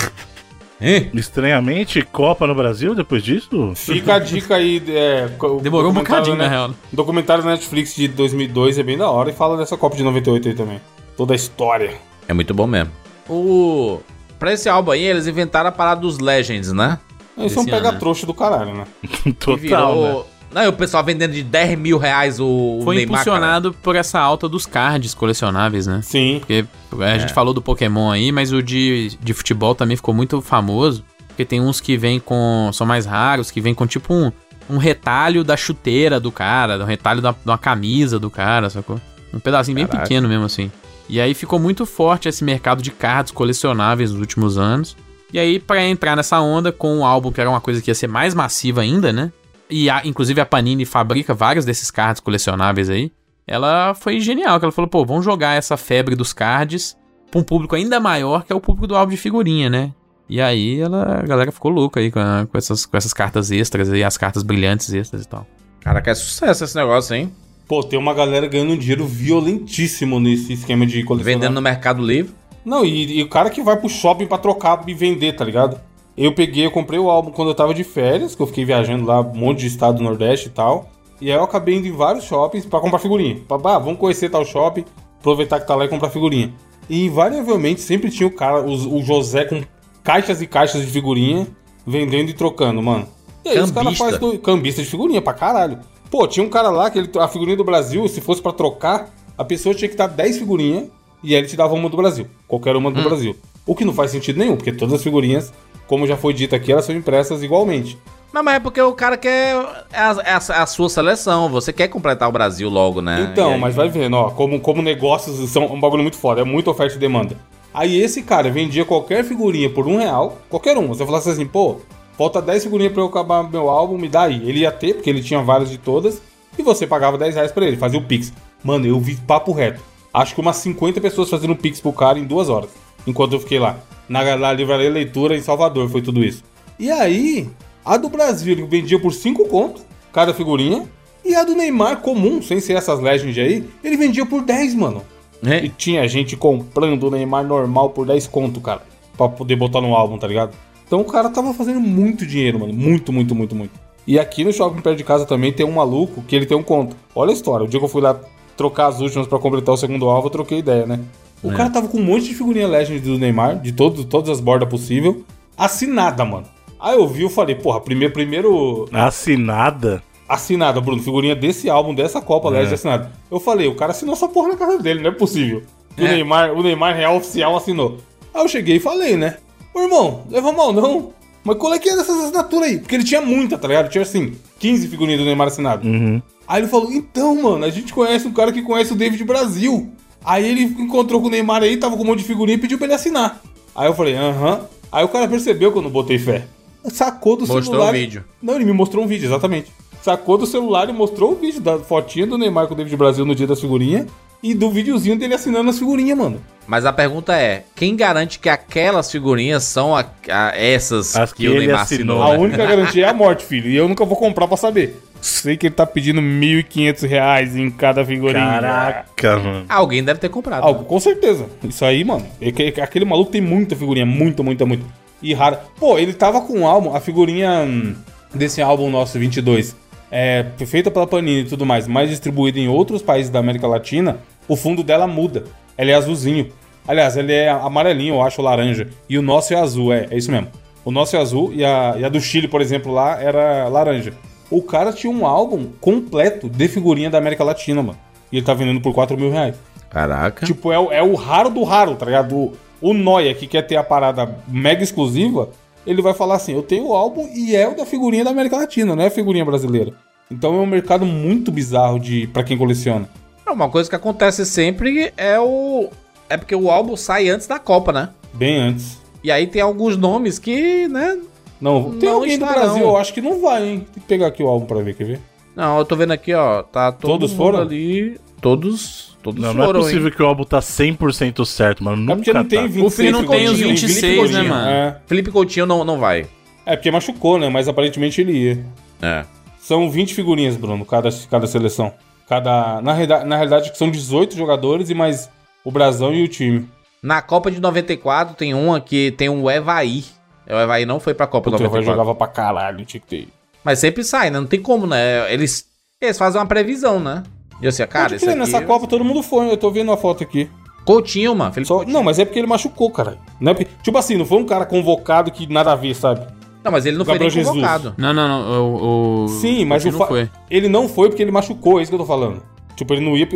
Speaker 1: Hein?
Speaker 2: Estranhamente, Copa no Brasil depois disso?
Speaker 4: Fica a dica aí. É, co-
Speaker 3: Demorou um
Speaker 4: documentário,
Speaker 3: bocadinho,
Speaker 4: né?
Speaker 3: na real.
Speaker 4: documentário da Netflix de 2002 é bem da hora e fala dessa Copa de 98 aí também. Toda a história.
Speaker 1: É muito bom mesmo. O... Pra esse álbum aí, eles inventaram a parada dos Legends, né?
Speaker 4: Eles são
Speaker 3: Esse ano, né?
Speaker 4: pega-trouxa do caralho, né?
Speaker 1: Que
Speaker 2: Total, né?
Speaker 1: virou... Não, e o pessoal vendendo de 10 mil reais o, o
Speaker 3: Foi
Speaker 1: Neymar, cara.
Speaker 3: impulsionado por essa alta dos cards colecionáveis, né?
Speaker 4: Sim.
Speaker 3: Porque a gente falou do Pokémon aí, mas o de, de futebol também ficou muito famoso. Porque tem uns que vêm com. são mais raros, que vêm com tipo um, um retalho da chuteira do cara, um retalho da- de uma camisa do cara, sacou? Um pedacinho bem
Speaker 1: Caraca.
Speaker 3: pequeno mesmo assim. E aí ficou muito forte esse mercado de cards colecionáveis nos últimos anos. E aí, pra entrar nessa onda com o álbum, que era uma coisa que ia ser mais massiva ainda, né? E a- inclusive a Panini fabrica vários desses cards colecionáveis aí. Ela foi genial, que ela falou, pô, vamos jogar essa febre dos cards pra um público ainda maior, que é o público do álbum de figurinha, né? E aí ela, a galera ficou louca aí com, a- com essas, com essas cartas extras aí, as cartas brilhantes extras e tal.
Speaker 1: Caraca, é sucesso esse negócio, hein?
Speaker 4: Pô, tem uma galera ganhando um dinheiro violentíssimo nesse esquema de colecionar.
Speaker 1: Vendendo no Mercado Livre.
Speaker 4: Não, e, e o cara que vai pro shopping pra trocar e vender, tá ligado? Eu peguei, eu comprei o álbum quando eu tava de férias, que eu fiquei viajando lá, um monte de estado do Nordeste e tal. E aí eu acabei indo em vários shoppings pra comprar figurinha. Pra, bah, vamos conhecer tal shopping, aproveitar que tá lá e comprar figurinha. E invariavelmente sempre tinha o cara, os- o, José com caixas e caixas de figurinha, vendendo e trocando, mano. E aí os caras
Speaker 1: Cambista.
Speaker 4: fazem do- cambista de figurinha pra caralho. Pô, tinha um cara lá que ele, a figurinha do Brasil, se fosse pra trocar, a pessoa tinha que dar 10 figurinhas e aí ele te dava uma do Brasil. Qualquer uma do Brasil. O que não faz sentido nenhum, porque todas as figurinhas, como já foi dito aqui, elas são impressas igualmente.
Speaker 1: Mas, mas é porque o cara quer é a, é a- é a sua seleção. Você quer completar o Brasil logo, né? E
Speaker 4: então,
Speaker 1: aí-
Speaker 4: mas vai vendo, ó, como, como negócios são um bagulho muito foda, é muita oferta e demanda. Aí esse cara vendia qualquer figurinha por um real, qualquer um. Você falasse assim, pô, falta 10 figurinhas pra eu acabar meu álbum, me dá aí. Ele ia ter, porque ele tinha várias de todas, e você pagava 10 reais pra ele, fazia o Pix. Mano, eu vi papo reto. Acho que umas 50 pessoas fazendo um Pix pro cara em duas horas. Enquanto eu fiquei lá, na, na livraria Leitura em Salvador, foi tudo isso. E aí, a do Brasil ele vendia por 5 conto, cada figurinha. E a do Neymar comum, sem ser essas Legends aí, ele vendia por 10, mano. E
Speaker 1: É.
Speaker 4: tinha gente comprando o Neymar normal por 10 conto, cara. Pra poder botar no álbum, tá ligado? Então o cara tava fazendo muito dinheiro, mano. Muito, muito, muito, muito. E aqui no shopping perto de casa também tem um maluco que ele tem um conto. Olha a história. O dia que eu fui lá trocar as últimas pra completar o segundo alvo, eu troquei ideia, né? O cara tava com um monte de figurinha Legend do Neymar, de todo, todas as bordas possível, assinada, mano. Aí eu vi e falei, porra, primeiro, primeiro
Speaker 2: Assinada?
Speaker 4: assinada, Bruno. Figurinha desse álbum, dessa Copa, aliás, assinada. Eu falei, o cara assinou essa porra na casa dele, não é possível. O, Neymar, o Neymar real oficial assinou. Aí eu cheguei e falei, né? Ô, irmão, leva mal não. Mas qual é que é dessas assinaturas aí? Porque ele tinha muita, tá ligado? Tinha, assim, 15 figurinhas do Neymar assinado.
Speaker 2: Uhum.
Speaker 4: Aí ele falou, então, mano, a gente conhece um cara que conhece o David Brasil. Aí ele encontrou com o Neymar aí, tava com um monte de figurinha e pediu pra ele assinar. Aí eu falei, aham. Aí o cara percebeu que eu não botei fé. Sacou do
Speaker 1: Mostrou
Speaker 4: celular.
Speaker 1: o vídeo.
Speaker 4: Não, ele me mostrou um vídeo, exatamente. Sacou do celular e mostrou o vídeo da fotinha do Neymar com o David Brasil no dia das figurinhas e do videozinho dele assinando as figurinhas, mano.
Speaker 1: Mas a pergunta é: quem garante que aquelas figurinhas são a- a- essas
Speaker 2: As que
Speaker 1: que, o
Speaker 2: ele
Speaker 1: Neymar
Speaker 2: assinou,
Speaker 1: assinou?
Speaker 4: A
Speaker 1: né?
Speaker 4: única garantia é a morte, filho. E eu nunca vou comprar pra saber. Sei que ele tá pedindo 1.500 reais em cada figurinha.
Speaker 2: Caraca, mano.
Speaker 1: Alguém deve ter comprado.
Speaker 4: Algo, com certeza. Isso aí, mano. É que- é que Aquele maluco tem muita figurinha, muita, muita, muita. E rara. Pô, ele tava com um álbum, a figurinha hum, desse álbum nosso, 22, é feita pela Panini e tudo mais, mas distribuída em outros países da América Latina, o fundo dela muda. Ela é azulzinho. Aliás, ele é amarelinho, eu acho, laranja. E o nosso é azul, é, é isso mesmo. O nosso é azul e a, e a do Chile, por exemplo, lá era laranja. O cara tinha um álbum completo de figurinha da América Latina, mano. E ele tá vendendo por 4 mil reais.
Speaker 1: Caraca.
Speaker 4: Tipo, é, o- é o raro do raro, tá ligado? O, o Noia, que quer ter a parada mega exclusiva, ele vai falar assim: eu tenho o álbum e é o da figurinha da América Latina, não é a figurinha brasileira. Então é um mercado muito bizarro de para quem coleciona.
Speaker 1: É, Uma coisa que acontece sempre é o. É porque o álbum sai antes da Copa, né?
Speaker 4: Bem antes.
Speaker 1: E aí tem alguns nomes que, né?
Speaker 4: Não, tem
Speaker 1: Não
Speaker 4: alguém do
Speaker 1: estarão.
Speaker 4: Brasil, eu acho que não vai, hein? Tem que pegar aqui o álbum pra ver, É quer ver?
Speaker 1: Não, eu tô vendo aqui, ó. Tá todo
Speaker 4: Todos
Speaker 1: mundo
Speaker 4: foram?
Speaker 1: ali. Todos. Todos
Speaker 2: Não, não é
Speaker 1: foram,
Speaker 2: possível
Speaker 1: hein?
Speaker 2: que o álbum tá 100% certo, mano.
Speaker 4: É porque
Speaker 2: Nunca
Speaker 4: não tem
Speaker 2: tá.
Speaker 4: 26
Speaker 3: O filho não tem os
Speaker 4: figurinhas,
Speaker 3: 26,
Speaker 4: Felipe
Speaker 3: né,
Speaker 4: Coutinho,
Speaker 3: mano?
Speaker 4: É.
Speaker 1: Felipe Coutinho não, não vai.
Speaker 4: é, porque machucou, né? Mas aparentemente ele ia.
Speaker 1: É.
Speaker 4: São 20 figurinhas, Bruno, cada, cada seleção. Cada, na, realida- na realidade, são 18 jogadores e mais o Brasão e o time.
Speaker 1: Na Copa de 94 tem uma que tem um Evaí. O Havaí não foi pra Copa
Speaker 4: Puta, eu
Speaker 1: 94.
Speaker 4: jogava pra caralho, tinha que ter ido.
Speaker 1: Mas sempre sai, né? Não tem como, né? Eles, eles fazem uma previsão, né? E eu assim, cara,
Speaker 4: Pode
Speaker 1: isso
Speaker 4: crer,
Speaker 1: aqui...
Speaker 4: tipo, é Nessa Copa todo mundo foi, eu tô vendo a foto aqui.
Speaker 1: Coutinho, mano. Felipe
Speaker 4: Só-
Speaker 1: Coutinho.
Speaker 4: Não, mas é porque ele machucou, cara. Não é porque- Tipo assim, não foi um cara convocado que nada a ver, sabe?
Speaker 1: Não, mas ele não foi nem
Speaker 4: Gabriel Jesus.
Speaker 1: convocado.
Speaker 3: Não, não, não. O, o-
Speaker 4: Sim, mas
Speaker 3: Coutinho não
Speaker 4: o fa-
Speaker 3: foi.
Speaker 4: Ele não foi porque ele machucou, é isso que eu tô falando. Tipo, ele não ia.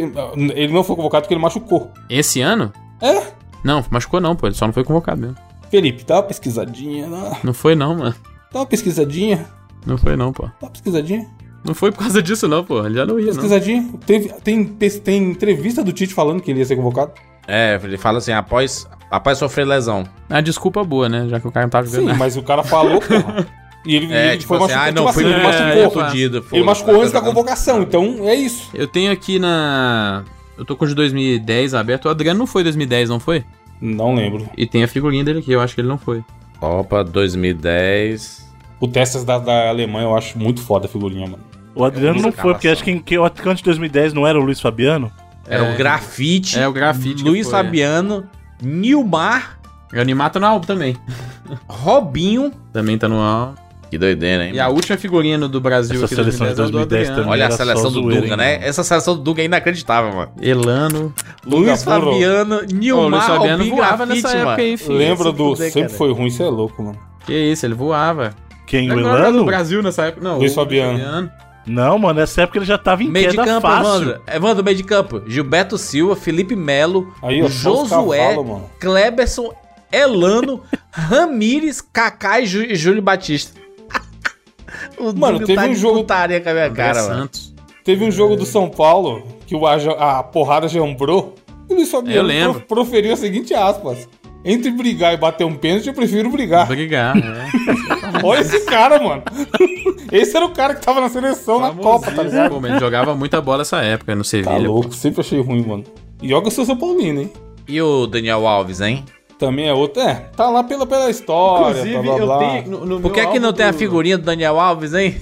Speaker 4: Ele não foi convocado porque ele machucou.
Speaker 3: Esse ano?
Speaker 4: É?
Speaker 3: Não, machucou não, pô. Ele só não foi convocado mesmo.
Speaker 4: Felipe, dá uma pesquisadinha. Dá
Speaker 3: Não foi não, mano.
Speaker 4: dá uma pesquisadinha.
Speaker 3: Não foi não, pô.
Speaker 4: Dá uma pesquisadinha.
Speaker 3: Não foi por causa disso não, pô. Ele já não ia, não.
Speaker 4: Pesquisadinha. Teve, tem, pes- tem entrevista do Tite falando que ele ia ser convocado.
Speaker 1: É, ele fala assim, após, após sofrer lesão.
Speaker 3: É uma desculpa boa, né? Já que o cara não tava jogando
Speaker 4: Sim,
Speaker 3: nada.
Speaker 4: mas o cara falou, porra. E ele,
Speaker 1: É,
Speaker 4: ele
Speaker 1: tipo
Speaker 4: foi
Speaker 1: assim,
Speaker 4: machucado.
Speaker 1: ah,
Speaker 4: tipo
Speaker 1: não, foi
Speaker 4: assim, ele
Speaker 3: é,
Speaker 4: machucou.
Speaker 3: foi-
Speaker 1: fudido.
Speaker 4: ele machucou antes da convocação, então é isso.
Speaker 3: Eu tenho aqui na... Eu tô com o de 2010 aberto. O Adriano não foi 2010, não foi?
Speaker 4: Não lembro.
Speaker 3: E tem a figurinha dele aqui. Eu acho que ele não foi.
Speaker 1: Copa 2010...
Speaker 4: O Testas da, da Alemanha eu acho muito foda a figurinha, mano.
Speaker 2: O Adriano
Speaker 4: né?
Speaker 1: muita
Speaker 2: não foi, porque
Speaker 1: escalação.
Speaker 2: acho que, que o atacante de 2010 não era o Luiz Fabiano.
Speaker 1: Era o grafite.
Speaker 3: É, o grafite que
Speaker 1: Luiz
Speaker 3: foi, é.
Speaker 1: Fabiano, Nilmar,
Speaker 3: Animato na Alba também.
Speaker 1: Robinho.
Speaker 3: Também tá no álbum.
Speaker 1: Que doideira, hein?
Speaker 3: E a última figurinha do Brasil
Speaker 2: Essa
Speaker 3: aqui
Speaker 2: seleção de 2010
Speaker 3: é do Adriano.
Speaker 2: também.
Speaker 1: Olha a
Speaker 2: Era só
Speaker 1: seleção do
Speaker 2: zoeira,
Speaker 1: Duga,
Speaker 2: hein,
Speaker 1: né?
Speaker 2: mano?
Speaker 1: Essa seleção do Duga é inacreditável, mano.
Speaker 3: Elano.
Speaker 1: Luiz
Speaker 4: burro.
Speaker 1: Fabiano,
Speaker 3: Ô, Luiz
Speaker 1: Nilmar,
Speaker 3: Fabiano
Speaker 1: Robinho,
Speaker 3: voava
Speaker 1: grafite,
Speaker 3: nessa época
Speaker 1: mano.
Speaker 3: aí, filho.
Speaker 4: Lembra
Speaker 1: se
Speaker 4: do
Speaker 1: fuder,
Speaker 4: Sempre
Speaker 1: cara.
Speaker 4: Foi Ruim, Cê é louco, mano.
Speaker 3: Que isso, ele voava.
Speaker 2: Quem, o
Speaker 3: Agora É era do
Speaker 2: Elano?
Speaker 3: Brasil nessa época. Não,
Speaker 4: Luiz
Speaker 3: o
Speaker 4: Fabiano.
Speaker 2: Não, mano, nessa época ele já tava em
Speaker 1: Meio de
Speaker 2: queda
Speaker 1: campo,
Speaker 2: fácil.
Speaker 1: Evandro. Evandro, meio de campo. Gilberto Silva, Felipe Melo,
Speaker 4: Aí, ó, só os
Speaker 1: Josué,
Speaker 4: cavalo, mano.
Speaker 1: Kleberson, Elano, Ramires, Kaká e, Jú- e Júlio Batista. o
Speaker 4: Mano,
Speaker 1: Duga
Speaker 4: teve um
Speaker 1: de
Speaker 4: jogo-
Speaker 1: putaria com a minha cara, mano.
Speaker 3: Santos.
Speaker 4: Teve um jogo do São Paulo que o, Aja- a porrada jambrou e o Luiz
Speaker 3: Eu
Speaker 4: Fabiano
Speaker 3: lembro.
Speaker 4: pro- proferiu a seguinte aspas. Entre brigar e bater um pênalti, eu prefiro brigar.
Speaker 3: Obrigado, né?
Speaker 4: Olha esse cara, mano. Esse era o cara que tava na seleção na Copa, tá ligado?
Speaker 3: Pô, mas ele jogava muita bola essa época no
Speaker 4: Tá
Speaker 1: é
Speaker 3: Sevilha.
Speaker 4: louco, sempre achei ruim, mano. E olha que eu sou São Paulino, hein?
Speaker 1: E o Daniel Alves, hein?
Speaker 4: Também é outro. É, tá lá pela, pela história, blá né? Tá blá blá.
Speaker 3: No, no
Speaker 1: Por que é que não tem a figurinha do Daniel Alves, hein?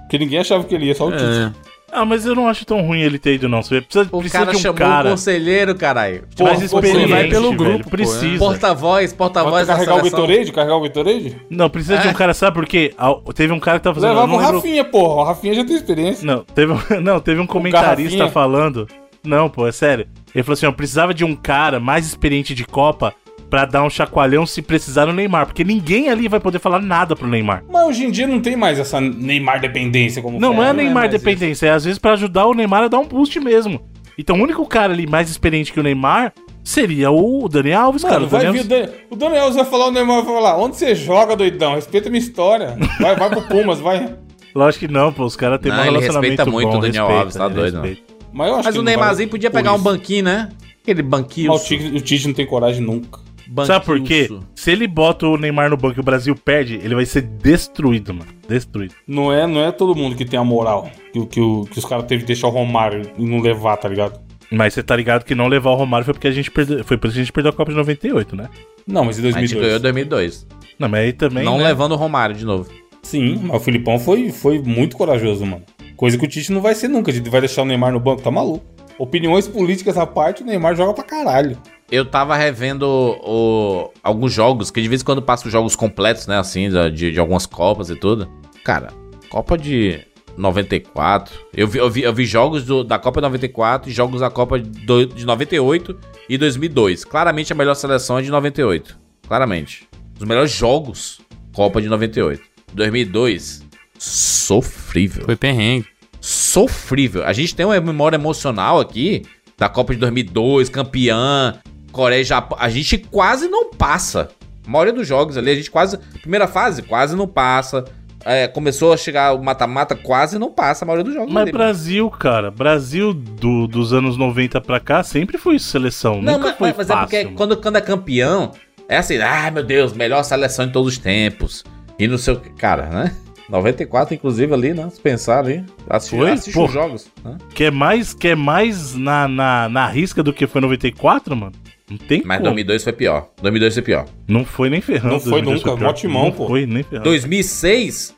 Speaker 4: Porque ninguém achava que ele ia, só o Tite.
Speaker 3: É.
Speaker 2: Ah, mas eu não acho tão ruim ele ter ido, não. Você precisa,
Speaker 1: O
Speaker 2: precisa
Speaker 1: cara
Speaker 2: de um
Speaker 1: chamou o
Speaker 2: cara
Speaker 1: conselheiro, caralho.
Speaker 2: mais
Speaker 4: Pô, você
Speaker 2: experiente,
Speaker 3: vai pelo
Speaker 2: velho. tipo,
Speaker 3: grupo, pô,
Speaker 2: Precisa.
Speaker 1: Porta-voz, porta-voz
Speaker 4: Vai
Speaker 1: da
Speaker 4: carregar o
Speaker 1: Tá, seleção.
Speaker 4: Gatorade? Carregar o Gatorade?
Speaker 2: Não, precisa
Speaker 1: É.
Speaker 2: de um cara, sabe por quê? Ah, Teve um cara que tava fazendo... eu
Speaker 4: Levava
Speaker 2: não
Speaker 4: o
Speaker 2: lembro-
Speaker 4: Rafinha, porra. O Rafinha já tem experiência.
Speaker 2: Não, teve, um- não, teve um comentarista
Speaker 4: Garrafinha.
Speaker 2: falando. Não, pô, é sério. Ele falou assim: eu precisava de um cara mais experiente de Copa pra dar um chacoalhão se precisar no Neymar. Porque ninguém ali vai poder falar nada pro Neymar.
Speaker 4: Mas hoje em dia não tem mais essa Neymar dependência como
Speaker 2: Não
Speaker 4: foi,
Speaker 2: é
Speaker 4: né?
Speaker 2: Neymar
Speaker 4: Mas
Speaker 2: dependência, é às vezes pra ajudar o Neymar a dar um boost mesmo. Então o único cara ali mais experiente que o Neymar seria o Daniel Alves,
Speaker 4: Mano,
Speaker 2: cara. O
Speaker 4: vai
Speaker 2: Dani
Speaker 4: vir o
Speaker 2: Alves...
Speaker 4: Daniel. O Daniel Alves vai falar, o Neymar vai falar, onde você joga, doidão? Respeita minha história. Vai, vai pro Pumas, vai.
Speaker 2: Lógico que não, pô, os caras têm um
Speaker 1: Não, ele
Speaker 2: relacionamento
Speaker 1: respeita muito
Speaker 2: bom,
Speaker 1: o Daniel
Speaker 2: respeita,
Speaker 1: Alves, tá
Speaker 2: ele
Speaker 1: doido,
Speaker 2: respeita.
Speaker 4: Mas eu acho
Speaker 1: Mas
Speaker 4: que
Speaker 1: o
Speaker 4: não vai
Speaker 1: Neymarzinho podia
Speaker 4: por
Speaker 1: pegar um
Speaker 4: isso.
Speaker 1: banquinho, né? Aquele banquinho.
Speaker 4: Mas o Tite, o Tite não tem coragem nunca.
Speaker 2: Sabe por quê? Se ele bota o Neymar no banco e o Brasil perde, ele vai ser destruído, mano. Destruído.
Speaker 4: Não é, não é todo mundo que tem a moral que, o- que, o- que os caras teve de deixar o Romário e não levar, tá ligado?
Speaker 2: Mas você tá ligado que não levar o Romário foi porque a gente perdeu. Foi por isso que a gente perdeu a Copa de 98, né?
Speaker 4: Não, mas em
Speaker 1: A gente ganhou
Speaker 4: 2002.
Speaker 1: em 2002.
Speaker 2: Não, mas aí também.
Speaker 1: não
Speaker 2: né?
Speaker 1: levando o Romário de novo.
Speaker 4: Sim, mas o Filipão foi, foi muito corajoso, mano. Coisa que o Tite não vai ser nunca. Ele vai deixar o Neymar no banco, tá maluco. Opiniões políticas à parte, o Neymar joga pra caralho.
Speaker 1: Eu tava revendo o- alguns jogos, que de vez em quando passa os jogos completos, né? Assim, da- de, de algumas Copas e tudo. Cara, Copa de 94. Eu vi, eu vi, eu vi jogos do- da Copa de 94 e jogos da Copa de, do- de 98 e 2002. Claramente a melhor seleção é de 98. Claramente. Os melhores jogos, Copa de 98. 2002, sofrível
Speaker 3: Foi perrengue.
Speaker 1: sofrível. A gente tem uma memória emocional aqui da Copa de 2002, campeã, Coreia e Japão. A gente quase não passa. A maioria dos jogos ali, a gente quase. Primeira fase, quase não passa. É, começou a chegar o mata-mata, quase não passa a maioria dos jogos.
Speaker 2: Mas
Speaker 1: ali.
Speaker 2: Brasil, cara, Brasil do- dos anos 90 pra cá sempre foi seleção.
Speaker 1: Não,
Speaker 2: Nunca
Speaker 1: mas,
Speaker 2: foi
Speaker 1: mas é
Speaker 2: fácil,
Speaker 1: porque
Speaker 2: mano.
Speaker 1: quando, quando é campeão, é assim, ah, meu Deus, melhor seleção de todos os tempos. E não sei o que. Cara, né? 94, inclusive, ali, né? Se pensar ali. Assistir,
Speaker 2: Foi?
Speaker 1: assiste
Speaker 2: Pô.
Speaker 1: os jogos. Né?
Speaker 2: Quer mais, quer mais na, na, na risca do que foi 94, mano? Não tem
Speaker 1: Mas
Speaker 2: como.
Speaker 1: 2002 foi pior. 2002 foi pior.
Speaker 2: Não foi nem ferrando.
Speaker 4: Não foi
Speaker 2: 2002
Speaker 4: nunca, é um
Speaker 2: pior.
Speaker 4: mó timão,
Speaker 2: não
Speaker 4: pô.
Speaker 2: Foi nem ferrando.
Speaker 1: 2006,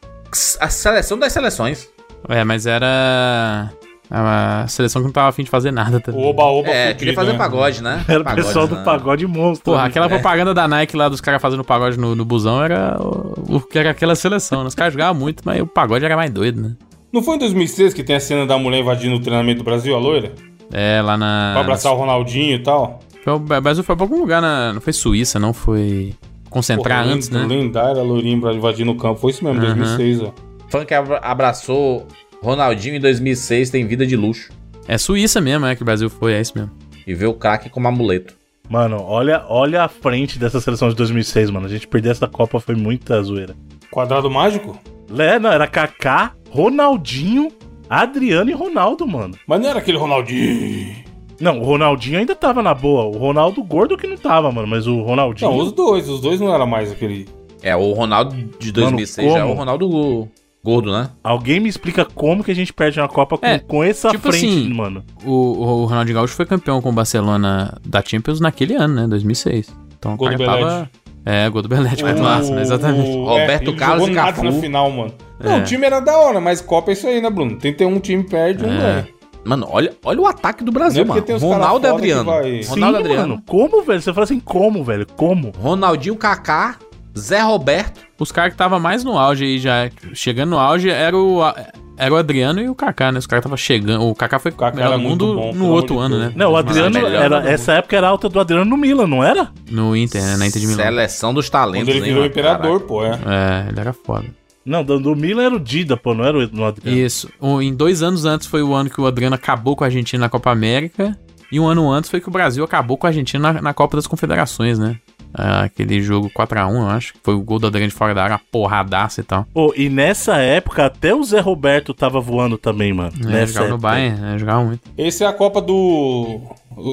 Speaker 1: a seleção das seleções.
Speaker 3: É, mas era. A seleção que não tava afim de fazer nada também.
Speaker 4: O oba-oba
Speaker 1: É,
Speaker 4: fudido,
Speaker 1: queria fazer
Speaker 4: né?
Speaker 1: pagode, né?
Speaker 2: Era o
Speaker 1: Pagode,
Speaker 2: pessoal
Speaker 1: né?
Speaker 2: do pagode monstro.
Speaker 3: Porra,
Speaker 2: né?
Speaker 4: é.
Speaker 3: aquela propaganda da Nike lá dos caras fazendo pagode no, no busão era o o que era aquela seleção. né? Os caras jogavam muito, mas o pagode era mais doido, né?
Speaker 4: Não foi em 2006 que tem a cena da mulher invadindo o treinamento do Brasil, a loira?
Speaker 1: Ah,
Speaker 3: É, lá na.
Speaker 4: Pra abraçar o Ronaldinho e tal.
Speaker 3: Foi, o Brasil foi pra algum lugar na. Não foi Suíça, não foi. Concentrar
Speaker 4: Porra,
Speaker 3: antes, né?
Speaker 4: lenda- Lendária loirinha pra invadir no campo. Foi isso mesmo,
Speaker 3: Aham.
Speaker 4: 2006, ó.
Speaker 1: Funk abra- abraçou Ronaldinho em 2006, tem vida de luxo.
Speaker 3: É Suíça mesmo, é que o Brasil foi, é isso mesmo.
Speaker 1: E vê o craque como amuleto.
Speaker 2: Mano, olha, olha a frente dessa seleção de 2006, mano. A gente perder essa Copa foi muita zoeira.
Speaker 4: Quadrado mágico?
Speaker 2: É, não, era Kaká, Ronaldinho, Adriano e Ronaldo, mano.
Speaker 4: Mas não era aquele Ronaldinho.
Speaker 2: Não, o Ronaldinho ainda tava na boa. O Ronaldo gordo que não tava, mano. Mas o Ronaldinho.
Speaker 4: Não, os dois. Os dois não era mais aquele.
Speaker 1: É, o Ronaldo de
Speaker 2: Mano,
Speaker 1: 2006 já é
Speaker 2: como?
Speaker 1: o Ronaldo go- gordo, né?
Speaker 2: Alguém me explica como que a gente perde uma Copa com,
Speaker 3: É,
Speaker 2: com essa
Speaker 3: tipo
Speaker 2: frente,
Speaker 3: assim,
Speaker 2: mano.
Speaker 3: O, o o Ronaldinho Gaúcho foi campeão com o Barcelona da Champions naquele ano, né? 2006. Então,
Speaker 4: Gol
Speaker 3: o
Speaker 4: do
Speaker 3: cara tava. É, gol do Belete contra o Arsenal, né? exatamente.
Speaker 4: o- é,
Speaker 1: Roberto
Speaker 4: ele não
Speaker 1: Carlos
Speaker 4: jogou
Speaker 1: e
Speaker 4: nada
Speaker 1: Cafu.
Speaker 4: na final, mano. Não,
Speaker 3: É.
Speaker 4: o time era da hora, mas Copa é isso aí, né, Bruno? Tem que ter um time perde, um
Speaker 3: É.
Speaker 4: ganha.
Speaker 1: Mano, olha, olha o ataque do Brasil,
Speaker 4: Não é porque tem
Speaker 1: mano.
Speaker 4: os cara
Speaker 1: Ronaldo e
Speaker 4: foda que
Speaker 1: Adriano.
Speaker 4: vai-
Speaker 1: Ronaldo e Adriano.
Speaker 2: Como, velho? Você fala assim, como, velho? Como?
Speaker 1: Ronaldinho Kaká, Zé Roberto.
Speaker 3: Os caras que tava mais no auge aí já, é, chegando no auge, era o, era o Adriano e o Kaká, né? Os caras tava chegando. O Kaká foi o
Speaker 4: Kaká
Speaker 3: melhor
Speaker 4: era
Speaker 3: do
Speaker 4: muito
Speaker 3: mundo
Speaker 4: bom, pelo
Speaker 3: no outro
Speaker 4: amor de
Speaker 3: ano,
Speaker 4: Deus.
Speaker 3: né?
Speaker 2: Não, o Adriano é
Speaker 1: melhor
Speaker 2: era.
Speaker 1: jogador.
Speaker 2: Essa época era a alta do Adriano no Milan, não era?
Speaker 3: No Inter, né? Na Inter de Milão.
Speaker 1: Seleção dos talentos.
Speaker 4: Quando ele
Speaker 1: hein,
Speaker 4: virou
Speaker 1: mano?
Speaker 4: imperador, pô, é.
Speaker 3: É, ele era foda.
Speaker 2: Não, do, do Milan era o Dida, pô, não era o no
Speaker 4: É.
Speaker 2: Adriano.
Speaker 3: Isso. Um- em dois anos antes foi o ano que o Adriano acabou com a Argentina na Copa América. E um ano antes foi que o Brasil acabou com a Argentina na, na Copa das Confederações, né? Ah, Aquele jogo 4x1, eu acho. que Foi o gol do Adriano de fora da área, uma porradaça e tal.
Speaker 2: Pô, e nessa época até o Zé Roberto tava voando também, mano.
Speaker 3: É,
Speaker 2: nessa
Speaker 3: jogava no
Speaker 2: época.
Speaker 3: Bayern, né? Jogava muito.
Speaker 4: Esse é a Copa do.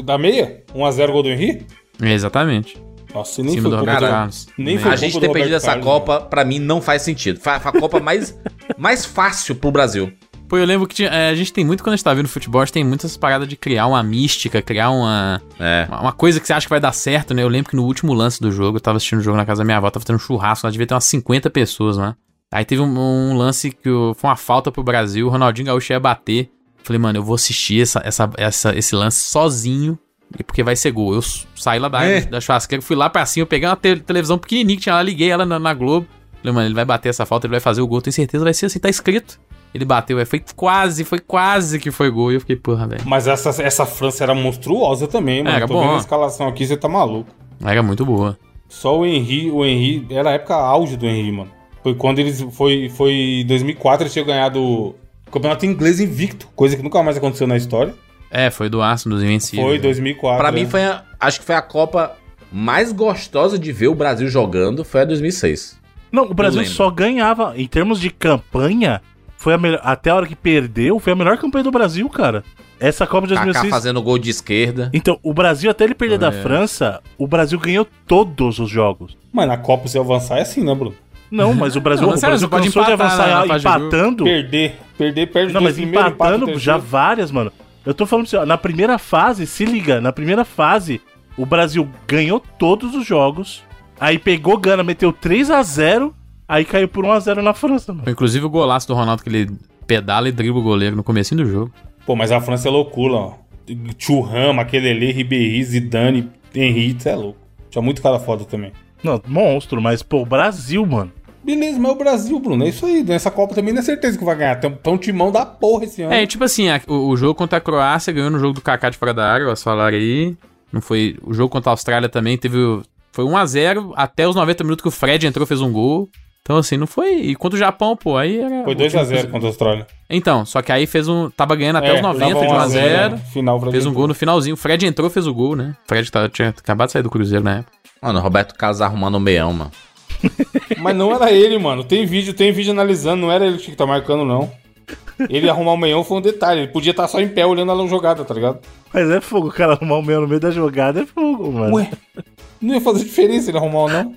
Speaker 4: da meia? 1x0 gol do Henry?
Speaker 3: É, exatamente.
Speaker 4: Nossa, e
Speaker 3: Em
Speaker 4: nem
Speaker 3: cima do
Speaker 4: foi culpa
Speaker 3: Roberto
Speaker 4: do-
Speaker 1: Caralho.
Speaker 3: Carlos.
Speaker 4: Nem
Speaker 3: Também.
Speaker 4: foi
Speaker 1: A gente
Speaker 4: culpa
Speaker 1: ter
Speaker 4: do
Speaker 1: perdido
Speaker 4: Roberto
Speaker 1: essa
Speaker 4: Carlos,
Speaker 1: Copa, pra mim, não faz sentido. Foi a Copa mais, mais fácil pro Brasil.
Speaker 3: Pô, eu lembro que tinha- é, a gente tem muito, quando a gente tá vendo futebol, a gente tem muitas paradas de criar uma mística, criar uma,
Speaker 1: É.
Speaker 3: uma- uma coisa que você acha que vai dar certo, né? Eu lembro que no último lance do jogo, eu tava assistindo o jogo na casa da minha avó, tava tendo um churrasco, lá devia ter umas 50 pessoas, né? Aí teve um, um lance que o- foi uma falta pro Brasil, o Ronaldinho Gaúcho ia bater. Falei, mano, eu vou assistir essa, essa, essa- esse lance sozinho, e porque vai ser gol. Eu s- saí lá da,
Speaker 1: É.
Speaker 3: da churrasqueira, fui lá pra cima, eu peguei uma te- televisão pequenininha que tinha lá, liguei ela na, na Globo. Falei, mano, ele vai bater essa falta, ele vai fazer o gol, tenho certeza, vai ser assim, tá escrito. Ele bateu, aí foi quase, foi quase que foi gol. E eu fiquei, porra, velho.
Speaker 4: Mas essa, essa França era monstruosa também, mano.
Speaker 3: Era
Speaker 4: Tô
Speaker 3: bom.
Speaker 4: vendo a escalação aqui, você tá maluco.
Speaker 3: Era muito boa.
Speaker 4: Só o Henry, o Henry, era a época auge do Henry, mano. Foi quando eles, foi, foi em 2004 eles tinham ganhado o campeonato inglês invicto, coisa que nunca mais aconteceu na história.
Speaker 3: É, foi do Arsenal dos Invencíveis.
Speaker 4: Foi
Speaker 3: né?
Speaker 4: 2004.
Speaker 1: Pra
Speaker 4: né?
Speaker 1: mim, foi a- acho que foi a Copa mais gostosa de ver o Brasil jogando. Foi a 2006.
Speaker 2: Não, o Brasil
Speaker 1: lembro.
Speaker 2: só ganhava, em termos de campanha, foi a melhor, até a hora que perdeu, foi a melhor campanha do Brasil, cara. Essa Copa
Speaker 3: Tá,
Speaker 2: de
Speaker 1: Kaká
Speaker 2: 2006.
Speaker 1: fazendo gol de esquerda.
Speaker 2: Então, o Brasil, até ele perder da
Speaker 3: É.
Speaker 2: França, o Brasil ganhou todos os jogos.
Speaker 4: Mano, a Copa se avançar é assim, né, Bruno?
Speaker 2: Não, mas o Brasil,
Speaker 3: Não,
Speaker 2: o
Speaker 3: mas sério,
Speaker 2: Brasil
Speaker 3: você pode
Speaker 2: cansou de
Speaker 3: empatar
Speaker 2: avançar
Speaker 3: na- na fase de
Speaker 2: empatando.
Speaker 4: Perder, perder, perde
Speaker 2: Não,
Speaker 4: dois
Speaker 2: mas
Speaker 4: primeiros, empata o
Speaker 2: empatando já
Speaker 3: um-
Speaker 4: terceiro.
Speaker 2: várias, mano. Eu tô falando assim, ó, na primeira fase, se liga, na primeira fase, o Brasil ganhou todos os jogos, aí pegou Gana, meteu 3 a 0 aí caiu por 1x0 na França, mano.
Speaker 3: Inclusive o golaço do Ronaldo que ele pedala e dribla o goleiro no comecinho do jogo.
Speaker 4: Pô, mas a França é loucura, ó. Churram, Maquelele, Ribéry, Zidane, Henry, cê é louco. Tinha muito cara foda também.
Speaker 2: Não, monstro, mas, pô, o Brasil, mano.
Speaker 4: Beleza, mas é o Brasil, Bruno, é isso aí. Nessa Copa também não é certeza que vai ganhar. Tem um, tem um timão da porra esse ano.
Speaker 3: É, e tipo assim, a- o, o jogo contra a Croácia ganhou no jogo do Kaká de fora da área, vocês falaram aí. Não foi, o jogo contra a Austrália também teve. o- Foi 1x0 até os 90 minutos que o Fred entrou fez um gol. Então, assim, não foi. E contra o Japão, pô, aí era.
Speaker 4: Foi 2x0 contra a Austrália.
Speaker 3: Então, só que aí fez um. Tava ganhando até
Speaker 4: É,
Speaker 3: os 90 de
Speaker 5: um
Speaker 4: tava
Speaker 3: 1x0.
Speaker 5: né?
Speaker 4: Final pra
Speaker 3: Fez um gol no finalzinho. O Fred entrou, fez o gol, né? O Fred tava- tinha acabado de sair do Cruzeiro né? na época.
Speaker 1: Mano, Roberto Carlos arrumando o meião, mano.
Speaker 4: Mas não era ele, mano. Tem vídeo, tem vídeo analisando. Não era ele que tinha que tá marcando, não. Ele arrumar o meião foi um detalhe. Ele podia estar só em pé olhando a jogada, tá ligado?
Speaker 2: Mas é fogo, o cara arrumar o meu no meio da jogada é fogo, mano.
Speaker 4: Ué, não ia fazer diferença ele arrumar ou não.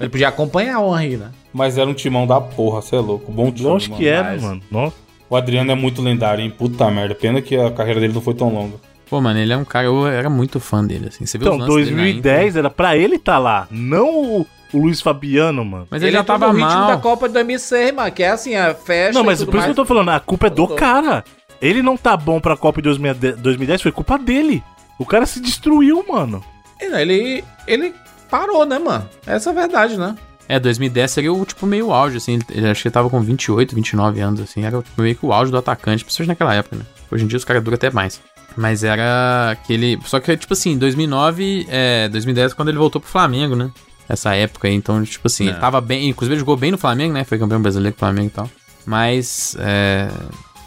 Speaker 1: Ele podia acompanhar o Henry, né?
Speaker 4: Mas era um timão da porra, você é louco. Bom time,
Speaker 2: Longe
Speaker 4: mano.
Speaker 2: que era,
Speaker 1: mas-
Speaker 2: mano. Nossa.
Speaker 4: O Adriano é muito lendário, hein? Puta merda. Pena que a carreira dele não foi tão longa.
Speaker 3: Pô, mano, ele é um cara. Eu era muito fã dele, assim. Você viu
Speaker 2: Então,
Speaker 3: os lances dele na Inter?
Speaker 2: 2010 era pra ele tá lá, não o, o Luiz Fabiano, mano.
Speaker 3: Mas ele, já
Speaker 1: entrou
Speaker 3: tava
Speaker 1: no ritmo
Speaker 3: mal.
Speaker 1: da Copa de 2006, mano, que é assim, a festa
Speaker 2: Não,
Speaker 1: e
Speaker 2: mas
Speaker 1: tudo
Speaker 2: por isso que eu
Speaker 1: mais.
Speaker 2: tô falando, a culpa é do
Speaker 1: Tô.
Speaker 2: cara. Ele não tá bom pra Copa de 2010, 2010 foi culpa dele. O cara se destruiu, mano.
Speaker 1: É, Ele, ele parou, né, mano? Essa é a verdade, né?
Speaker 3: É, 2010 seria o tipo meio auge, assim. Ele, ele- acho que ele tava com 28, 29 anos, assim. Era tipo, meio que o auge do atacante, principalmente naquela época, né? Hoje em dia os caras duram até mais. Mas era aquele. Só que, tipo assim, 2009, é, 2010 quando ele voltou pro Flamengo, né? Essa época aí, então, tipo assim,
Speaker 1: É.
Speaker 3: ele tava bem. Inclusive, ele jogou bem no Flamengo, né? Foi campeão brasileiro com o Flamengo e tal. Mas, é.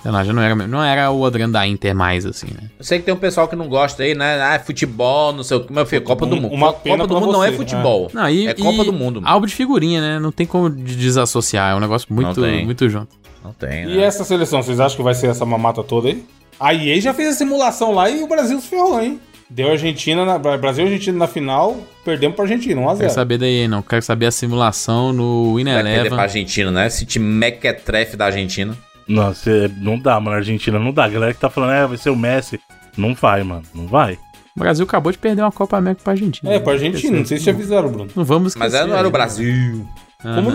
Speaker 3: Sei lá, já não era, não era o Adriano da Inter mais, assim, né?
Speaker 1: Eu sei que tem um pessoal que não gosta aí, né? Ah, futebol, não sei o que. Meu filho, Copa do
Speaker 5: Um-
Speaker 1: Mundo.
Speaker 5: uma pena
Speaker 1: Copa do
Speaker 5: pra
Speaker 1: Mundo não
Speaker 5: você,
Speaker 1: é
Speaker 5: né?
Speaker 1: futebol.
Speaker 3: Não, e,
Speaker 1: É Copa
Speaker 3: e
Speaker 1: do Mundo, mano.
Speaker 3: Álbum de figurinha, né? Não tem como de- desassociar. É um negócio muito,
Speaker 1: tem.
Speaker 3: muito junto.
Speaker 1: Não tem,
Speaker 3: É.
Speaker 1: né?
Speaker 5: E essa seleção, vocês acham que vai ser essa mamata toda aí? A EA já fez a simulação lá e o Brasil se ferrou, hein? Deu Argentina, na, Brasil e Argentina na final, perdemos pra Argentina,
Speaker 4: um
Speaker 3: Quero
Speaker 5: 1x0.
Speaker 3: saber daí, não. Quero saber a simulação no
Speaker 1: Vai perder pra
Speaker 3: Ineleva.
Speaker 1: Argentina, né? Esse time mequetrefe da Argentina.
Speaker 2: Nossa, é- não dá, mano. A Argentina não dá. A galera que tá falando, é, vai ser o Messi. Não vai, mano. Não vai.
Speaker 3: O Brasil acabou de perder uma Copa América pra Argentina.
Speaker 5: É, pra Argentina, não sei se te avisaram, Bruno.
Speaker 3: Não vamos
Speaker 1: Mas é
Speaker 3: esquecer
Speaker 1: ela não era
Speaker 3: aí.
Speaker 1: o Brasil.
Speaker 3: Ah,
Speaker 5: Como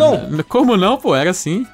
Speaker 3: Como não, pô? Era sim.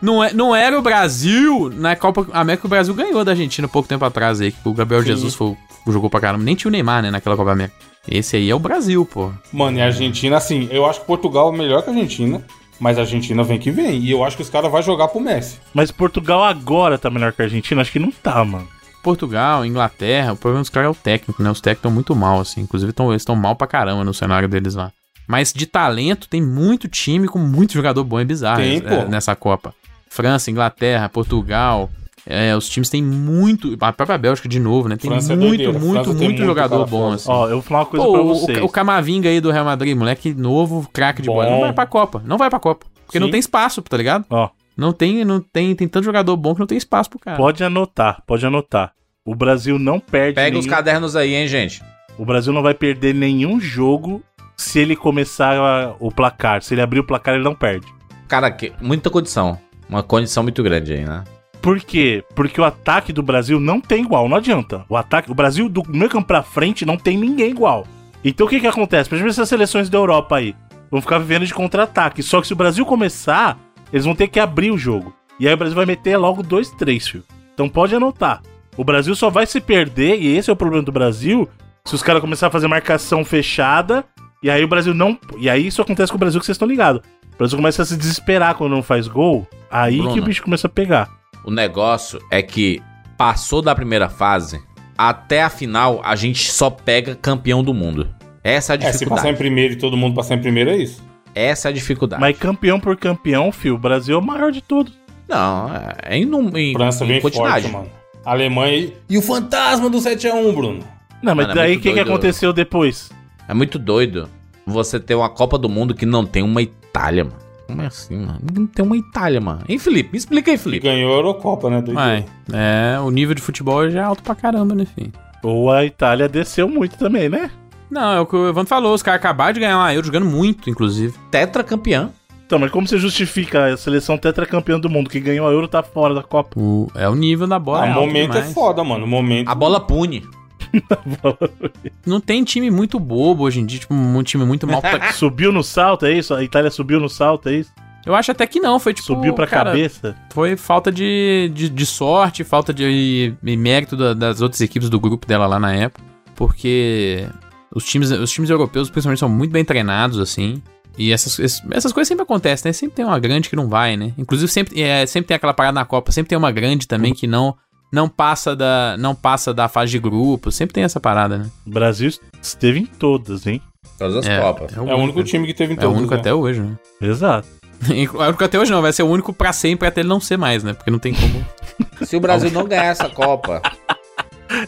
Speaker 3: Não, é, não era o Brasil na Copa América que o Brasil ganhou da Argentina pouco tempo atrás aí, que o Gabriel Jesus foi, jogou pra caramba. Nem tinha o Neymar, né, naquela Copa América. Esse aí é o Brasil, pô.
Speaker 5: Mano, e a Argentina, assim, eu acho que Portugal é melhor que a Argentina, mas a Argentina vem que vem. E eu acho que os caras vão jogar pro Messi.
Speaker 2: Mas Portugal agora tá melhor que a Argentina? Acho que não tá, mano.
Speaker 3: Portugal, Inglaterra, o problema dos caras é o técnico, né? Os técnicos estão muito mal, assim. Inclusive, tão, eles estão mal pra caramba no cenário deles lá. Mas de talento, tem muito time com muito jogador bom e bizarro
Speaker 5: Tem,
Speaker 3: é,
Speaker 5: pô.
Speaker 3: nessa Copa. França, Inglaterra, Portugal. é, os times têm muito. A própria Bélgica, de novo, né? Tem
Speaker 5: França é
Speaker 3: muito,
Speaker 5: doideira.
Speaker 3: muito,
Speaker 5: França tem
Speaker 3: muito,
Speaker 5: muito
Speaker 3: jogador
Speaker 5: cara
Speaker 3: bom,
Speaker 5: foda.
Speaker 3: assim.
Speaker 2: Ó, eu vou falar uma coisa
Speaker 3: Pô,
Speaker 2: pra
Speaker 3: o-
Speaker 2: vocês.
Speaker 3: o, Camavinga aí do Real Madrid, moleque novo, craque de bola. Não vai pra Copa. Não vai pra Copa. Porque não
Speaker 2: Sim.
Speaker 3: tem espaço, tá ligado?
Speaker 2: Ó.
Speaker 3: Não tem, não tem. Tem tanto jogador bom que não tem espaço pro cara.
Speaker 2: Pode anotar, pode anotar. O Brasil não perde.
Speaker 1: Pega os
Speaker 2: nenhum...
Speaker 1: cadernos aí, hein, gente.
Speaker 2: O Brasil não vai perder nenhum jogo se ele começar a- o placar. Se ele abrir o placar, ele não perde.
Speaker 1: Cara, que- muita condição. Uma condição muito grande aí, né?
Speaker 2: Por quê? Porque o ataque do Brasil não tem igual, não adianta. O ataque, o Brasil do meio campo pra frente não tem ninguém igual. Então o que que acontece? Por exemplo, essas seleções da Europa aí vão ficar vivendo de contra-ataque. Só que se o Brasil começar, eles vão ter que abrir o jogo. E aí o Brasil vai meter logo 2, 3, filho. Então pode anotar. O Brasil só vai se perder, e esse é o problema do Brasil, se os caras começarem a fazer marcação fechada, e aí o Brasil não. E aí isso acontece com o Brasil que vocês estão ligados. O Brasil começa a se desesperar quando não faz gol, aí que o
Speaker 1: Bruno.
Speaker 2: bicho começa a pegar.
Speaker 1: O negócio é que passou da primeira fase, até a final a gente só pega campeão do mundo. Essa é a
Speaker 5: É, se passar
Speaker 1: dificuldade.
Speaker 5: em primeiro e todo mundo passar em primeiro, é isso.
Speaker 1: Essa é a dificuldade.
Speaker 2: Mas campeão por campeão, fio, o Brasil é o maior de todos.
Speaker 1: Não, é- é em, num- em,
Speaker 5: França
Speaker 1: em
Speaker 5: vem
Speaker 1: quantidade.
Speaker 5: forte, mano. Alemanha e... E o fantasma do 7x1, Bruno?
Speaker 2: Não, mas
Speaker 1: Mano, é
Speaker 2: daí o
Speaker 1: muito
Speaker 2: que, que
Speaker 1: doido.
Speaker 2: aconteceu depois?
Speaker 1: É muito doido você ter uma Copa do Mundo que não tem uma Itália, mano. Como é assim, mano? Não tem uma Itália, mano. Hein, Felipe? Me explica aí, Felipe.
Speaker 5: Ganhou a Eurocopa, né? doido?
Speaker 3: Ué, é, o nível de futebol já é alto pra caramba, né, filho?
Speaker 2: Ou a Itália desceu muito também, né?
Speaker 3: Não, é o que o Evandro falou, os caras acabaram de ganhar uma Euro jogando muito, inclusive.
Speaker 1: Tetra campeão.
Speaker 2: Então, mas como você justifica a seleção tetracampeã do mundo que ganhou a Euro tá fora da Copa?
Speaker 3: O, é o nível da bola.
Speaker 5: Ah,
Speaker 3: é
Speaker 5: o
Speaker 3: alto
Speaker 5: momento é
Speaker 3: demais.
Speaker 5: foda, mano. O momento.
Speaker 1: A bola pune.
Speaker 3: Não tem time muito bobo hoje em dia, tipo, um time muito mal. pra-
Speaker 2: Subiu no salto, é isso? A Itália subiu no salto, é isso?
Speaker 3: Eu acho até que não, foi tipo.
Speaker 2: subiu pra
Speaker 3: cara,
Speaker 2: cabeça?
Speaker 3: Foi falta de, de, de sorte, falta de, de mérito da- das outras equipes do grupo dela lá na época. Porque os times, os times europeus, principalmente, são muito bem treinados, assim. E essas, es- essas coisas sempre acontecem, né? Sempre tem uma grande que não vai, né? Inclusive, sempre, é, sempre tem aquela parada na Copa, sempre tem uma grande também que não não passa da não passa da fase de grupo, sempre tem essa parada, né?
Speaker 2: O Brasil esteve em todas, hein?
Speaker 1: Todas as
Speaker 3: É,
Speaker 1: Copas.
Speaker 5: É o único time que teve em
Speaker 3: É o
Speaker 5: todos,
Speaker 3: único
Speaker 5: né?
Speaker 3: até hoje, né?
Speaker 2: Exato.
Speaker 3: É o único até hoje não, vai ser o único pra sempre até ele não ser mais, né? Porque não tem como.
Speaker 1: Se o Brasil não ganhar essa Copa,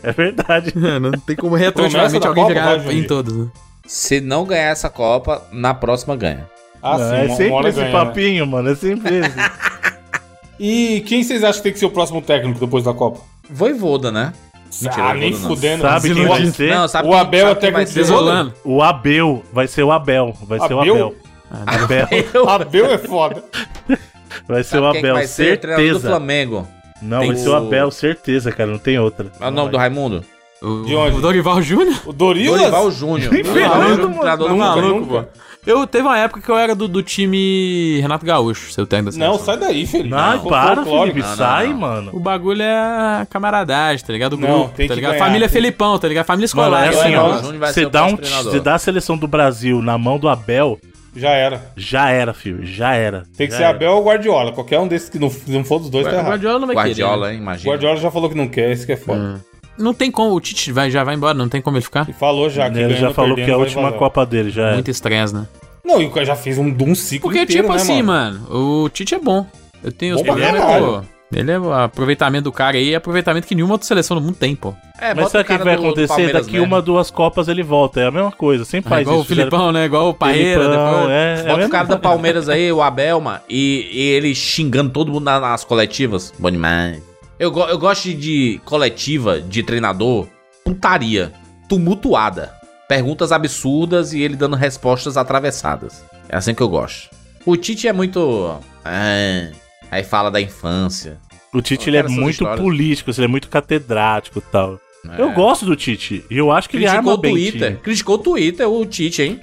Speaker 2: É verdade.
Speaker 3: não tem como
Speaker 5: retroativamente
Speaker 3: retroativamente
Speaker 5: da
Speaker 3: alguém
Speaker 5: alguém Copa, virar
Speaker 3: virar
Speaker 5: vai, Jorge.
Speaker 3: em
Speaker 5: em
Speaker 3: todos, né?
Speaker 1: se não ganhar essa Copa, na próxima ganha.
Speaker 5: Ah,
Speaker 2: Não,
Speaker 5: sim,
Speaker 2: é
Speaker 5: uma- uma
Speaker 2: sempre
Speaker 5: hora
Speaker 2: esse
Speaker 5: ganha, né?
Speaker 2: papinho, mano. É sempre esse.
Speaker 5: E quem vocês acham que tem que ser o próximo técnico depois da Copa?
Speaker 1: Voivoda, né?
Speaker 5: ah,
Speaker 1: Voivoda
Speaker 5: nem
Speaker 1: não.
Speaker 5: fudendo. é
Speaker 2: Sabe quem vai
Speaker 5: O-
Speaker 2: ser?
Speaker 1: Não, sabe
Speaker 5: O
Speaker 1: quem-
Speaker 5: Abel
Speaker 1: sabe
Speaker 5: até
Speaker 1: quem vai
Speaker 5: que
Speaker 1: ser?
Speaker 3: Desolando.
Speaker 2: O Abel. Vai ser o Abel. Vai ser o
Speaker 5: Abel?
Speaker 2: Abel.
Speaker 1: Ah,
Speaker 2: Abel.
Speaker 5: Abel é foda.
Speaker 2: Vai ser o
Speaker 1: Sabe quem que
Speaker 2: Abel,
Speaker 1: vai ser o treinador do
Speaker 2: certeza.
Speaker 1: Flamengo?
Speaker 2: Não,
Speaker 1: Tem
Speaker 2: vai ser o
Speaker 1: o-
Speaker 2: Abel, certeza, cara, não tem outra.
Speaker 1: É o nome do Raimundo?
Speaker 3: O,
Speaker 5: De onde?
Speaker 3: o Dorival Júnior?
Speaker 5: O Dorival?
Speaker 1: Dorival Júnior.
Speaker 2: Fernando,
Speaker 1: Dorival Júnior,
Speaker 2: mano.
Speaker 1: treinador do
Speaker 4: Tá
Speaker 5: Nunca,
Speaker 1: Flamengo.
Speaker 3: Tá
Speaker 5: nunca.
Speaker 3: Eu teve uma época que eu era do, do time Renato Gaúcho, seu técnico da
Speaker 4: Não,
Speaker 3: seleção.
Speaker 4: sai daí, Felipe.
Speaker 2: Ai,
Speaker 4: Sou
Speaker 2: para,
Speaker 4: folclórico.
Speaker 2: Felipe,
Speaker 1: Não, não,
Speaker 2: sai,
Speaker 1: não.
Speaker 2: mano.
Speaker 3: O bagulho é camaradagem, tá ligado? O
Speaker 4: Não,
Speaker 3: grupo,
Speaker 4: tem
Speaker 3: tá
Speaker 4: que
Speaker 3: ligado?
Speaker 4: ganhar,
Speaker 3: Família
Speaker 4: tem-
Speaker 3: Felipão, tá ligado? Família
Speaker 2: Mano,
Speaker 3: escolar.
Speaker 2: é
Speaker 3: tá
Speaker 2: assim,
Speaker 3: ligado?
Speaker 1: Leonel
Speaker 2: ó.
Speaker 1: Júnior vai
Speaker 2: Você
Speaker 1: ser o
Speaker 2: dá, um,
Speaker 1: próximo treinador.
Speaker 2: você dá a seleção do Brasil na mão do Abel,
Speaker 4: Já era.
Speaker 2: já era, filho. Já era.
Speaker 4: Tem que
Speaker 2: já
Speaker 4: ser
Speaker 2: era.
Speaker 4: Abel ou Guardiola. Qualquer um desses que não, se não for dos dois, tá
Speaker 3: O
Speaker 4: errado.
Speaker 3: Guardiola não vai querer. né?
Speaker 1: Guardiola, hein? Imagina.
Speaker 4: Guardiola já falou que não quer, isso que é
Speaker 2: Hum.
Speaker 4: foda.
Speaker 3: Não tem como, o Tite vai, já vai embora, não tem como ele ficar.
Speaker 4: E falou já que
Speaker 2: Ele já
Speaker 4: ganhando,
Speaker 2: falou
Speaker 4: perdendo,
Speaker 2: que é a
Speaker 4: vai
Speaker 2: última
Speaker 4: vazar.
Speaker 2: Copa dele,
Speaker 4: É.
Speaker 2: já era.
Speaker 3: Muito estresse, né?
Speaker 4: Não, e o cara já fez um, um ciclo
Speaker 3: Porque,
Speaker 4: inteiro,
Speaker 3: tipo
Speaker 4: né,
Speaker 3: assim,
Speaker 4: mano?
Speaker 3: mano? o Tite é bom. Eu tenho os
Speaker 4: Bom pra
Speaker 3: programas,
Speaker 4: caralho.
Speaker 3: pô. Ele é o aproveitamento do cara aí, é aproveitamento que nenhuma outra seleção do mundo tem, pô.
Speaker 1: É,
Speaker 2: Mas
Speaker 1: bota
Speaker 2: sabe
Speaker 1: o
Speaker 2: o que
Speaker 1: cara
Speaker 2: vai
Speaker 1: do- do
Speaker 2: acontecer?
Speaker 1: Palmeiras né?
Speaker 2: Daqui
Speaker 1: mesmo.
Speaker 2: uma, duas Copas ele volta. É a mesma coisa. Sempre
Speaker 3: É
Speaker 2: faz
Speaker 3: igual
Speaker 2: isso.
Speaker 3: o Filipão, né? Igual o Parreira.
Speaker 2: Filipão,
Speaker 3: depois- Tá
Speaker 2: é, é a
Speaker 1: né? Bota o
Speaker 2: mesma
Speaker 1: cara da
Speaker 2: coisa.
Speaker 1: Palmeiras aí, o Abel, mano, e, e ele xingando todo mundo na- nas coletivas. Bom demais. Eu, go- eu gosto de coletiva de treinador, putaria, tumultuada. Perguntas absurdas e ele dando respostas atravessadas. É assim que eu gosto. O Tite é muito. "Ah", aí fala da infância.
Speaker 2: O Tite
Speaker 1: Eu
Speaker 2: ele é
Speaker 1: quero essas
Speaker 2: muito
Speaker 1: histórias.
Speaker 2: político, ele é muito catedrático e tal.
Speaker 1: É.
Speaker 2: Eu gosto do Tite. E eu acho que ele
Speaker 1: Criticou
Speaker 2: arma
Speaker 1: o
Speaker 2: bem.
Speaker 1: Twitter.
Speaker 2: time.
Speaker 1: Criticou o Twitter, o Tite, hein?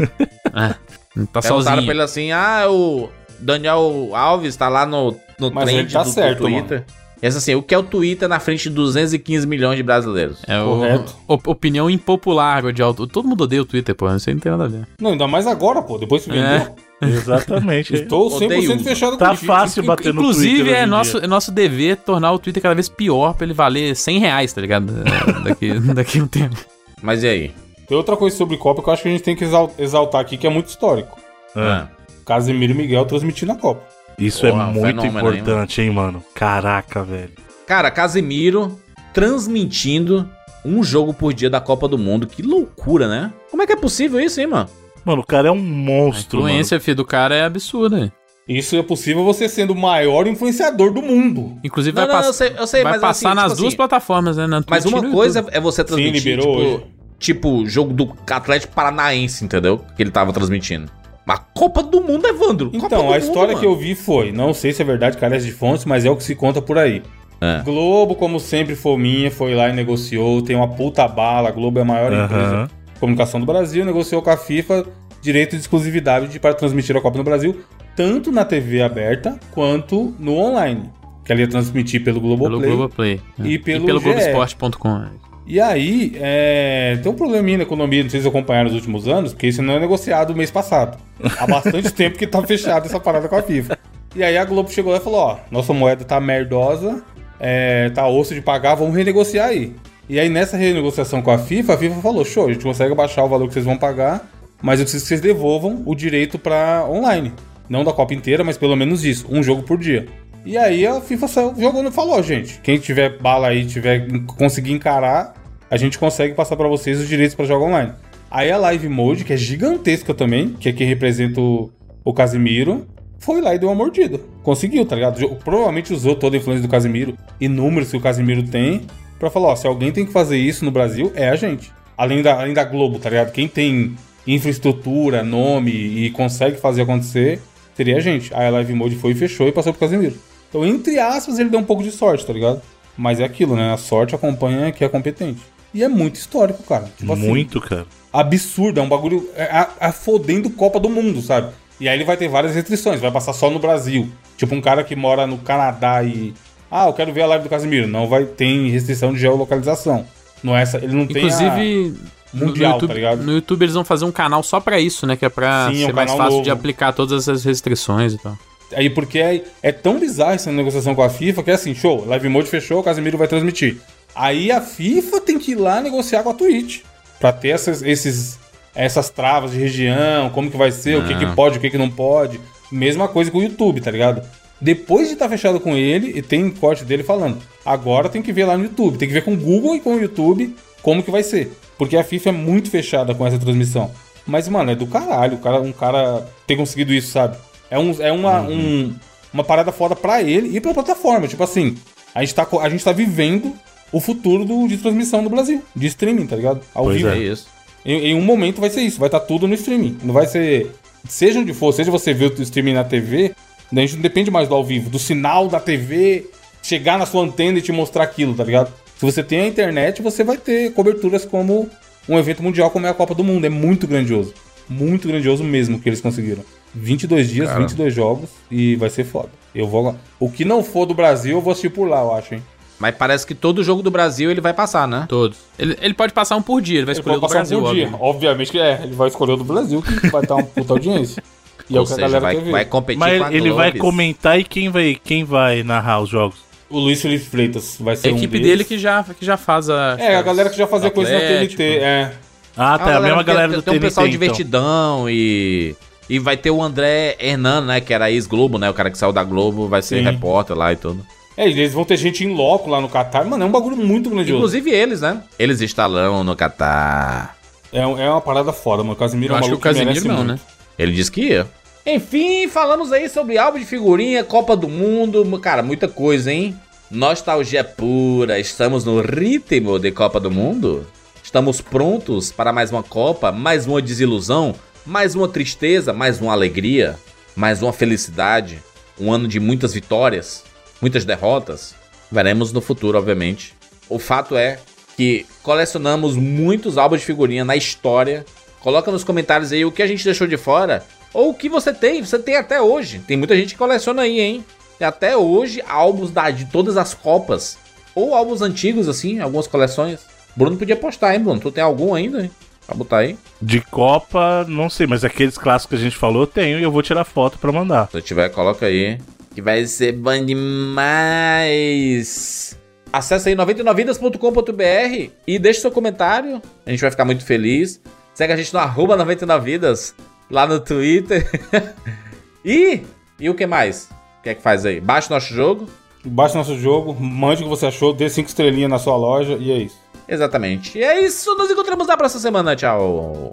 Speaker 3: Não
Speaker 1: Perguntaram pra
Speaker 3: tá sozinho.
Speaker 1: ele assim: ah, o Daniel Alves tá lá no, no
Speaker 4: Mas
Speaker 1: trend
Speaker 4: ele tá
Speaker 1: do, do
Speaker 4: certo,
Speaker 1: Twitter. Essa assim, o que é o Twitter na frente de 215 milhões de brasileiros?
Speaker 3: É o,
Speaker 4: Correto.
Speaker 3: op- opinião impopular, de alto. Todo mundo odeia o Twitter, pô. Isso aí não tem nada a
Speaker 2: Tá
Speaker 3: ver.
Speaker 4: Não, ainda mais agora, pô. Depois se
Speaker 3: É.
Speaker 4: vendeu.
Speaker 2: Exatamente.
Speaker 4: Estou
Speaker 1: Odeio
Speaker 4: 100%
Speaker 1: uso.
Speaker 4: fechado
Speaker 2: tá
Speaker 4: com
Speaker 2: fácil bater no Twitter.
Speaker 3: Inclusive,
Speaker 2: hoje em
Speaker 3: é
Speaker 2: dia.
Speaker 3: nosso, é nosso dever tornar o Twitter cada vez pior pra ele valer 100 reais, tá ligado? É, Daqui, daqui a um tempo.
Speaker 1: Mas e aí?
Speaker 4: Tem outra coisa sobre Copa que eu acho que a gente tem que exal- exaltar aqui, que é muito histórico.
Speaker 3: É.
Speaker 2: Ah,
Speaker 4: Casemiro e Miguel transmitindo a Copa.
Speaker 2: Isso
Speaker 1: Porra,
Speaker 2: é
Speaker 1: um
Speaker 2: muito
Speaker 1: fenômeno, hein,
Speaker 2: importante, hein, mano? Caraca, velho.
Speaker 1: Cara, Casemiro transmitindo um jogo por dia da Copa do Mundo. Que loucura, né? Como é que é possível isso, hein, mano?
Speaker 2: Mano, o cara é um
Speaker 3: A
Speaker 2: monstro, mano.
Speaker 3: influência, filho, do cara é absurda. né?
Speaker 4: Isso é possível você sendo o maior influenciador do mundo.
Speaker 3: Inclusive,
Speaker 1: Não,
Speaker 3: vai,
Speaker 1: não,
Speaker 3: pass-
Speaker 1: eu sei, eu sei,
Speaker 3: vai
Speaker 1: mas
Speaker 3: passar
Speaker 1: assim,
Speaker 3: nas
Speaker 1: tipo
Speaker 3: duas
Speaker 1: assim,
Speaker 3: plataformas, né? Na
Speaker 1: Mas
Speaker 3: Twitch e
Speaker 1: uma
Speaker 3: no
Speaker 1: coisa
Speaker 3: YouTube.
Speaker 1: é você transmitir,
Speaker 4: liberou
Speaker 1: tipo, tipo, jogo do Atlético Paranaense, entendeu? Que ele tava transmitindo. Mas Copa do Mundo, Evandro. Copa do
Speaker 4: Então,
Speaker 1: Mundo,
Speaker 4: a história que
Speaker 1: mano.
Speaker 4: eu vi foi, não sei se é verdade, carece de fontes, mas é o que se conta por aí.
Speaker 1: É.
Speaker 4: Globo, como sempre, fominha, foi lá e negociou, tem uma puta bala, a Globo é a maior empresa
Speaker 2: Aham.
Speaker 4: de comunicação do Brasil, negociou com a FIFA direito de exclusividade de- para transmitir a Copa no Brasil, tanto na TV aberta quanto no online, que ela ia transmitir pelo
Speaker 3: Pelo
Speaker 4: Globoplay.
Speaker 3: Globoplay. é.
Speaker 4: E pelo GE.
Speaker 3: Globoesporte.com.
Speaker 4: E aí, é, tem um probleminha na economia, não sei se vocês acompanharam nos últimos anos, porque isso não é negociado mês passado. Há bastante tempo que tá fechado essa parada com a FIFA. E aí a Globo chegou lá e falou, ó, nossa moeda tá merdosa, é, tá osso de pagar, vamos renegociar aí. E aí nessa renegociação com a FIFA, a FIFA falou, show, a gente consegue baixar o valor que vocês vão pagar, mas eu preciso que vocês devolvam o direito pra online. Não da Copa inteira, mas pelo menos isso, um jogo por dia. E aí a FIFA saiu jogando e falou, gente, quem tiver bala aí, tiver conseguir encarar, a gente consegue passar pra vocês os direitos pra jogar online. Aí a Live Mode, que é gigantesca também, que é quem representa o, o Casimiro, foi lá e deu uma mordida. Conseguiu, tá ligado? Jo- Provavelmente usou toda a influência do Casimiro e números que o Casimiro tem pra falar, ó, se alguém tem que fazer isso no Brasil, é a gente. Além da, além da Globo, tá ligado? Quem tem infraestrutura, nome e consegue fazer acontecer, seria a gente. Aí a Live Mode foi e fechou e passou pro Casimiro. Então, entre aspas, ele deu um pouco de sorte, tá ligado? Mas é aquilo, né? A sorte acompanha quem é competente. E é muito histórico, cara. Tipo assim,
Speaker 2: Muito, cara.
Speaker 4: absurdo, é um bagulho é, a, a fodendo Copa do Mundo, sabe? E aí ele vai ter várias restrições, vai passar só no Brasil. Tipo um cara que mora no Canadá e ah, eu quero ver a live do Casimiro, não vai tem restrição de geolocalização. Não é essa, ele não tem
Speaker 3: Inclusive,
Speaker 4: a
Speaker 3: no-
Speaker 4: mundial,
Speaker 3: no, YouTube,
Speaker 4: tá ligado?
Speaker 3: no YouTube eles vão fazer um canal só pra isso, né? Que é pra
Speaker 4: Sim, é um
Speaker 3: ser mais
Speaker 4: canal
Speaker 3: fácil
Speaker 4: novo.
Speaker 3: de aplicar todas essas restrições e tal.
Speaker 4: Aí porque é, é tão bizarra essa negociação com a FIFA que é assim, show, live mode fechou, o Casemiro vai transmitir. Aí a FIFA tem que ir lá negociar com a Twitch Pra ter essas, esses, essas travas de região, como que vai ser, o que, que pode, o que, que não pode. Mesma coisa com o YouTube, tá ligado? Depois de estar fechado com ele, e tem um corte dele falando, agora tem que ver lá no YouTube, tem que ver com o Google e com o YouTube como que vai ser. Porque a FIFA é muito fechada com essa transmissão. Mas, mano, é do caralho, o cara, um cara ter conseguido isso, sabe? É, um, é uma, um- uma parada foda pra ele e pra plataforma. Tipo assim, a gente tá, co- a gente tá vivendo o futuro do, de transmissão do Brasil, de streaming, tá ligado? Ao
Speaker 2: Pois
Speaker 4: vivo.
Speaker 1: É isso.
Speaker 4: Em, em um momento vai ser isso, vai estar tudo no streaming. Não vai ser. Seja onde for, seja você ver o streaming na TV, a gente não depende mais do ao vivo, do sinal da TV chegar na sua antena e te mostrar aquilo, tá ligado? Se você tem a internet, você vai ter coberturas como um evento mundial como é a Copa do Mundo. É muito grandioso. muito grandioso mesmo que eles conseguiram. 22 dias,
Speaker 1: Cara.
Speaker 4: 22 jogos e vai ser foda. Eu vou lá. O que não for do Brasil, eu vou assistir por lá, eu acho, hein?
Speaker 1: Mas parece que todo jogo do Brasil ele vai passar, né?
Speaker 3: Todos. Ele, ele pode passar um por dia, ele vai
Speaker 4: Ele
Speaker 3: escolher
Speaker 4: pode
Speaker 3: o do
Speaker 4: passar
Speaker 3: Brasil,
Speaker 4: um por
Speaker 3: óbvio.
Speaker 4: dia. Obviamente que é, ele vai escolher o do Brasil, que vai dar uma puta audiência. E é
Speaker 1: Ou
Speaker 4: o que a
Speaker 1: seja,
Speaker 4: galera
Speaker 1: vai,
Speaker 4: quer ver.
Speaker 1: vai competir com
Speaker 2: Mas
Speaker 1: a
Speaker 2: ele vai
Speaker 1: Globes.
Speaker 2: comentar e quem vai, quem vai narrar os jogos?
Speaker 4: O Luiz Felipe Freitas vai
Speaker 3: É
Speaker 4: ser
Speaker 3: a
Speaker 4: um
Speaker 3: equipe
Speaker 4: deles.
Speaker 3: dele que já, que já faz a.
Speaker 4: É, a galera que já fazia coisa na
Speaker 3: Atlético.
Speaker 4: TNT, é.
Speaker 2: Ah, tá.
Speaker 1: uma
Speaker 2: a mesma
Speaker 1: que
Speaker 2: galera
Speaker 1: tem,
Speaker 2: do
Speaker 1: tem um
Speaker 2: TNT,
Speaker 1: pessoal
Speaker 2: então.
Speaker 1: divertidão e. E vai ter o André Hernan, né? Que era ex-Globo, né? O cara que saiu da Globo, vai ser
Speaker 4: Sim.
Speaker 1: repórter lá e tudo.
Speaker 4: É, e eles vão ter gente em loco lá no Catar. Mano, é um bagulho muito grandioso.
Speaker 1: Inclusive eles, né? Eles estalão no Catar.
Speaker 4: É, um- é uma parada foda, mano. O Casimiro
Speaker 3: Eu
Speaker 4: é um
Speaker 3: acho que o
Speaker 4: maluco que,
Speaker 3: Casemiro
Speaker 4: merece
Speaker 3: não,
Speaker 4: muito.
Speaker 3: né?
Speaker 1: Ele disse que ia. Enfim, falamos aí sobre álbum de figurinha, Copa do Mundo, mu- cara, muita coisa, hein? Nostalgia pura, estamos no ritmo de Copa do Mundo? Estamos prontos para mais uma Copa, mais uma desilusão, mais uma tristeza, mais uma alegria, mais uma felicidade? Um ano de muitas vitórias, muitas derrotas? Veremos no futuro, obviamente. O fato é que colecionamos muitos álbuns de figurinha na história Coloca nos comentários aí o que a gente deixou de fora ou o que você tem, você tem até hoje. Tem muita gente que coleciona aí, hein? Tem até hoje álbuns da, de todas as copas ou álbuns antigos assim, algumas coleções. Bruno podia postar, hein, Bruno? Tu tem algum ainda, hein? Pra botar aí.
Speaker 2: De Copa, não sei, mas aqueles clássicos que a gente falou, eu tenho e eu vou tirar foto pra mandar.
Speaker 1: Se tiver, coloca aí. Que vai ser bom demais. Acesse aí 99vidas.com.br e deixe seu comentário. A gente vai ficar muito feliz. Segue a gente no arroba 99vidas lá no Twitter. e, e o que mais? O que é que faz aí? Baixa o nosso jogo?
Speaker 4: Baixe nosso jogo, mande o que você achou, dê cinco estrelinhas na sua loja e é isso.
Speaker 1: Exatamente. E é isso. Nos encontramos na próxima semana. Tchau.